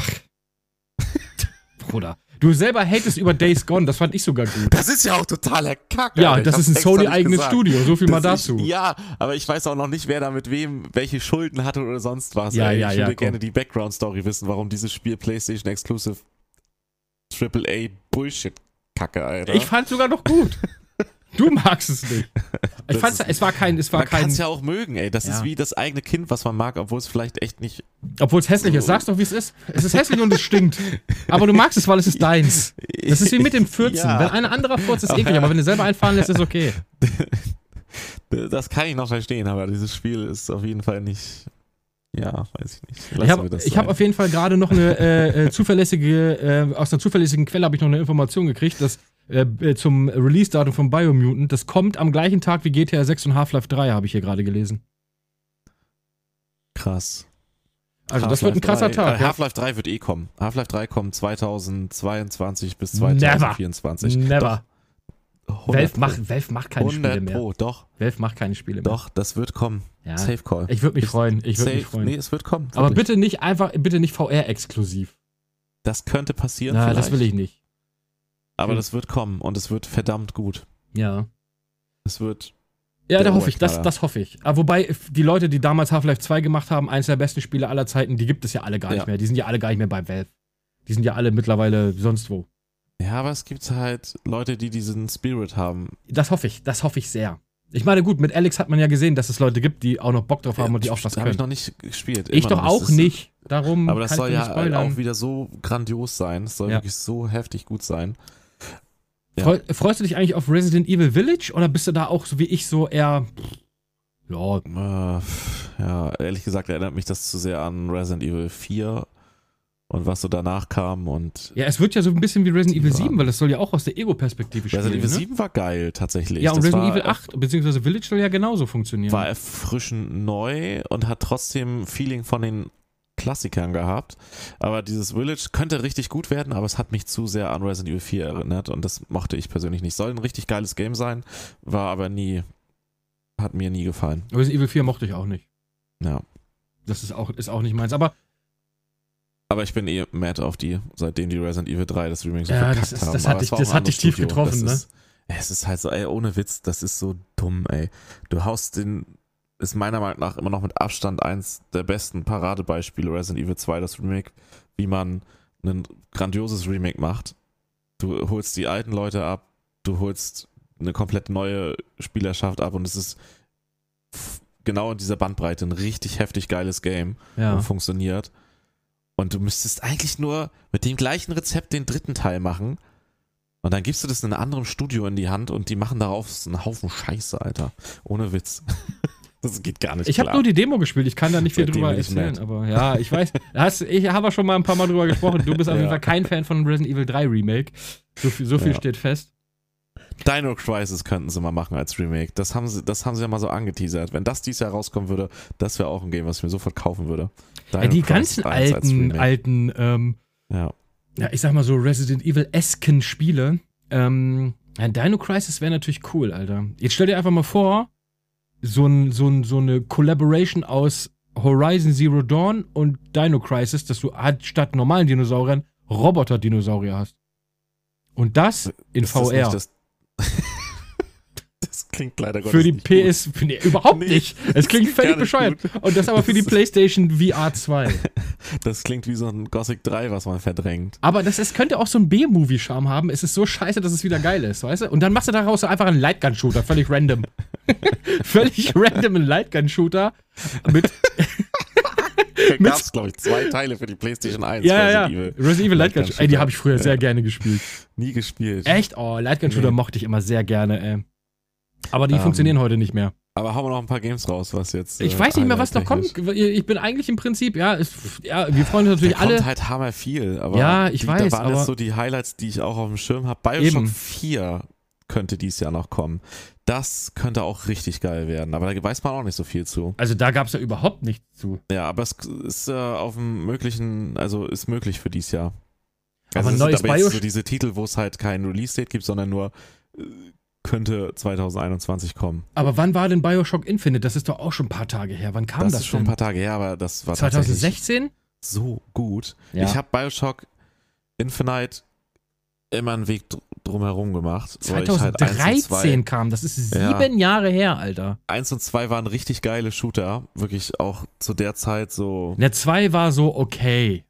S1: Bruder. Du selber hatest über Days Gone, das fand ich sogar gut.
S2: Das ist ja auch totaler Kack.
S1: Ja,
S2: Alter. Ich
S1: das
S2: hab's
S1: ist ein
S2: extra nicht
S1: Sony-eigenes
S2: gesagt.
S1: Studio, so viel mal
S2: Das
S1: dazu.
S2: Ich, ja, aber ich weiß auch noch nicht, wer da mit wem welche Schulden hatte oder sonst was.
S1: Ja,
S2: Ey,
S1: ja,
S2: ich
S1: ja,
S2: würde
S1: komm.
S2: gerne die Background-Story wissen, warum dieses Spiel PlayStation Exclusive AAA Bullshit-Kacke, Alter.
S1: Ich fand's sogar noch gut. Du magst es nicht. Ich
S2: Das
S1: fand's,
S2: ist-
S1: es war kein, es war
S2: man kann
S1: kein,
S2: es ja auch mögen, ey. Das
S1: Ja.
S2: ist wie das eigene Kind, was man mag, obwohl es vielleicht echt nicht
S1: obwohl es hässlich ist. Sag's doch, wie es ist. Es ist hässlich und es stinkt. Aber du magst es, weil es ist deins. Das ist wie mit dem 14.
S2: Ja.
S1: Wenn ein anderer furzt, ist eklig, aber wenn du selber einfahren lässt, ist okay.
S2: Das kann ich noch verstehen, aber dieses Spiel ist auf jeden Fall nicht. Ja, weiß ich nicht.
S1: Ich habe hab auf jeden Fall gerade noch eine äh, äh, zuverlässige, äh, aus einer zuverlässigen Quelle habe ich noch eine Information gekriegt, dass äh, äh, zum Release-Datum von Biomutant, das kommt am gleichen Tag wie GTA 6 und Half-Life 3, habe ich hier gerade gelesen.
S2: krass.
S1: Also das wird ein krasser Tag. ja.
S2: Half-Life 3 wird eh kommen. Half-Life 3 kommt 2022 bis
S1: Never.
S2: 2024.
S1: Never.
S2: Doch, 100
S1: Valve
S2: Pro.
S1: macht, Valve macht keine
S2: 100
S1: Spiele mehr.
S2: Pro, doch,
S1: Valve macht keine Spiele mehr.
S2: doch, das wird kommen.
S1: Ja.
S2: Safe Call.
S1: Ich würde mich
S2: Ist
S1: freuen. Ich würde
S2: Safe.
S1: mich freuen.
S2: Nee, es wird kommen.
S1: aber
S2: wirklich.
S1: bitte nicht einfach, bitte nicht VR-exklusiv.
S2: Das könnte passieren.
S1: Na,
S2: vielleicht,
S1: das will ich nicht.
S2: Aber das wird kommen und es wird verdammt gut.
S1: Ja.
S2: Es wird.
S1: Ja,
S2: Der
S1: da hoffe ich, das,
S2: Oberknaller.
S1: das hoffe ich. Aber wobei, die Leute, die damals Half-Life 2 gemacht haben, eines der besten Spiele aller Zeiten, die gibt es ja alle gar
S2: Ja.
S1: nicht mehr. Die sind ja alle gar nicht mehr bei Valve. Die sind ja alle mittlerweile sonst wo.
S2: Ja, aber es gibt halt Leute, die diesen Spirit haben.
S1: Das hoffe ich, das hoffe ich sehr. Ich meine, gut, mit Alex hat man ja gesehen, dass es Leute gibt, die auch noch Bock drauf haben und die auch was
S2: Habe ich
S1: können.
S2: noch nicht gespielt.
S1: Ich
S2: immer
S1: doch
S2: noch
S1: auch
S2: Das ist-
S1: nicht. Darum
S2: Aber das
S1: kann
S2: soll
S1: ich
S2: ja
S1: nicht spoilern.
S2: auch wieder so grandios sein. Es soll
S1: Ja.
S2: wirklich so heftig gut sein. ja.
S1: Freu- Freust du dich eigentlich auf Resident Evil Village oder bist du da auch so wie ich so eher. Ja,
S2: Äh, pff, ja, ehrlich gesagt erinnert mich das zu sehr an Resident Evil 4 und was so danach kam. Und
S1: ja, es wird ja so ein bisschen wie Resident Evil
S2: Ja.
S1: 7, weil das soll ja auch aus der Ego-Perspektive spielen.
S2: Resident Evil
S1: ne?
S2: 7 war geil tatsächlich.
S1: Ja, und
S2: Das
S1: Resident
S2: war,
S1: Evil 8 bzw. Village soll ja genauso funktionieren.
S2: war erfrischend neu und hat trotzdem Feeling von den Klassikern gehabt. Aber dieses Village könnte richtig gut werden, aber es hat mich zu sehr an Resident Evil 4 erinnert und das mochte ich persönlich nicht. Soll ein richtig geiles Game sein, war aber nie, hat mir nie gefallen.
S1: Resident Evil 4 mochte ich auch nicht.
S2: Ja.
S1: Das ist auch, ist auch nicht meins. Aber
S2: Aber ich bin eh mad auf die, seitdem die Resident Evil 3 das Remake so
S1: Ja,
S2: verkackt
S1: das ist-
S2: haben.
S1: das
S2: Aber
S1: hat
S2: es
S1: dich-
S2: war auch
S1: das
S2: ein
S1: hat dich
S2: anderes
S1: tief
S2: Studio.
S1: getroffen, ne?
S2: Das ist- Es ist halt so, ey, ohne Witz, das ist so dumm, ey. Du haust den, ist meiner Meinung nach immer noch mit Abstand eins der besten Paradebeispiele Resident Evil 2, das Remake, wie man ein grandioses Remake macht. Du holst die alten Leute ab, du holst eine komplett neue Spielerschaft ab und es ist f- genau in dieser Bandbreite ein richtig heftig geiles Game und
S1: Ja.
S2: funktioniert. Und du müsstest eigentlich nur mit dem gleichen Rezept den dritten Teil machen. Und dann gibst du das in einem anderen Studio in die Hand und die machen darauf einen Haufen Scheiße, Alter. Ohne Witz. Das geht gar nicht
S1: Ich habe
S2: klar.
S1: nur die Demo gespielt, ich kann da nicht viel
S2: Seitdem
S1: drüber
S2: bin ich
S1: erzählen,
S2: mad.
S1: aber ja, ich weiß, hast, ich habe schon mal ein paar Mal drüber gesprochen. Du bist auf
S2: Ja.
S1: jeden Fall kein Fan von Resident Evil 3 Remake. So viel, so viel
S2: Ja.
S1: steht fest.
S2: Dino Crisis könnten sie mal machen als Remake. Das haben sie, das haben sie ja mal so angeteasert. Wenn das dieses Jahr rauskommen würde, das wäre auch ein Game, was ich mir sofort kaufen würde.
S1: Ja,
S2: Dino
S1: Äh, die
S2: Crisis
S1: ganzen
S2: 1 als
S1: alten,
S2: Remake.
S1: alten, ähm,
S2: Ja.
S1: ja, ich sag mal so Resident Evil-esken Spiele. Ähm, ja, Dino Crisis wäre natürlich cool, Alter. Jetzt stell dir einfach mal vor, so, ein, so, ein, so eine Collaboration aus Horizon Zero Dawn und Dino Crisis, dass du halt statt normalen Dinosauriern Roboter-Dinosaurier hast. Und das in
S2: Ist das
S1: VR.
S2: nicht Das, das klingt leider Gottes
S1: für die
S2: nicht gut.
S1: PS, für, nee, überhaupt
S2: Nee,
S1: nicht. Es klingt
S2: ist gar
S1: völlig
S2: nicht
S1: bescheuert. Und das aber für die
S2: Das-
S1: PlayStation VR 2.
S2: Das klingt wie so ein Gothic 3, was man verdrängt.
S1: Aber das ist, könnte auch so ein B-Movie-Charme haben. Es ist so scheiße, dass es wieder geil ist, weißt du? Und dann machst du daraus einfach einen Lightgun-Shooter, völlig random. völlig random einen Lightgun-Shooter. Mit, Mit-
S2: Gab's, glaube ich, zwei Teile für die PlayStation 1.
S1: ja, ja, ja.
S2: Resident Evil.
S1: Resident Evil Lightgun-Shooter. Ey, die habe ich früher sehr gerne gespielt.
S2: Nie gespielt.
S1: Echt? Oh, Lightgun-Shooter
S2: Nee.
S1: mochte ich immer sehr gerne, ey. Aber die
S2: Ähm,
S1: funktionieren heute nicht mehr.
S2: Aber haben wir noch ein paar Games raus, was jetzt.
S1: Ich
S2: äh,
S1: weiß nicht mehr, was noch
S2: highlight-technisch-
S1: kommt. Ich bin eigentlich im Prinzip, ja, es, ja wir freuen uns natürlich
S2: da kommt
S1: alle.
S2: halt hammer viel. Aber
S1: Ja, ich
S2: die,
S1: weiß,
S2: Da waren
S1: aber-
S2: jetzt so die Highlights, die ich auch auf dem Schirm habe. Bioshock
S1: Eben.
S2: 4 könnte dieses Jahr noch kommen. Das könnte auch richtig geil werden. Aber da weiß man auch nicht so viel zu.
S1: Also da gab es ja überhaupt nichts zu.
S2: Ja, aber es ist äh, auf dem möglichen, also ist möglich für dieses Jahr.
S1: Aber
S2: Also es sind
S1: neues
S2: jetzt
S1: Bioshock-
S2: so diese Titel, wo es halt kein Release-Date gibt, sondern nur äh, könnte 2021 kommen.
S1: Aber wann war denn Bioshock Infinite? Das ist doch auch schon ein paar Tage her. Wann kam
S2: das,
S1: das,
S2: ist schon ein
S1: denn?
S2: paar Tage her, aber das war tatsächlich
S1: 2016?
S2: so gut. Ich habe Bioshock Infinite immer einen Weg dr- drumherum gemacht. weil ich halt
S1: 2013
S2: eins und zwei-
S1: kam. Das ist
S2: Ja.
S1: sieben Jahre her, Alter.
S2: Eins und zwei waren richtig geile Shooter. Wirklich auch zu der Zeit so.
S1: Der 2 Ne, war so okay.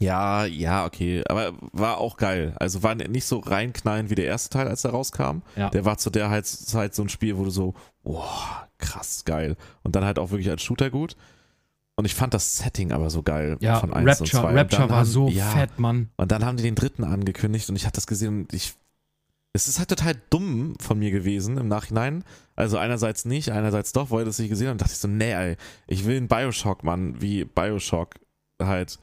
S2: Ja, ja, okay. Aber war auch geil. Also war nicht so reinknallen wie der erste Teil, als er rauskam.
S1: Ja.
S2: Der war zu der halt- Zeit so ein Spiel, wo du so, boah, krass geil. Und dann halt auch wirklich als Shooter gut. Und ich fand das Setting aber so geil
S1: Ja,
S2: von 1
S1: Rapture,
S2: und 2.
S1: Rapture war so
S2: ja,
S1: fett, Mann.
S2: Und dann haben die den dritten angekündigt und ich hatte das gesehen und ich. Es ist halt total dumm von mir gewesen im Nachhinein. Also einerseits nicht, einerseits doch, weil ich das nicht gesehen habe und dachte ich so, nee, ey, ich will einen Bioshock, Mann, wie Bioshock halt.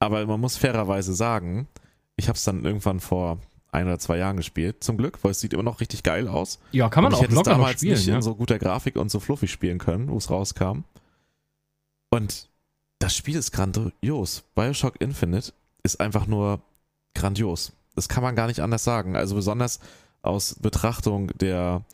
S2: Aber man muss fairerweise sagen, ich habe es dann irgendwann vor ein oder zwei Jahren gespielt, zum Glück, weil es sieht immer noch richtig geil aus.
S1: Ja, kann man
S2: Und ich
S1: auch
S2: hätte es
S1: locker noch
S2: damals
S1: spielen. ne?
S2: nicht
S1: Ja.
S2: in so guter Grafik und so fluffig spielen können, wo es rauskam. Und das Spiel ist grandios. Bioshock Infinite ist einfach nur grandios. Das kann man gar nicht anders sagen. Also besonders aus Betrachtung der,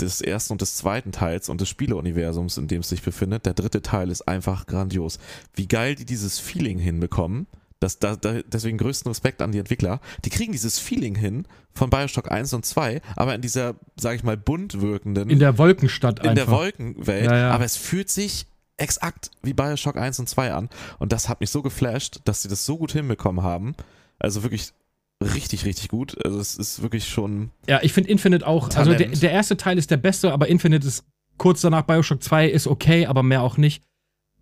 S2: des ersten und des zweiten Teils und des Spieleuniversums, in dem es sich befindet. Der dritte Teil ist einfach grandios. Wie geil die dieses Feeling hinbekommen. Das, da, da, deswegen größten Respekt an die Entwickler. Die kriegen dieses Feeling hin von Bioshock 1 und 2, aber in dieser, sag ich mal, bunt wirkenden,
S1: In der Wolkenstadt
S2: in der
S1: einfach.
S2: Wolkenwelt.
S1: Ja, ja.
S2: Aber es fühlt sich exakt wie Bioshock 1 und 2 an. Und das hat mich so geflasht, dass sie das so gut hinbekommen haben. Also wirklich richtig, richtig gut. Also es ist wirklich schon
S1: ja, ich finde Infinite auch. Also der,
S2: Talent.
S1: der erste Teil ist der beste, aber Infinite ist kurz danach Bioshock 2 ist okay, aber mehr auch nicht.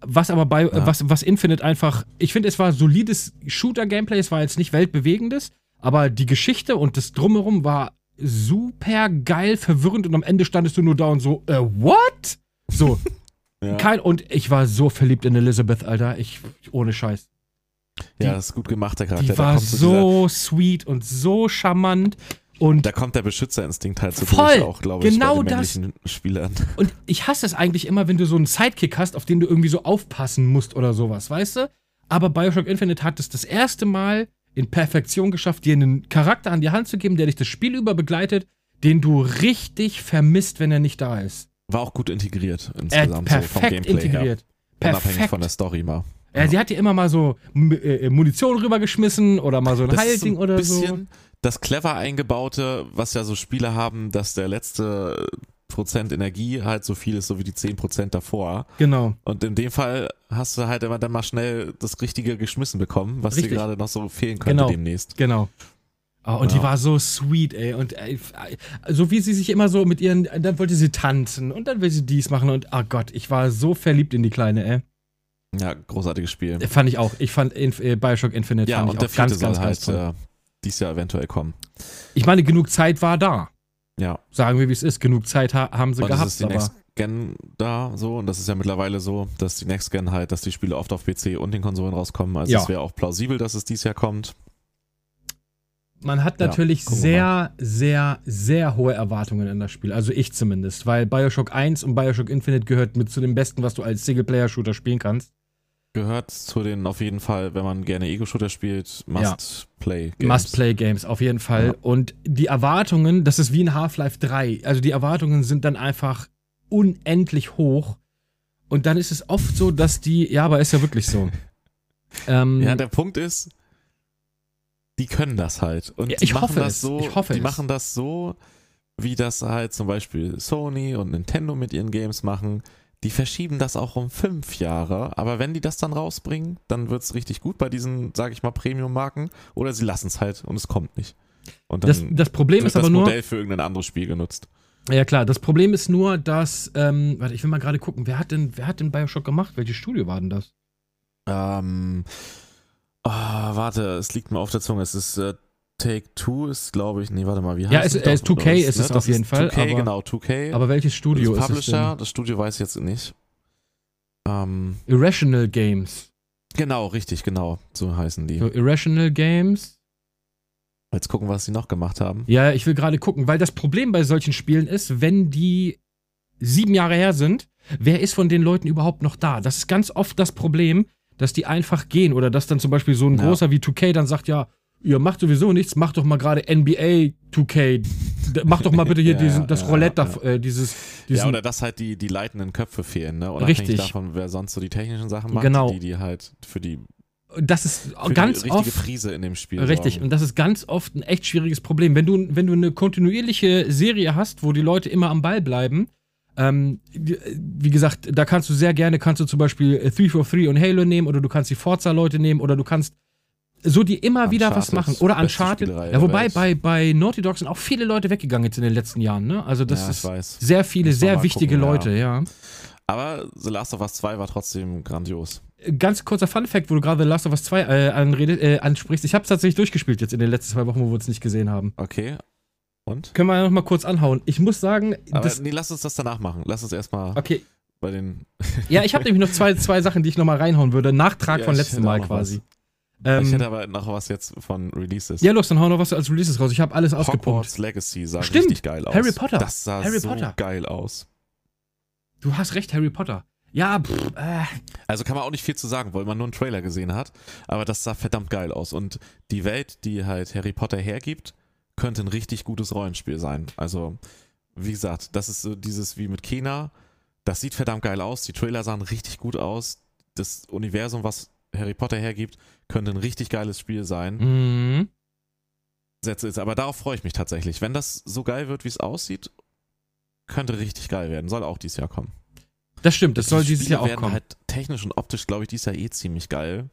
S1: Was aber bei
S2: Ja.
S1: was, was Infinite einfach, ich finde, es war solides Shooter-Gameplay, es war jetzt nicht weltbewegendes, aber die Geschichte und das drumherum war super geil, verwirrend und am Ende standest du nur da und so, äh, what? So,
S2: ja,
S1: kein, und ich war so verliebt in Elizabeth, Alter, ich, ohne Scheiß. die-
S2: ja, das ist gut gemacht, der Charakter.
S1: Die war
S2: kommt dieser,
S1: so sweet und so charmant und
S2: da kommt der Beschützerinstinkt halt so
S1: Voll,
S2: durch auch, glaube ich,
S1: genau
S2: bei den
S1: das.
S2: männlichen Spielern.
S1: Und ich hasse es eigentlich immer, wenn du so einen Sidekick hast, auf den du irgendwie so aufpassen musst oder sowas, weißt du? Aber Bioshock Infinite hat es das erste Mal in Perfektion geschafft, dir einen Charakter an die Hand zu geben, der dich das Spiel über begleitet, den du richtig vermisst, wenn er nicht da ist.
S2: War auch gut integriert
S1: Er
S2: insgesamt
S1: hat
S2: so vom
S1: perfekt
S2: Gameplay her.
S1: integriert.
S2: Unabhängig von der
S1: Perfekt.
S2: Story mal.
S1: Ja, sie hat dir immer mal so M- äh, Munition äh, rübergeschmissen oder mal so ein
S2: Das ist
S1: Heilding
S2: ein
S1: oder so.
S2: bisschen das clever eingebaute, was ja so Spiele haben, dass der letzte Prozent Energie halt so viel ist, so wie die 10 Prozent davor.
S1: Genau.
S2: Und in dem Fall hast du halt immer dann mal schnell das Richtige geschmissen bekommen, was
S1: Richtig.
S2: dir gerade noch so fehlen könnte
S1: Genau.
S2: demnächst.
S1: Genau. Ah, und die
S2: Ja.
S1: war so sweet, ey. Und ey, f- ey, so wie sie sich immer so mit ihren, dann wollte sie tanzen und dann will sie dies machen und, ah Gott, ich war so verliebt in die Kleine,
S2: Ja, großartiges Spiel.
S1: ey. Äh, Fand ich auch. Ich fand Inf äh, Bioshock Infinite
S2: ja,
S1: fand
S2: und
S1: ich
S2: der
S1: auch
S2: vierte
S1: ganz,
S2: soll
S1: ganz, ganz
S2: halt
S1: toll.
S2: äh, dies Jahr eventuell kommen.
S1: Ich meine, genug Zeit war da.
S2: Ja,
S1: Sagen wir, wie es ist. Genug Zeit ha haben sie
S2: und
S1: gehabt,
S2: das ist die
S1: aber
S2: Next Gen da so und das ist ja mittlerweile so, dass die Next Gen halt, dass die Spiele oft auf PC und den Konsolen rauskommen. Also
S1: Ja.
S2: es wäre auch plausibel, dass es dies Jahr kommt.
S1: man hat
S2: Ja,
S1: natürlich
S2: gucken wir
S1: sehr, sehr, sehr hohe Erwartungen an das Spiel. Also ich zumindest, weil Bioshock 1 und Bioshock Infinite gehört mit zu dem Besten, was du als Singleplayer-Shooter spielen kannst.
S2: Gehört zu den auf jeden Fall, wenn man gerne Ego-Shooter spielt, Must-Play.
S1: Must-Play-Games, auf jeden Fall.
S2: Ja.
S1: Und die Erwartungen, das ist wie in Half-Life 3. Also die Erwartungen sind dann einfach unendlich hoch. Und dann ist es oft so, dass die, ja, aber ist ja wirklich so. ähm,
S2: Ja, der Punkt ist, die können das halt. Und
S1: Ja,
S2: die
S1: ich
S2: machen
S1: hoffe
S2: das
S1: es.
S2: so,
S1: Ich hoffe
S2: die
S1: es.
S2: machen das so, wie das halt zum Beispiel Sony und Nintendo mit ihren Games machen. Die verschieben das auch um fünf Jahre, aber wenn die das dann rausbringen, dann wird's richtig gut bei diesen, sag ich mal, Premium-Marken. Oder sie lassen's halt und es kommt nicht. Und dann
S1: das, das Problem
S2: wird
S1: ist
S2: das
S1: aber nur,
S2: Modell für irgendein anderes Spiel genutzt.
S1: ja klar, das Problem ist nur, dass, ähm, warte, ich will mal gerade gucken, wer hat denn, wer hat denn Bioshock gemacht? Welches Studio war denn das?
S2: Ähm, oh, warte, es liegt mir auf der Zunge. Es ist äh, Take Two, ist glaube ich. Nee, warte mal, wie ne? heißt
S1: Ja, es-
S2: es?
S1: es- 2K ist es auf jeden Fall,
S2: 2K,
S1: aber-
S2: genau, 2K.
S1: Aber welches Studio
S2: das
S1: ist es
S2: Publisher,
S1: denn?
S2: das Studio weiß ich jetzt nicht. Ähm,
S1: Irrational Games.
S2: genau, richtig, genau. So heißen die.
S1: So, Irrational Games.
S2: Jetzt gucken, was sie noch gemacht haben.
S1: Ja, ich will gerade gucken, weil das Problem bei solchen Spielen ist, wenn die sieben Jahre her sind, wer ist von den Leuten überhaupt noch da? Das ist ganz oft das Problem, dass die einfach gehen oder dass dann zum Beispiel so ein
S2: Ja.
S1: großer wie 2K dann sagt, ja, ihr macht sowieso nichts, macht doch mal gerade NBA 2K, D- macht doch mal bitte hier
S2: Ja,
S1: diesen,
S2: ja,
S1: das
S2: ja,
S1: Roulette,
S2: ja.
S1: da- Äh, dieses,
S2: Ja,
S1: diesen,
S2: oder dass halt die, die leitenden Köpfe fehlen, ne? Oder
S1: Richtig.
S2: davon, wer sonst so die technischen Sachen macht,
S1: Genau.
S2: die, die halt für die,
S1: das ist
S2: für
S1: ganz
S2: die richtige
S1: oft
S2: Frise in dem Spiel
S1: Richtig,
S2: sorgen.
S1: und das ist ganz oft ein echt schwieriges Problem. Wenn du, wenn du eine kontinuierliche Serie hast, wo die Leute immer am Ball bleiben, ähm, die- wie gesagt, da kannst du sehr gerne, kannst du zum Beispiel äh, 343 und Halo nehmen oder du kannst die Forza-Leute nehmen oder du kannst so die immer wieder was
S2: Uncharted,
S1: machen. Oder
S2: beste
S1: Uncharted.
S2: Spielerei
S1: Ja, wobei
S2: der Welt.
S1: bei, bei Naughty Dog sind auch viele Leute weggegangen jetzt in den letzten Jahren. Ne? Also das
S2: ja, ich
S1: ist
S2: weiß.
S1: sehr viele,
S2: Muss man
S1: sehr
S2: mal
S1: wichtige
S2: gucken, ja.
S1: Leute, ja.
S2: Aber The Last of Us 2 war trotzdem grandios.
S1: Ganz kurzer Fun-Fact, wo du gerade The Last of Us 2 äh, anredet, äh, ansprichst. Ich habe es tatsächlich durchgespielt jetzt in den letzten zwei Wochen, wo wir uns nicht gesehen haben.
S2: Okay. Und?
S1: Können wir ja noch mal kurz anhauen. Ich muss sagen,
S2: Aber
S1: das,
S2: nee, lass uns das danach machen. Lass uns erstmal
S1: okay.
S2: bei den.
S1: Ja, ich habe nämlich noch zwei, zwei Sachen, die ich noch mal reinhauen würde. Nachtrag
S2: Ja,
S1: von
S2: ich
S1: letztem
S2: hätte auch
S1: Mal
S2: noch
S1: quasi.
S2: ich
S1: Ähm,
S2: hätte aber noch was jetzt von Releases.
S1: ja, los, dann hau noch was als Releases raus. Ich habe alles ausgepumpt.
S2: Hogwarts Legacy sah
S1: Stimmt,
S2: richtig geil aus.
S1: Harry Potter.
S2: Das sah
S1: Harry
S2: so
S1: Potter.
S2: geil aus.
S1: Du hast recht, Harry Potter. Ja, pff, äh,
S2: Also kann man auch nicht viel zu sagen, weil man nur einen Trailer gesehen hat. Aber das sah verdammt geil aus. Und die Welt, die halt Harry Potter hergibt, könnte ein richtig gutes Rollenspiel sein. Also, wie gesagt, das ist so dieses wie mit Kena. Das sieht verdammt geil aus. Die Trailer sahen richtig gut aus. Das Universum, was Harry Potter hergibt, könnte ein richtig geiles Spiel sein.
S1: mhm.
S2: Sätze ist. Aber darauf freue ich mich tatsächlich. Wenn das so geil wird, wie es aussieht, könnte richtig geil werden. Soll auch dieses Jahr kommen.
S1: das stimmt. Das
S2: Die
S1: soll dieses
S2: Spiele
S1: Jahr auch
S2: werden
S1: kommen.
S2: Halt technisch und optisch, glaube ich, dieses Jahr eh ziemlich geil,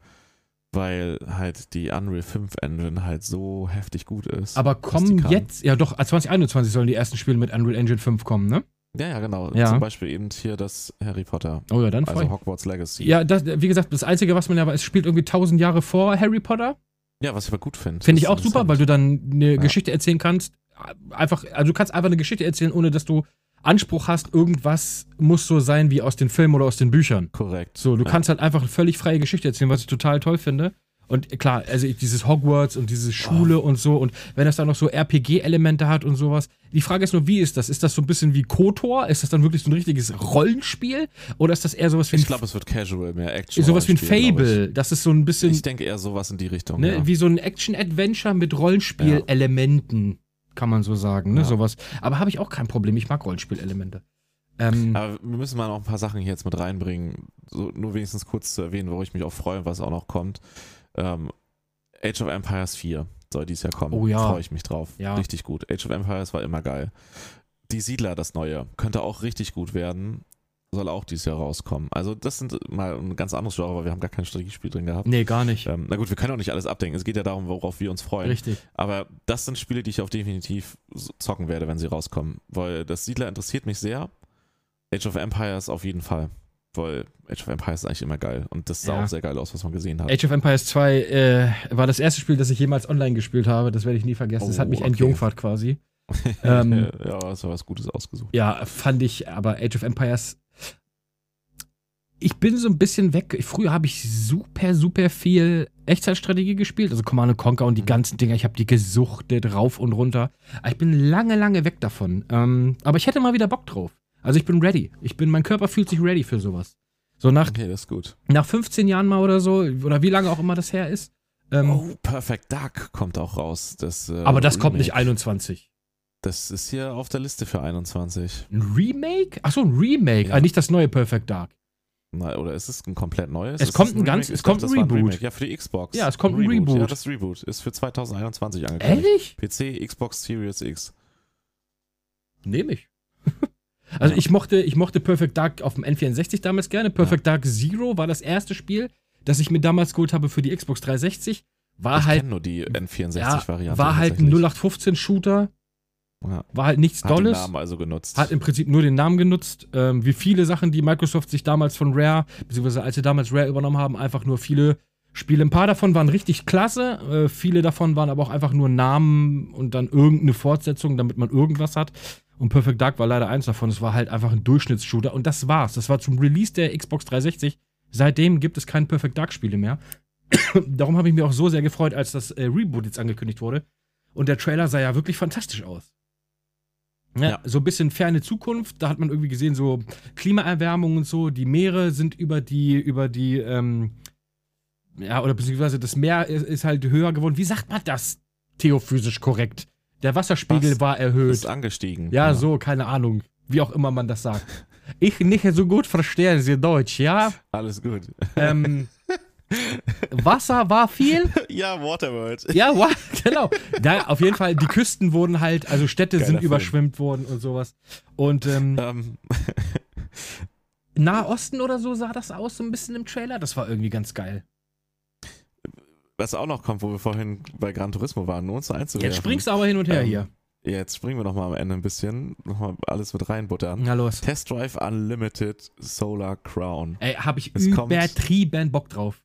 S2: weil halt die Unreal 5 Engine halt so heftig gut ist.
S1: Aber kommen
S2: kann.
S1: jetzt, ja doch, 2021 sollen die ersten Spiele mit Unreal Engine 5 kommen, ne?
S2: ja, ja, genau.
S1: Ja.
S2: Zum Beispiel eben hier das Harry Potter,
S1: Oh ja, dann freu
S2: also
S1: ich.
S2: Hogwarts Legacy.
S1: Ja, das, wie gesagt, das Einzige, was man ja weiß, es spielt irgendwie 1000 Jahre vor Harry Potter.
S2: Ja, was ich aber gut finde.
S1: Finde ich auch
S2: halt
S1: super, weil du dann eine
S2: Ja.
S1: Geschichte erzählen kannst. Einfach, also du kannst einfach eine Geschichte erzählen, ohne dass du Anspruch hast, irgendwas muss so sein wie aus den Filmen oder aus den Büchern.
S2: Korrekt.
S1: So, du
S2: Ja.
S1: kannst halt einfach eine völlig freie Geschichte erzählen, was ich total toll finde. Und klar, also ich- dieses Hogwarts und diese Schule und so und wenn das dann noch so RPG-Elemente hat und sowas. Die Frage ist nur, wie ist das? Ist das so ein bisschen wie KOTOR? Ist das dann wirklich so ein richtiges Rollenspiel? Oder ist das eher sowas wie ein,
S2: Ich glaube, es wird casual, mehr Action.
S1: sowas wie ein
S2: Rollenspiel, glaub
S1: Fable? Das ist so ein
S2: Ich.
S1: bisschen
S2: ich denke eher sowas in die Richtung.
S1: ne?
S2: ja.
S1: Wie so ein Action-Adventure mit Rollenspielelementen, kann man so sagen, ne?
S2: Ja.
S1: Sowas. Aber habe ich auch kein Problem. Ich mag Rollenspielelemente. Ähm,
S2: Aber wir müssen mal noch ein paar Sachen hier jetzt mit reinbringen. So, nur wenigstens kurz zu erwähnen, wo ich mich auch freue und was auch noch kommt. Ähm, Age of Empires 4. soll dieses Jahr kommen.
S1: Oh ja.
S2: Freue ich mich drauf.
S1: Ja.
S2: Richtig gut. Age of Empires war immer geil. Die Siedler, das neue, könnte auch richtig gut werden. Soll auch dieses Jahr rauskommen. Also, das sind mal ein ganz anderes Genre, weil wir haben gar kein Strategiespiel drin gehabt.
S1: Nee, gar nicht.
S2: Ähm, na gut, wir können auch nicht alles abdenken. Es geht ja darum, worauf wir uns freuen.
S1: Richtig.
S2: Aber das sind Spiele, die ich auch definitiv so- zocken werde, wenn sie rauskommen. Weil das Siedler interessiert mich sehr. Age of Empires auf jeden Fall. Weil Age of Empires ist eigentlich immer geil. Und das sah
S1: Ja.
S2: auch sehr geil aus, was man gesehen hat.
S1: Age of Empires 2 äh, war das erste Spiel, das ich jemals online gespielt habe. Das werde ich nie vergessen. das
S2: Oh,
S1: hat mich
S2: okay.
S1: entjungfert quasi. ähm,
S2: ja, aber es war was Gutes ausgesucht.
S1: Ja, fand ich, aber Age of Empires. Ich bin so ein bisschen weg. Früher habe ich super, super viel Echtzeitstrategie gespielt. Also Command Conquer und die
S2: Mhm.
S1: ganzen Dinger. Ich habe die gesuchtet, rauf und runter. Aber ich bin lange, lange weg davon. Ähm, aber ich hätte mal wieder Bock drauf. Also ich bin ready. Ich bin, mein Körper fühlt sich ready für sowas. So nach,
S2: Okay, das ist gut.
S1: nach 15 Jahren mal oder so, oder wie lange auch immer das her ist. Ähm,
S2: Oh, Perfect Dark kommt auch raus. Das, äh,
S1: aber das kommt nicht
S2: Remake.
S1: 21.
S2: Das ist hier auf der Liste für 21.
S1: Ein Remake? Achso, ein Remake.
S2: Ja.
S1: Ah, nicht das neue Perfect Dark.
S2: Na, oder ist es ein komplett neues?
S1: Es
S2: Ist
S1: kommt ein
S2: Remake?
S1: ganz- es
S2: Ich glaub,
S1: kommt
S2: das
S1: ein
S2: war
S1: Reboot.
S2: Remake. ja, für die Xbox.
S1: Ja, es kommt ein Reboot.
S2: Ja, das Reboot ist für 2021 angekündigt.
S1: Ehrlich?
S2: PC, Xbox Series X.
S1: Nehme ich. also
S2: Ja.
S1: ich mochte, ich mochte Perfect Dark auf dem N64 damals gerne. Perfect Dark Zero war das erste Spiel, das ich mir damals geholt habe für die Xbox 360. War
S2: ich
S1: halt,
S2: kenne nur die
S1: ja,
S2: N64-Variante.
S1: war halt ein 0815-Shooter,
S2: Ja.
S1: war halt nichts
S2: Hat den
S1: Dolles.
S2: Namen also genutzt.
S1: Hat im Prinzip nur den Namen genutzt, ähm, wie viele Sachen, die Microsoft sich damals von Rare, beziehungsweise als sie damals Rare übernommen haben, einfach nur viele Spiele. Ein paar davon waren richtig klasse, äh, viele davon waren aber auch einfach nur Namen und dann irgendeine Fortsetzung, damit man irgendwas hat. Und Perfect Dark war leider eins davon. Es war halt einfach ein Durchschnittsshooter und das war's. Das war zum Release der Xbox 360. Seitdem gibt es keine Perfect Dark-Spiele mehr. Darum habe ich mich auch so sehr gefreut, als das äh, Reboot jetzt angekündigt wurde. Und der Trailer sah ja wirklich fantastisch aus. Ja,
S2: Ja.
S1: So ein bisschen ferne Zukunft. Da hat man irgendwie gesehen, so Klimaerwärmung und so. Die Meere sind über die, über die, ähm, ja, oder beziehungsweise das Meer ist, ist halt höher geworden. Wie sagt man das theophysisch korrekt? Der Wasserspiegel
S2: Was?
S1: war erhöht.
S2: ist angestiegen.
S1: Ja, so, keine Ahnung. Wie auch immer man das sagt. Ich nicht so gut verstehe Sie Deutsch, ja?
S2: Alles gut.
S1: Ähm, Wasser war viel?
S2: ja, Waterworld.
S1: Ja, wa- genau. Da, auf jeden Fall, die Küsten wurden halt, also Städte
S2: Geiler
S1: sind
S2: Film.
S1: überschwemmt worden und sowas. Und ähm,
S2: Ähm,
S1: Nahosten oder so sah das aus, so ein bisschen im Trailer. Das war irgendwie ganz geil.
S2: was auch noch kommt, wo wir vorhin bei Gran Turismo waren, nur uns da einzuwerfen.
S1: Jetzt springst du aber hin und her
S2: Ähm,
S1: hier.
S2: Jetzt springen wir nochmal am Ende ein bisschen. Nochmal alles mit reinbuttern.
S1: Na los.
S2: Test Drive Unlimited Solar Crown.
S1: Ey, hab ich
S2: es kommt.
S1: übertrieben Bock drauf.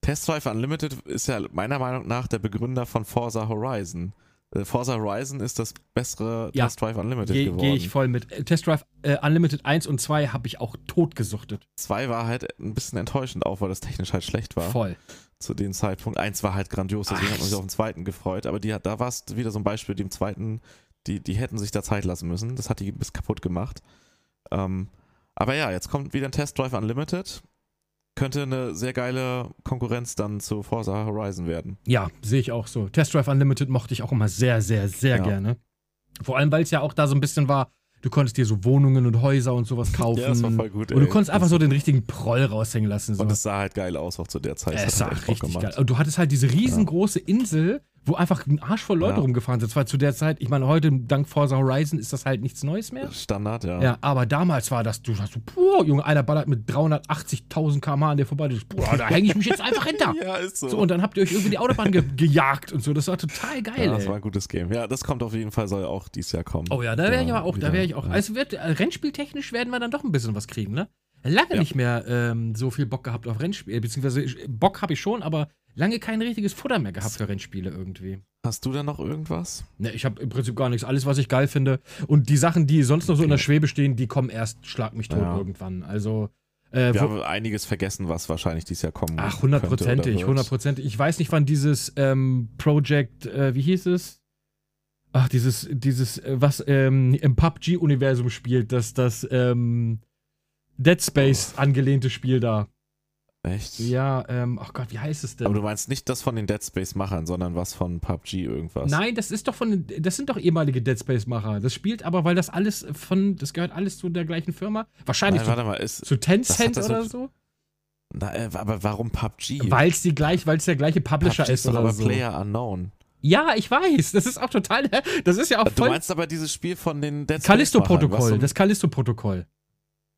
S2: Test Drive Unlimited ist ja meiner Meinung nach der Begründer von Forza Horizon. Äh, Forza Horizon ist das bessere
S1: Ja.
S2: Test Drive Unlimited
S1: Gehe
S2: geworden.
S1: geh ich voll mit. Äh, Test Drive äh, Unlimited 1 und 2 habe ich auch totgesuchtet.
S2: Zwei war halt ein bisschen enttäuschend, auch weil das technisch halt schlecht war
S1: Voll.
S2: zu dem Zeitpunkt. Eins war halt grandios, deswegen
S1: Ach,
S2: hat man sich auf den zweiten gefreut. Aber die, hat- da war es wieder so ein Beispiel, dem zweiten, die, die hätten sich da Zeit lassen müssen. Das hat die bis kaputt gemacht. Ähm, aber ja, jetzt kommt wieder ein Test Drive Unlimited. Könnte eine sehr geile Konkurrenz dann zu Forza Horizon werden.
S1: Ja, sehe ich auch so. Test Drive Unlimited mochte ich auch immer sehr, sehr, sehr
S2: Ja.
S1: gerne. Vor allem, weil es ja auch da so ein bisschen war, du konntest dir so Wohnungen und Häuser und sowas kaufen.
S2: Ja, das war voll gut.
S1: und du
S2: ey.
S1: konntest einfach
S2: Das-
S1: so den richtigen Proll raushängen lassen. So.
S2: Und es sah halt geil aus, auch zu der Zeit.
S1: es
S2: Das
S1: sah
S2: hat echt Bock
S1: richtig
S2: gemacht.
S1: geil. Und du hattest halt diese riesengroße Insel, wo einfach ein Arsch voll Leute
S2: Ja.
S1: rumgefahren sind. Das war zu der Zeit, ich meine, heute dank Forza Horizon ist das halt nichts Neues mehr.
S2: Standard, ja.
S1: Ja, aber damals war das, du hast so, puh, Junge, einer ballert mit 380.000 km/h an dir vorbei. Du, denkst, boah, da hänge ich mich jetzt einfach hinter.
S2: Ja, ist so.
S1: So, und dann habt ihr euch irgendwie die Autobahn ge gejagt und so. Das war total geil.
S2: ja, das
S1: ey.
S2: war ein gutes Game. Ja, das kommt auf jeden Fall, soll auch dieses Jahr kommen.
S1: Oh ja, da wäre ich aber auch, da
S2: wieder.
S1: wäre ich auch.
S2: Ja.
S1: Also wird äh, Rennspieltechnisch werden wir dann doch ein bisschen was kriegen, ne? Lange
S2: Ja.
S1: nicht mehr ähm, so viel Bock gehabt auf Rennspiele, beziehungsweise äh, Bock habe ich schon, aber lange kein richtiges Futter mehr gehabt für Rennspiele irgendwie.
S2: Hast du da noch irgendwas?
S1: Ne, ich habe im Prinzip gar nichts. Alles, was ich geil finde. Und die Sachen, die sonst noch so in der Schwebe stehen, die kommen erst, schlag mich tot
S2: Ja.
S1: irgendwann. Also, äh,
S2: Wir
S1: wo-
S2: haben einiges vergessen, was wahrscheinlich dieses Jahr kommen
S1: Ach,
S2: könnte oder
S1: hundertprozentig,
S2: wird.
S1: hundertprozentig. Ich weiß nicht, wann dieses ähm, Project, äh, wie hieß es? Ach, dieses, dieses, äh, was ähm, im PUBG-Universum spielt, das, das ähm, Dead Space
S2: Oh.
S1: angelehnte Spiel da.
S2: Echt?
S1: Ja, ähm, ach Gott, wie heißt es
S2: Aber
S1: denn?
S2: du meinst nicht das von den Dead Space-Machern, sondern was von PUBG irgendwas.
S1: Nein, das ist doch von, den- das sind doch ehemalige Dead Space-Macher. Das spielt aber, weil das alles von, das gehört alles zu der gleichen Firma. Wahrscheinlich
S2: Nein, warte mal, ist.
S1: zu, zu Tencent
S2: das hat
S1: oder
S2: das
S1: so.
S2: Na, äh, aber warum PUBG?
S1: Weil es die gleich, weil es der gleiche Publisher
S2: PUBG
S1: ist
S2: doch
S1: oder
S2: aber
S1: so.
S2: Player Unknown.
S1: Ja, ich weiß. Das ist auch total. Das ist ja auch
S2: Du
S1: voll.
S2: meinst aber dieses Spiel von den Dead
S1: Callisto-Protokoll.
S2: Das
S1: Das Callisto-Protokoll.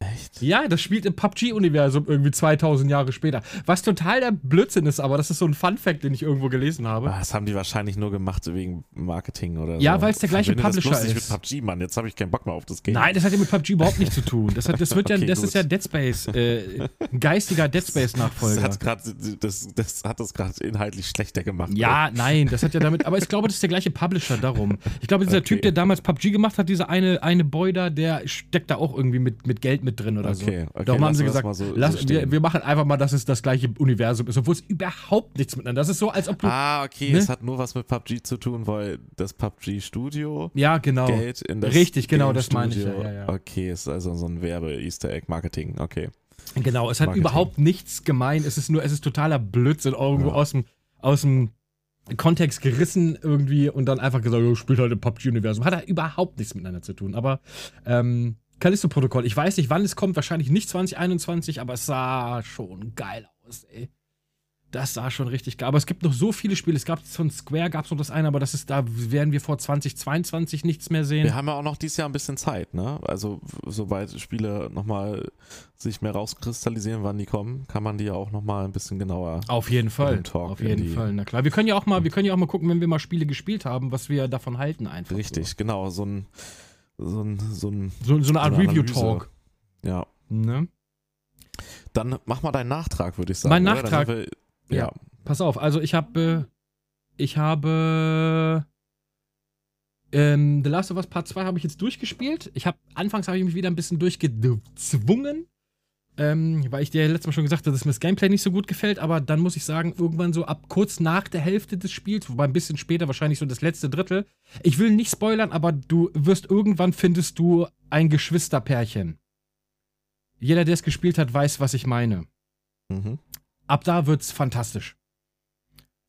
S2: echt?
S1: Ja, das spielt im PUBG-Universum irgendwie 2000 Jahre später. Was total der Blödsinn ist, aber das ist so ein Fun-Fact, den ich irgendwo gelesen habe.
S2: Ah, Das haben die wahrscheinlich nur gemacht wegen Marketing oder so.
S1: Ja, weil's der gleiche
S2: Verbinde
S1: Publisher
S2: das bloß nicht
S1: ist.
S2: mit PUBG, Mann. Jetzt habe ich keinen Bock mehr auf das Game.
S1: Nein, das hat ja mit PUBG überhaupt nichts zu tun. Das, hat, das, wird ja,
S2: Okay,
S1: das
S2: gut.
S1: ist ja Dead Space, äh, ein geistiger Dead
S2: das
S1: Space-Nachfolger.
S2: hat grad, das, das hat das gerade inhaltlich schlechter gemacht.
S1: Ja, nein, das hat ja damit, aber ich glaube, das ist der gleiche Publisher darum. Ich glaube, dieser
S2: Okay.
S1: Typ, der damals PUBG gemacht hat, dieser eine, eine Boy da, der steckt da auch irgendwie mit, mit Geld mit drin oder
S2: Okay,
S1: so.
S2: okay,
S1: Darum haben
S2: lassen
S1: sie
S2: wir das
S1: gesagt,
S2: mal so- so
S1: lass, wir,
S2: stehen.
S1: wir machen einfach mal, dass es das gleiche Universum ist, obwohl es überhaupt nichts miteinander. Das ist so, als ob du.
S2: Ah, okay,
S1: Ne?
S2: es hat nur was mit PUBG zu tun, weil das PUBG-Studio
S1: ja, genau.
S2: Geld in das
S1: Richtig, genau, das meine ich,
S2: Game-Studio-
S1: ja, ja, ja.
S2: Okay, ist also so ein Werbe-Easter Egg-Marketing, okay.
S1: Genau, es hat
S2: Marketing.
S1: überhaupt nichts gemein. Es ist nur, es ist totaler Blödsinn irgendwo
S2: Ja.
S1: aus dem aus dem Kontext gerissen irgendwie und dann einfach gesagt, oh, spielt halt im PUBG-Universum. Hat da überhaupt nichts miteinander zu tun. Aber ähm, Callisto-Protokoll, ich weiß nicht, wann es kommt, wahrscheinlich nicht 2021, aber es sah schon geil aus, ey. Das sah schon richtig geil. Aber es gibt noch so viele Spiele. Es gab von Square gab es noch das eine, aber das ist, da werden wir vor 2022 nichts mehr sehen.
S2: Wir haben ja auch noch dieses Jahr ein bisschen Zeit, ne? Also, w- sobald Spiele nochmal sich mehr rauskristallisieren, wann die kommen, kann man die ja auch nochmal ein bisschen genauer.
S1: Auf jeden Fall.
S2: Im Talk
S1: Auf
S2: in
S1: jeden
S2: die-
S1: Fall, na klar. Wir können ja auch mal, wir können ja auch mal gucken, wenn wir mal Spiele gespielt haben, was wir davon halten einfach.
S2: Richtig, genau, so ein, so ein, so ein,
S1: So, so eine Art
S2: So eine
S1: Review-Talk.
S2: ja.
S1: Ne?
S2: Dann mach mal deinen Nachtrag, würde ich sagen.
S1: Mein
S2: oder? Dann
S1: Nachtrag?
S2: sind Wir,
S1: Ja.
S2: ja.
S1: Pass auf, also ich habe, äh, ich habe ähm, The Last of Us Part 2 habe ich jetzt durchgespielt. Ich habe, anfangs habe ich mich wieder ein bisschen durchgezwungen, ähm, weil ich dir letztes Mal schon gesagt habe, dass mir das Gameplay nicht so gut gefällt, aber dann muss ich sagen, irgendwann so ab kurz nach der Hälfte des Spiels, wobei ein bisschen später, wahrscheinlich so das letzte Drittel, ich will nicht spoilern, aber du wirst irgendwann findest du ein Geschwisterpärchen. Jeder, der es gespielt hat, weiß, was ich meine.
S2: Mhm.
S1: ab da wird's fantastisch.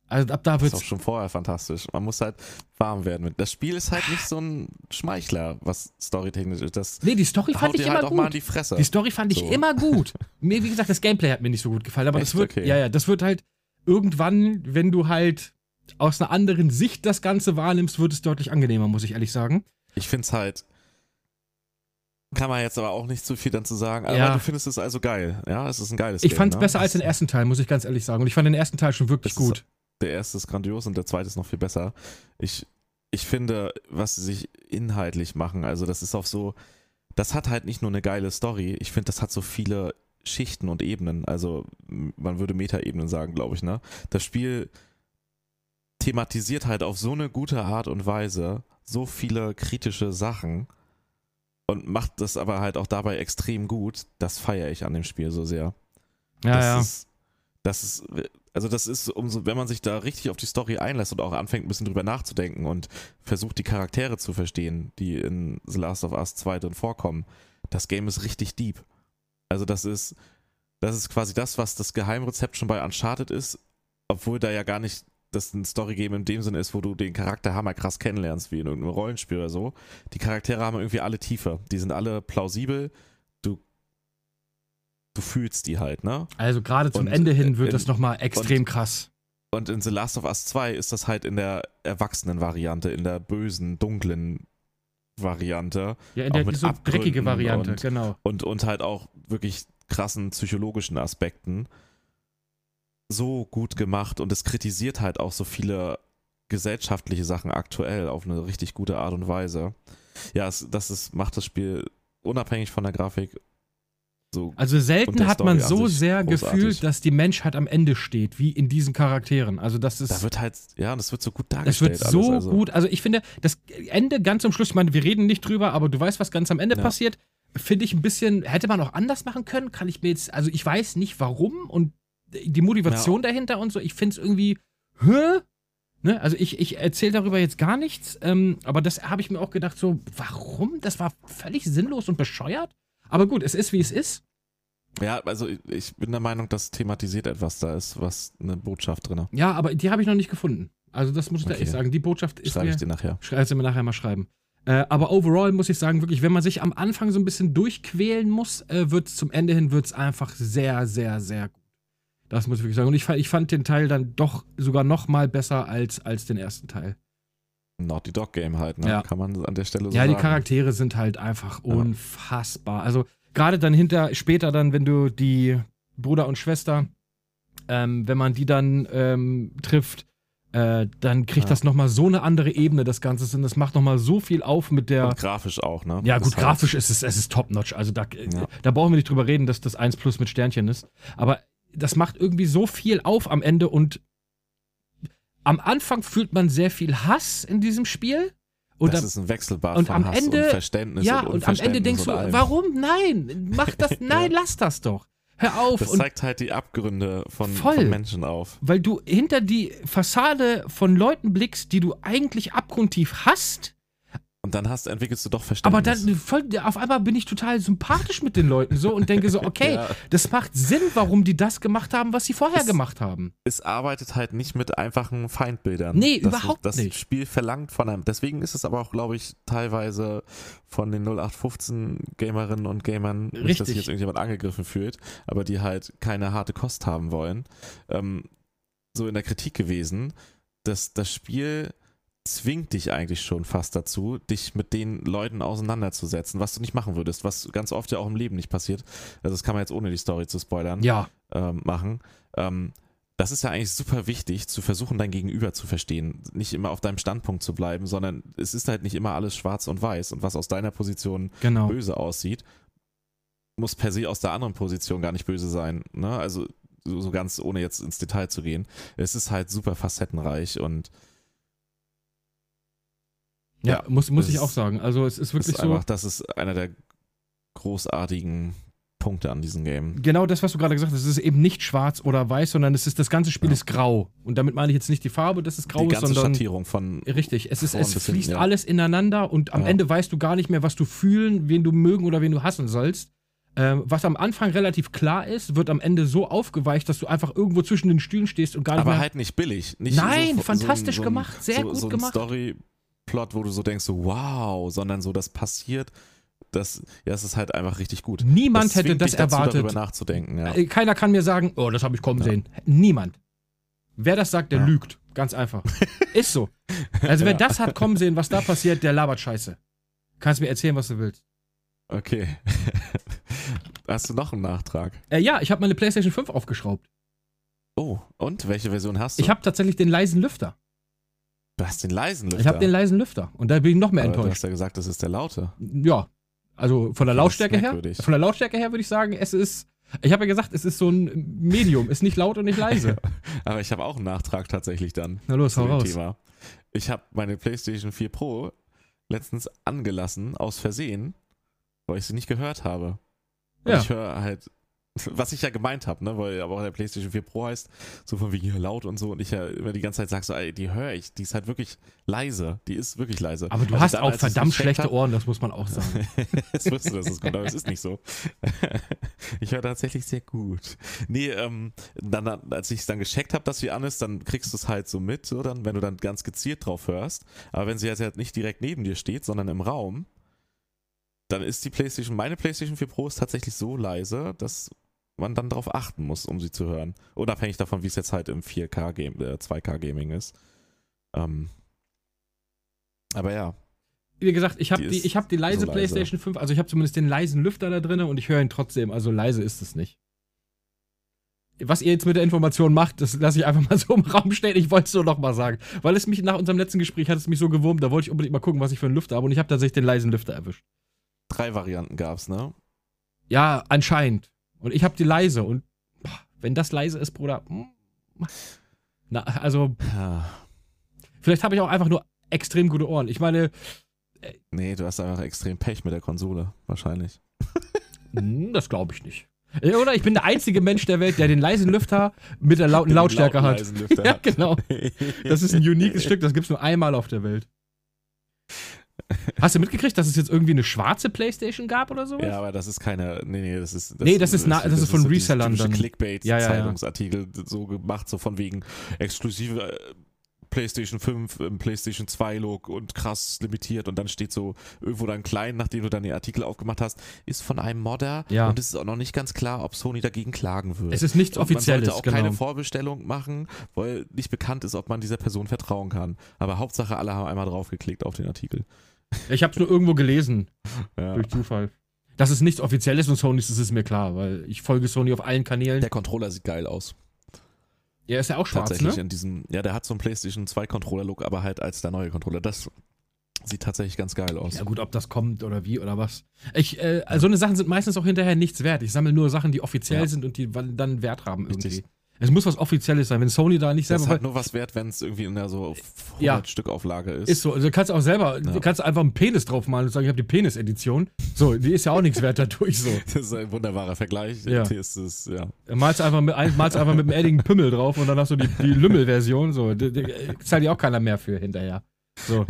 S1: Also ab da
S2: Das ist
S1: wird's.
S2: auch schon vorher fantastisch. Man muss halt warm werden mit. Das Spiel ist halt nicht so ein Schmeichler, was storytechnisch ist. Das
S1: Nee, die Story fand
S2: haut
S1: ich
S2: dir
S1: immer
S2: halt auch mal in
S1: gut.
S2: die Fresse.
S1: Die Story fand ich
S2: So.
S1: immer gut. Mir, wie gesagt, das Gameplay hat mir nicht so gut gefallen, aber das
S2: Echt?
S1: wird,
S2: Okay.
S1: ja, ja, das wird halt irgendwann, wenn du halt aus einer anderen Sicht das Ganze wahrnimmst, wird es deutlich angenehmer, muss ich ehrlich sagen.
S2: Ich finde es halt. Kann man jetzt aber auch nicht zu viel dann zu sagen. Aber
S1: Ja.
S2: du findest es also geil. Ja, es ist ein geiles
S1: Ich
S2: Game,
S1: fand's
S2: ne?
S1: besser als den ersten Teil, muss ich ganz ehrlich sagen. Und ich fand den ersten Teil schon wirklich
S2: Das ist-
S1: gut.
S2: Der erste ist grandios und der zweite ist noch viel besser. Ich, ich finde, was sie sich inhaltlich machen, also das ist auch so. Das hat halt nicht nur eine geile Story. Ich finde, das hat so viele Schichten und Ebenen. Also m- man würde Metaebenen sagen, glaube ich, ne? Das Spiel thematisiert halt auf so eine gute Art und Weise so viele kritische Sachen und macht das aber halt auch dabei extrem gut. Das feiere ich an dem Spiel so sehr.
S1: Ja,
S2: das
S1: ja.
S2: Ist, das ist, also das ist umso, wenn man sich da richtig auf die Story einlässt und auch anfängt, ein bisschen drüber nachzudenken und versucht, die Charaktere zu verstehen, die in The Last of Us 2 drin vorkommen. Das Game ist richtig deep. Also das ist, das ist quasi das, was das Geheimrezept schon bei Uncharted ist, obwohl da ja gar nicht das ein Story-Game in dem Sinne ist, wo du den Charakter hammerkrass kennenlernst, wie in irgendeinem Rollenspiel oder so. Die Charaktere haben irgendwie alle Tiefe. Die sind alle plausibel. Du, du fühlst die halt, ne?
S1: Also gerade zum
S2: und,
S1: Ende hin
S2: äh,
S1: wird
S2: in-
S1: das nochmal extrem krass.
S2: Und in The Last of Us 2 ist das halt in der erwachsenen Variante, in der bösen, dunklen Variante
S1: Ja, in
S2: auch
S1: der
S2: mit
S1: so dreckige
S2: Abgründen
S1: Variante,
S2: und-
S1: genau.
S2: und, und halt auch wirklich krassen psychologischen Aspekten so gut gemacht und es kritisiert halt auch so viele gesellschaftliche Sachen aktuell auf eine richtig gute Art und Weise. Ja, es, das ist, macht das Spiel unabhängig von der Grafik so
S1: Also
S2: Und der
S1: selten hat man
S2: Story an
S1: so
S2: sich
S1: sehr
S2: großartig.
S1: gefühlt, dass die Menschheit am Ende steht, wie in diesen Charakteren. Also das ist,
S2: da wird halt, ja, das wird so gut
S1: das
S2: dargestellt.
S1: wird so
S2: alles, also.
S1: gut. Also ich finde, das Ende ganz am Schluss, ich meine, wir reden nicht drüber, aber du weißt, was ganz am Ende
S2: Ja.
S1: passiert, finde ich ein bisschen, hätte man auch anders machen können, kann ich mir jetzt, also ich weiß nicht warum und die Motivation dahinter und so, ich finde es irgendwie, hä? Ne? Also ich, ich erzähle darüber jetzt gar nichts, ähm, aber das habe ich mir auch gedacht, so, warum? Das war völlig sinnlos und bescheuert. Aber gut, es ist, wie es ist.
S2: Ja, also ich, ich bin der Meinung, dass thematisiert etwas da ist, was eine Botschaft drin hat.
S1: Ja, aber die habe ich noch nicht gefunden. Also das muss ich da
S2: Okay.
S1: echt sagen. Die Botschaft ist
S2: Schreibe
S1: mir...
S2: ich dir nachher.
S1: Schrei- Also mir nachher mal schreiben. Äh, aber overall muss ich sagen, wirklich, wenn man sich am Anfang so ein bisschen durchquälen muss, äh, wird's zum Ende hin wird's einfach sehr, sehr, sehr gut. Das muss ich wirklich sagen. Und ich, fa- ich fand den Teil dann doch sogar noch mal besser als, als den ersten Teil.
S2: Naughty Dog Game halt, ne?
S1: Ja.
S2: Kann man an der Stelle so
S1: ja, die
S2: sagen.
S1: Charaktere sind halt einfach
S2: Ja.
S1: unfassbar. Also gerade dann hinter, später dann, wenn du die Bruder und Schwester, ähm, wenn man die dann ähm, trifft, äh, dann kriegt
S2: Ja.
S1: das nochmal so eine andere Ebene, das Ganze. Und das macht nochmal so viel auf mit der.
S2: Und grafisch auch, ne?
S1: Ja,
S2: Das
S1: gut,
S2: halt-
S1: grafisch ist es, es ist top-notch. Also da,
S2: Ja.
S1: da brauchen wir nicht drüber reden, dass das 1 plus mit Sternchen ist. Aber das macht irgendwie so viel auf am Ende und am Anfang fühlt man sehr viel Hass in diesem Spiel. Und
S2: das
S1: am-
S2: ist ein Wechselbad
S1: und
S2: von
S1: am
S2: Hass
S1: Ende-
S2: und Verständnis
S1: ja,
S2: und
S1: und am Ende
S2: Unverständnis
S1: denkst du,
S2: und allem.
S1: warum? Nein, mach das, nein, lass das doch. Hör auf.
S2: Das
S1: Und
S2: zeigt halt die Abgründe von,
S1: Voll.
S2: von Menschen auf.
S1: weil du hinter die Fassade von Leuten blickst, die du eigentlich abgrundtief hasst,
S2: Und dann hast, entwickelst du doch Verständnis.
S1: aber dann voll, auf einmal bin ich total sympathisch mit den Leuten so und denke so, okay,
S2: Ja.
S1: das macht Sinn, warum die das gemacht haben, was sie vorher
S2: Es-
S1: gemacht haben.
S2: es arbeitet halt nicht mit einfachen Feindbildern.
S1: Nee,
S2: das,
S1: überhaupt
S2: das
S1: nicht.
S2: Das Spiel verlangt von einem. Deswegen ist es aber auch, glaube ich, teilweise von den 0815-Gamerinnen und Gamern, nicht, dass
S1: Richtig.
S2: sich jetzt irgendjemand angegriffen fühlt, aber die halt keine harte Kost haben wollen, ähm, so in der Kritik gewesen, dass das Spiel zwingt dich eigentlich schon fast dazu, dich mit den Leuten auseinanderzusetzen, was du nicht machen würdest, was ganz oft ja auch im Leben nicht passiert. Also das kann man jetzt ohne die Story zu spoilern
S1: Ja,
S2: ähm, machen. Ähm, das ist ja eigentlich super wichtig, zu versuchen, dein Gegenüber zu verstehen. Nicht immer auf deinem Standpunkt zu bleiben, sondern es ist halt nicht immer alles schwarz und weiß. Und was aus deiner Position
S1: genau.
S2: böse aussieht, muss per se aus der anderen Position gar nicht böse sein. Ne? Also so, so ganz ohne jetzt ins Detail zu gehen. Es ist halt super facettenreich und
S1: Ja, muss, muss
S2: das
S1: ich
S2: ist-
S1: auch sagen. Also es ist
S2: es
S1: wirklich
S2: ist
S1: so.
S2: einfach, das ist einer der großartigen Punkte an diesem Game.
S1: Genau das, was du gerade gesagt hast, es ist eben nicht schwarz oder weiß, sondern es ist das ganze Spiel
S2: Ja.
S1: ist grau. Und damit meine ich jetzt nicht die Farbe, dass es grau
S2: Die
S1: ist,
S2: ganze
S1: sondern
S2: Schattierung von
S1: Richtig, es, ist,
S2: Vorne
S1: es
S2: bis hinten,
S1: fließt
S2: ja.
S1: alles ineinander und am
S2: Ja.
S1: Ende weißt du gar nicht mehr, was du fühlen, wen du mögen oder wen du hassen sollst. Ähm, was am Anfang relativ klar ist, wird am Ende so aufgeweicht, dass du einfach irgendwo zwischen den Stühlen stehst und gar nicht
S2: Aber
S1: mehr.
S2: halt nicht billig. Nicht
S1: Nein,
S2: so,
S1: fantastisch
S2: so ein- so ein-
S1: gemacht, sehr
S2: so,
S1: gut
S2: so ein
S1: gemacht.
S2: Story-Plot, wo du so denkst, so, wow, sondern so, das passiert. Das, ja, es ist halt einfach richtig gut.
S1: niemand
S2: das
S1: hätte
S2: zwingt
S1: das
S2: dich dazu,
S1: erwartet.
S2: darüber nachzudenken. Ja.
S1: Äh, Keiner kann mir sagen, oh, das habe ich kommen
S2: Ja.
S1: sehen. Niemand. Wer das sagt, der
S2: Ja.
S1: lügt. Ganz einfach. ist so. Also, wer
S2: Ja.
S1: das hat kommen sehen, was da passiert, der labert Scheiße. Kannst mir erzählen, was du willst.
S2: Okay. hast du noch einen Nachtrag?
S1: Äh, ja, ich habe meine PlayStation 5 aufgeschraubt.
S2: Oh, und welche Version hast du?
S1: Ich habe tatsächlich den leisen Lüfter.
S2: du hast den leisen Lüfter.
S1: Ich habe den leisen Lüfter. Und da bin ich noch mehr
S2: Aber Du
S1: enttäuscht.
S2: hast ja gesagt, das ist der laute.
S1: ja, also von der
S2: Das ist
S1: Lautstärke her,
S2: merkwürdig.
S1: von der Lautstärke her würde ich sagen, es ist, ich habe ja gesagt, es ist so ein Medium, ist nicht laut und nicht leise.
S2: Aber ich habe auch einen Nachtrag tatsächlich dann.
S1: Na los,
S2: zu
S1: hau
S2: dem
S1: raus.
S2: Thema. Ich habe meine PlayStation 4 Pro letztens angelassen, aus Versehen, weil ich sie nicht gehört habe. Und
S1: Ja.
S2: Ich höre halt, was ich ja gemeint habe, ne? weil aber auch der PlayStation 4 Pro heißt, so von wegen hier laut und so. Und ich ja immer die ganze Zeit sage so, ey, die höre ich, die ist halt wirklich leise. Die ist wirklich leise.
S1: Aber du
S2: Also
S1: hast
S2: dann,
S1: auch
S2: als ich's
S1: verdammt
S2: gecheckt
S1: schlechte
S2: hab-
S1: Ohren, das muss man auch sagen.
S2: Jetzt wusste, dass es kommt, aber es ist nicht so. Ich höre tatsächlich sehr gut. Nee, ähm, dann, dann, als ich es dann gescheckt habe, dass sie an ist, dann kriegst du es halt so mit, so, dann, wenn du dann ganz gezielt drauf hörst. Aber wenn sie jetzt halt nicht direkt neben dir steht, sondern im Raum, dann ist die PlayStation, meine PlayStation 4 Pro ist tatsächlich so leise, dass man dann drauf achten muss, um sie zu hören. Unabhängig davon, wie es jetzt halt im 4K Game, äh, 2K Gaming ist. Ähm, aber ja,
S1: Wie gesagt, ich habe
S2: Die
S1: die,
S2: ist
S1: ich hab die leise
S2: so leise.
S1: PlayStation 5, also ich habe zumindest den leisen Lüfter da drin und ich höre ihn trotzdem, also leise ist es nicht. Was ihr jetzt mit der Information macht, das lasse ich einfach mal so im Raum stehen. Ich wollte es nur noch mal sagen. Weil es mich nach unserem letzten Gespräch hat es mich so gewurmt, da wollte ich unbedingt mal gucken, was ich für einen Lüfter habe. Und ich habe tatsächlich den leisen Lüfter erwischt.
S2: drei Varianten gab's, ne?
S1: Ja, anscheinend. Und ich hab die leise. Und boah, wenn das leise ist, Bruder. mm, Na, also,
S2: Ja.
S1: vielleicht habe ich auch einfach nur extrem gute Ohren. Ich meine,
S2: Nee, du hast einfach extrem Pech mit der Konsole, wahrscheinlich.
S1: mm, das glaube ich nicht. Äh, Oder ich bin der einzige Mensch der Welt, der den leisen Lüfter mit der lauten Lautstärke hat. Ja, genau. Das ist ein uniques Stück, das gibt's nur einmal auf der Welt. Hast du mitgekriegt, dass es jetzt irgendwie eine schwarze Playstation gab oder sowas?
S2: Ja, aber das ist keine. Nee, nee, das ist.
S1: Nee, das ist na- das ist von
S2: so dieses
S1: Resellern
S2: typische
S1: dann. Ja, ja, ja.
S2: Clickbait-Zeitungsartikel so gemacht, so von wegen exklusive äh, PlayStation 5 im PlayStation 2 Look und krass limitiert und dann steht so irgendwo dann klein, nachdem du dann den Artikel aufgemacht hast, ist von einem Modder
S1: Ja.
S2: und es ist auch noch nicht ganz klar, ob Sony dagegen klagen würde.
S1: Es ist nichts
S2: Und
S1: Offizielles,
S2: Man sollte auch
S1: genau.
S2: keine Vorbestellung machen, weil nicht bekannt ist, ob man dieser Person vertrauen kann. Aber Hauptsache, alle haben einmal draufgeklickt auf den Artikel.
S1: Ich habe es nur irgendwo gelesen,
S2: Ja.
S1: durch Zufall. Dass es nichts offizielles von Sony ist, das ist mir klar, weil ich folge Sony auf allen Kanälen.
S2: Der Controller sieht geil aus.
S1: Er ist ja auch schwarz,
S2: tatsächlich
S1: ne?
S2: in diesem. Ja, der hat so einen PlayStation 2 Controller-Look, aber halt als der neue Controller. Das sieht tatsächlich ganz geil aus.
S1: Ja gut, ob das kommt oder wie oder was. Ich, äh, so eine Sachen sind meistens auch hinterher nichts wert. Ich sammle nur Sachen, die offiziell
S2: Ja.
S1: sind und die dann Wert haben irgendwie.
S2: Richtig.
S1: Es muss was Offizielles sein. Wenn Sony da nicht
S2: das
S1: selber
S2: ist halt nur was wert, wenn es irgendwie in der so 100
S1: Ja.
S2: Stück Auflage ist.
S1: Ist so, also du kannst auch selber,
S2: Ja.
S1: du kannst einfach einen Penis draufmalen und sagen, ich habe die Penis-Edition. So, die ist ja auch nichts wert dadurch so.
S2: Das ist ein wunderbarer Vergleich.
S1: Ja.
S2: Hier ist es, ja.
S1: Malst einfach mit, ein- malst einfach mit einem eddigen Pimmel drauf und dann hast du die, die Lümmel-Version. So, Die- die- zahlt ja auch keiner mehr für hinterher. So.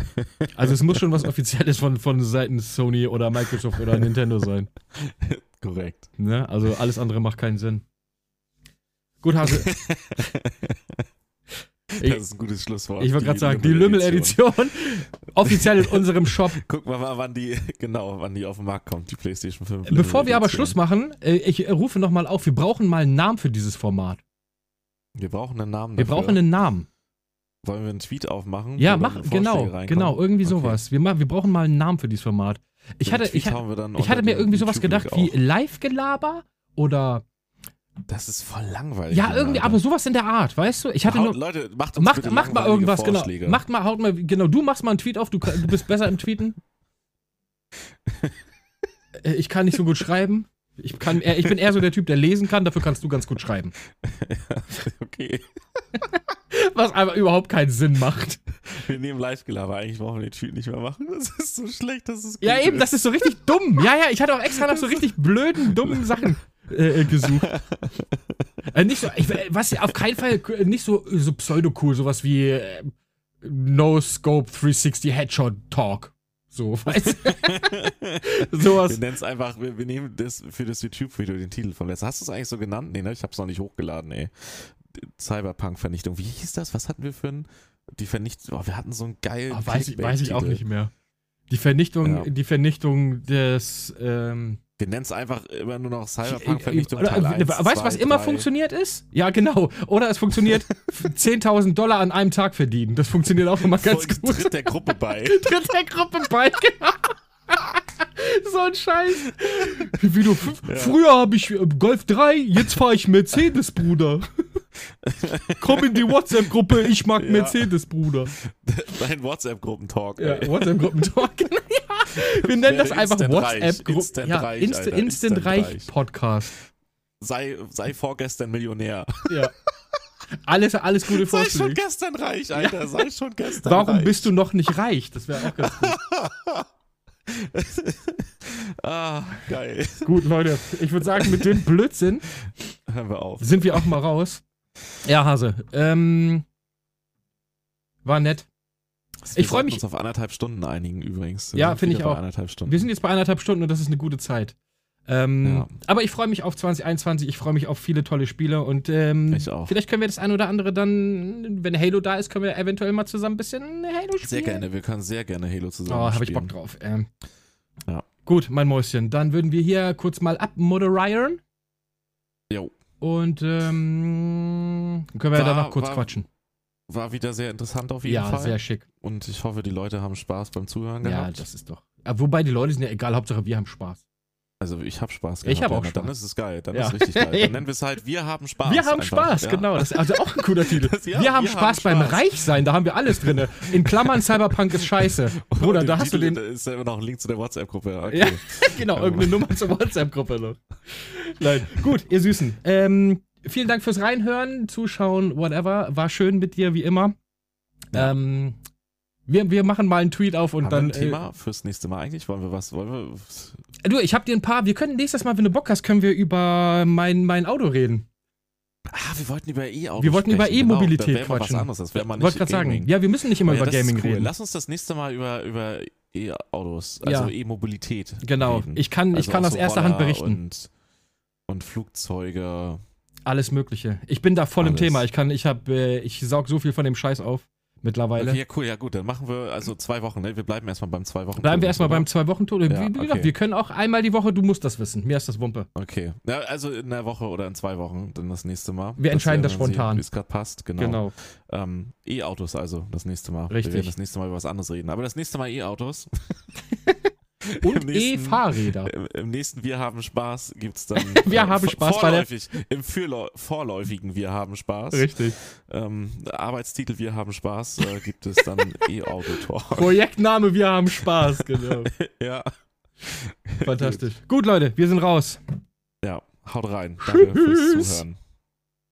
S1: Also es muss schon was Offizielles von, von Seiten Sony oder Microsoft oder Nintendo sein.
S2: Korrekt.
S1: Ne? Also alles andere macht keinen Sinn. Gut, Hase,
S2: Das
S1: Ich-
S2: ist ein gutes Schlusswort.
S1: ich wollte gerade sagen, die
S2: Lümmel-Edition.
S1: Lümmel-Edition offiziell in unserem Shop.
S2: Guck mal, wann die, genau, wann die auf den Markt kommt, die PlayStation 5.
S1: Bevor wir aber
S2: Lümmel-Edition.
S1: Schluss machen, äh, ich äh, rufe nochmal auf, wir brauchen mal einen Namen für dieses Format.
S2: Wir brauchen einen Namen.
S1: Wir
S2: dafür.
S1: brauchen einen Namen.
S2: Wollen wir einen Tweet aufmachen?
S1: Ja,
S2: wo
S1: mach,
S2: dann Vorschläge
S1: genau,
S2: reinkommen?
S1: genau, irgendwie
S2: Okay.
S1: sowas. Wir, ma- wir brauchen mal einen Namen für dieses Format. Ich
S2: Den
S1: hatte,
S2: Tweet
S1: ich, ha-
S2: hauen wir dann
S1: ich hatte
S2: unter
S1: mir
S2: den
S1: irgendwie sowas
S2: YouTube-Link
S1: gedacht wie
S2: auch.
S1: Live-Gelaber oder.
S2: Das ist voll langweilig.
S1: Ja,
S2: Junge,
S1: irgendwie,
S2: Alter.
S1: aber sowas in der Art, weißt du? Ich hatte
S2: Haut-
S1: nur.
S2: Leute, macht uns
S1: Macht,
S2: bitte
S1: macht mal
S2: langweilige
S1: irgendwas, genau.
S2: Vorschläge.
S1: Macht mal, haut mal, genau, du machst mal einen Tweet auf, du, kann- du bist besser im Tweeten. Äh, ich kann nicht so gut schreiben. Ich, kann, eher- ich bin eher so der Typ, der lesen kann, dafür kannst du ganz gut schreiben.
S2: Okay,
S1: Was einfach überhaupt keinen Sinn macht.
S2: wir nehmen Live-Gelaber. Eigentlich brauchen wir den Tweet nicht mehr machen. Das ist so schlecht, dass es
S1: Ja,
S2: gut
S1: eben, das ist so richtig dumm. Ja, ja, ich hatte auch extra nach so richtig blöden, dummen Sachen äh, äh, gesucht. Äh, nicht so, ich, äh, was auf keinen Fall äh, nicht so, so pseudo-cool, sowas wie äh, No Scope 360 Headshot Talk. So, weißt du?
S2: Wir
S1: sowas.
S2: nennen es einfach, wir, wir nehmen das für das YouTube-Video den Titel von letztes. Hast du es eigentlich so genannt? Nee, ne? Ich hab's noch nicht hochgeladen, ey. Cyberpunk-Vernichtung. Wie hieß das? Was hatten wir für ein. Die Vernichtung. Oh, wir hatten so einen geilen.
S1: Ah, weiß, ich, weiß ich auch nicht
S2: Clickbait-Titel.
S1: mehr. Die Vernichtung,
S2: Ja.
S1: die Vernichtung des. Ähm,
S2: Wir nennen es einfach immer nur noch
S1: Oder,
S2: Cyberpunk-Vernichtung. Teil
S1: äh,
S2: 1,
S1: weißt du, was
S2: 2,
S1: immer
S2: 3.
S1: funktioniert ist? Ja, genau. Oder es funktioniert 10.000 Dollar an einem Tag verdienen. Das funktioniert auch immer ganz
S2: Folgt-
S1: gut.
S2: Tritt der Gruppe bei.
S1: Tritt der Gruppe bei, genau. So ein Scheiß. Wie, wie du, f- Früher habe ich äh, Golf 3, jetzt fahre ich Mercedes, Bruder. Komm in die WhatsApp-Gruppe, ich mag Mercedes, Bruder.
S2: Dein WhatsApp-Gruppentalk.
S1: Ja,
S2: ey.
S1: WhatsApp-Gruppentalk. ja. Wir nennen das einfach
S2: Instant reich,
S1: WhatsApp-Gruppe.
S2: instant
S1: Ja,
S2: reich,
S1: Inst
S2: Alter,
S1: Instant
S2: instant
S1: Reich
S2: reich.
S1: Podcast.
S2: Sei, sei vorgestern Millionär.
S1: Ja. Alles, alles gute
S2: Sei schon
S1: Vorschläge.
S2: gestern reich, Alter. Sei schon gestern
S1: Warum
S2: reich.
S1: bist du noch nicht reich? Das wäre auch ganz gut.
S2: Ah, geil.
S1: gut, Leute. Ich würde sagen, mit dem Blödsinn
S2: Hören wir auf.
S1: sind wir auch mal raus. Ja, Hase. Ähm, war nett.
S2: Wir
S1: Ich freu
S2: sollten
S1: mich-
S2: uns auf anderthalb Stunden einigen übrigens. Wir
S1: Ja,
S2: sind
S1: finde
S2: wieder
S1: ich
S2: bei
S1: auch.
S2: Anderthalb Stunden.
S1: Wir sind jetzt bei anderthalb Stunden und das ist eine gute Zeit. Ähm,
S2: Ja.
S1: Aber ich freue mich auf 2021, ich freue mich auf viele tolle Spiele und ähm,
S2: Ich auch.
S1: vielleicht können wir das ein oder andere dann, wenn Halo da ist, können wir eventuell mal zusammen ein bisschen Halo spielen.
S2: sehr gerne, wir können sehr gerne Halo zusammen
S1: Oh, habe ich Bock
S2: spielen.
S1: drauf. Ähm,
S2: Ja.
S1: Gut, mein Mäuschen, dann würden wir hier kurz mal abmoderieren
S2: Jo,
S1: und ähm, dann können wir
S2: War-
S1: danach kurz
S2: war
S1: quatschen.
S2: war wieder sehr interessant auf jeden
S1: Ja,
S2: Fall.
S1: sehr schick.
S2: Und ich hoffe, die Leute haben Spaß beim Zuhören
S1: Ja,
S2: gehabt.
S1: das ist doch. Aber wobei die Leute sind ja egal, Hauptsache wir haben Spaß.
S2: also ich habe Spaß gehabt.
S1: Ich hab auch
S2: Jana. Dann
S1: Spaß.
S2: ist es geil, dann
S1: Ja.
S2: ist es richtig geil. Dann nennen wir es halt, wir haben Spaß.
S1: wir haben
S2: einfach.
S1: Spaß,
S2: Ja.
S1: genau. Das ist also auch ein cooler Titel.
S2: Das- ja,
S1: wir haben
S2: wir
S1: Spaß
S2: haben
S1: beim
S2: Spaß.
S1: Reichsein, da haben wir alles drin. In Klammern Cyberpunk ist scheiße.
S2: Und
S1: Bruder,
S2: im
S1: da hast du
S2: Titel
S1: den.
S2: ist ja immer noch ein Link zu der WhatsApp-Gruppe. Okay.
S1: Ja, genau,
S2: Ja.
S1: irgendeine Nummer zur WhatsApp-Gruppe.
S2: ne?
S1: noch. Nein. Gut, ihr Süßen. Ähm, vielen Dank fürs Reinhören, Zuschauen, whatever. War schön mit dir, wie immer.
S2: Ja.
S1: Ähm, wir, wir machen mal einen Tweet auf und
S2: Haben
S1: dann.
S2: wir ein Thema fürs nächste Mal eigentlich? Wollen wir was? Wollen wir.
S1: Äh, du, ich hab dir ein paar. Wir können nächstes Mal, wenn du Bock hast, können wir über mein, mein Auto reden.
S2: Ah, wir wollten über E-Autos
S1: Wir wollten über
S2: sprechen, genau.
S1: E-Mobilität
S2: Das wäre mal
S1: quatschen.
S2: was anderes. Das wäre mal nicht
S1: Wollte gerade sagen,
S2: Gaming.
S1: ja, wir müssen nicht immer
S2: Aber
S1: über
S2: das ist
S1: Gaming
S2: cool.
S1: reden.
S2: Lass uns das nächste Mal über, über E-Autos, also
S1: Ja.
S2: E-Mobilität.
S1: Genau.
S2: reden.
S1: Ich kann, ich
S2: Also
S1: kann
S2: auch
S1: aus
S2: so
S1: erster Hand
S2: Roller
S1: berichten.
S2: Und, und Flugzeuge.
S1: Alles Mögliche. Ich bin da voll im
S2: Alles.
S1: Thema. Ich kann, ich hab, äh, ich saug so viel von dem Scheiß auf. mittlerweile.
S2: Okay, ja, cool, ja gut, dann machen wir also zwei Wochen, ne? Wir bleiben erstmal beim zwei Wochen.
S1: Bleiben wir erstmal
S2: oder?
S1: beim Zwei-Wochen-Tod.
S2: Ja,
S1: Wie gesagt,
S2: okay.
S1: wir können auch einmal die Woche, du musst das wissen. Mir ist das Wumpe.
S2: Okay. Ja, also in einer Woche oder in zwei Wochen, dann das nächste Mal.
S1: Wir entscheiden das
S2: dann sehen,
S1: spontan.
S2: Wie es gerade passt, genau. Ähm, E-Autos also, das nächste Mal.
S1: Richtig.
S2: Wir werden das nächste Mal über was anderes reden. Aber das nächste Mal E-Autos. Im
S1: Und E
S2: nächsten-
S1: E-Fahrräder.
S2: Im, Im nächsten Wir haben Spaß gibt's dann. äh,
S1: Wir haben
S2: vor-
S1: Spaß bei der-
S2: vorläufig, Im Fürlau- vorläufigen Wir haben Spaß.
S1: Richtig.
S2: Ähm, Arbeitstitel Wir haben Spaß äh, gibt es dann E-Auto-Talk.
S1: Projektname, wir haben Spaß, genau.
S2: ja.
S1: Fantastisch. Gut, Leute, wir sind raus.
S2: ja, haut rein. Danke fürs
S1: Tschüss.
S2: Zuhören.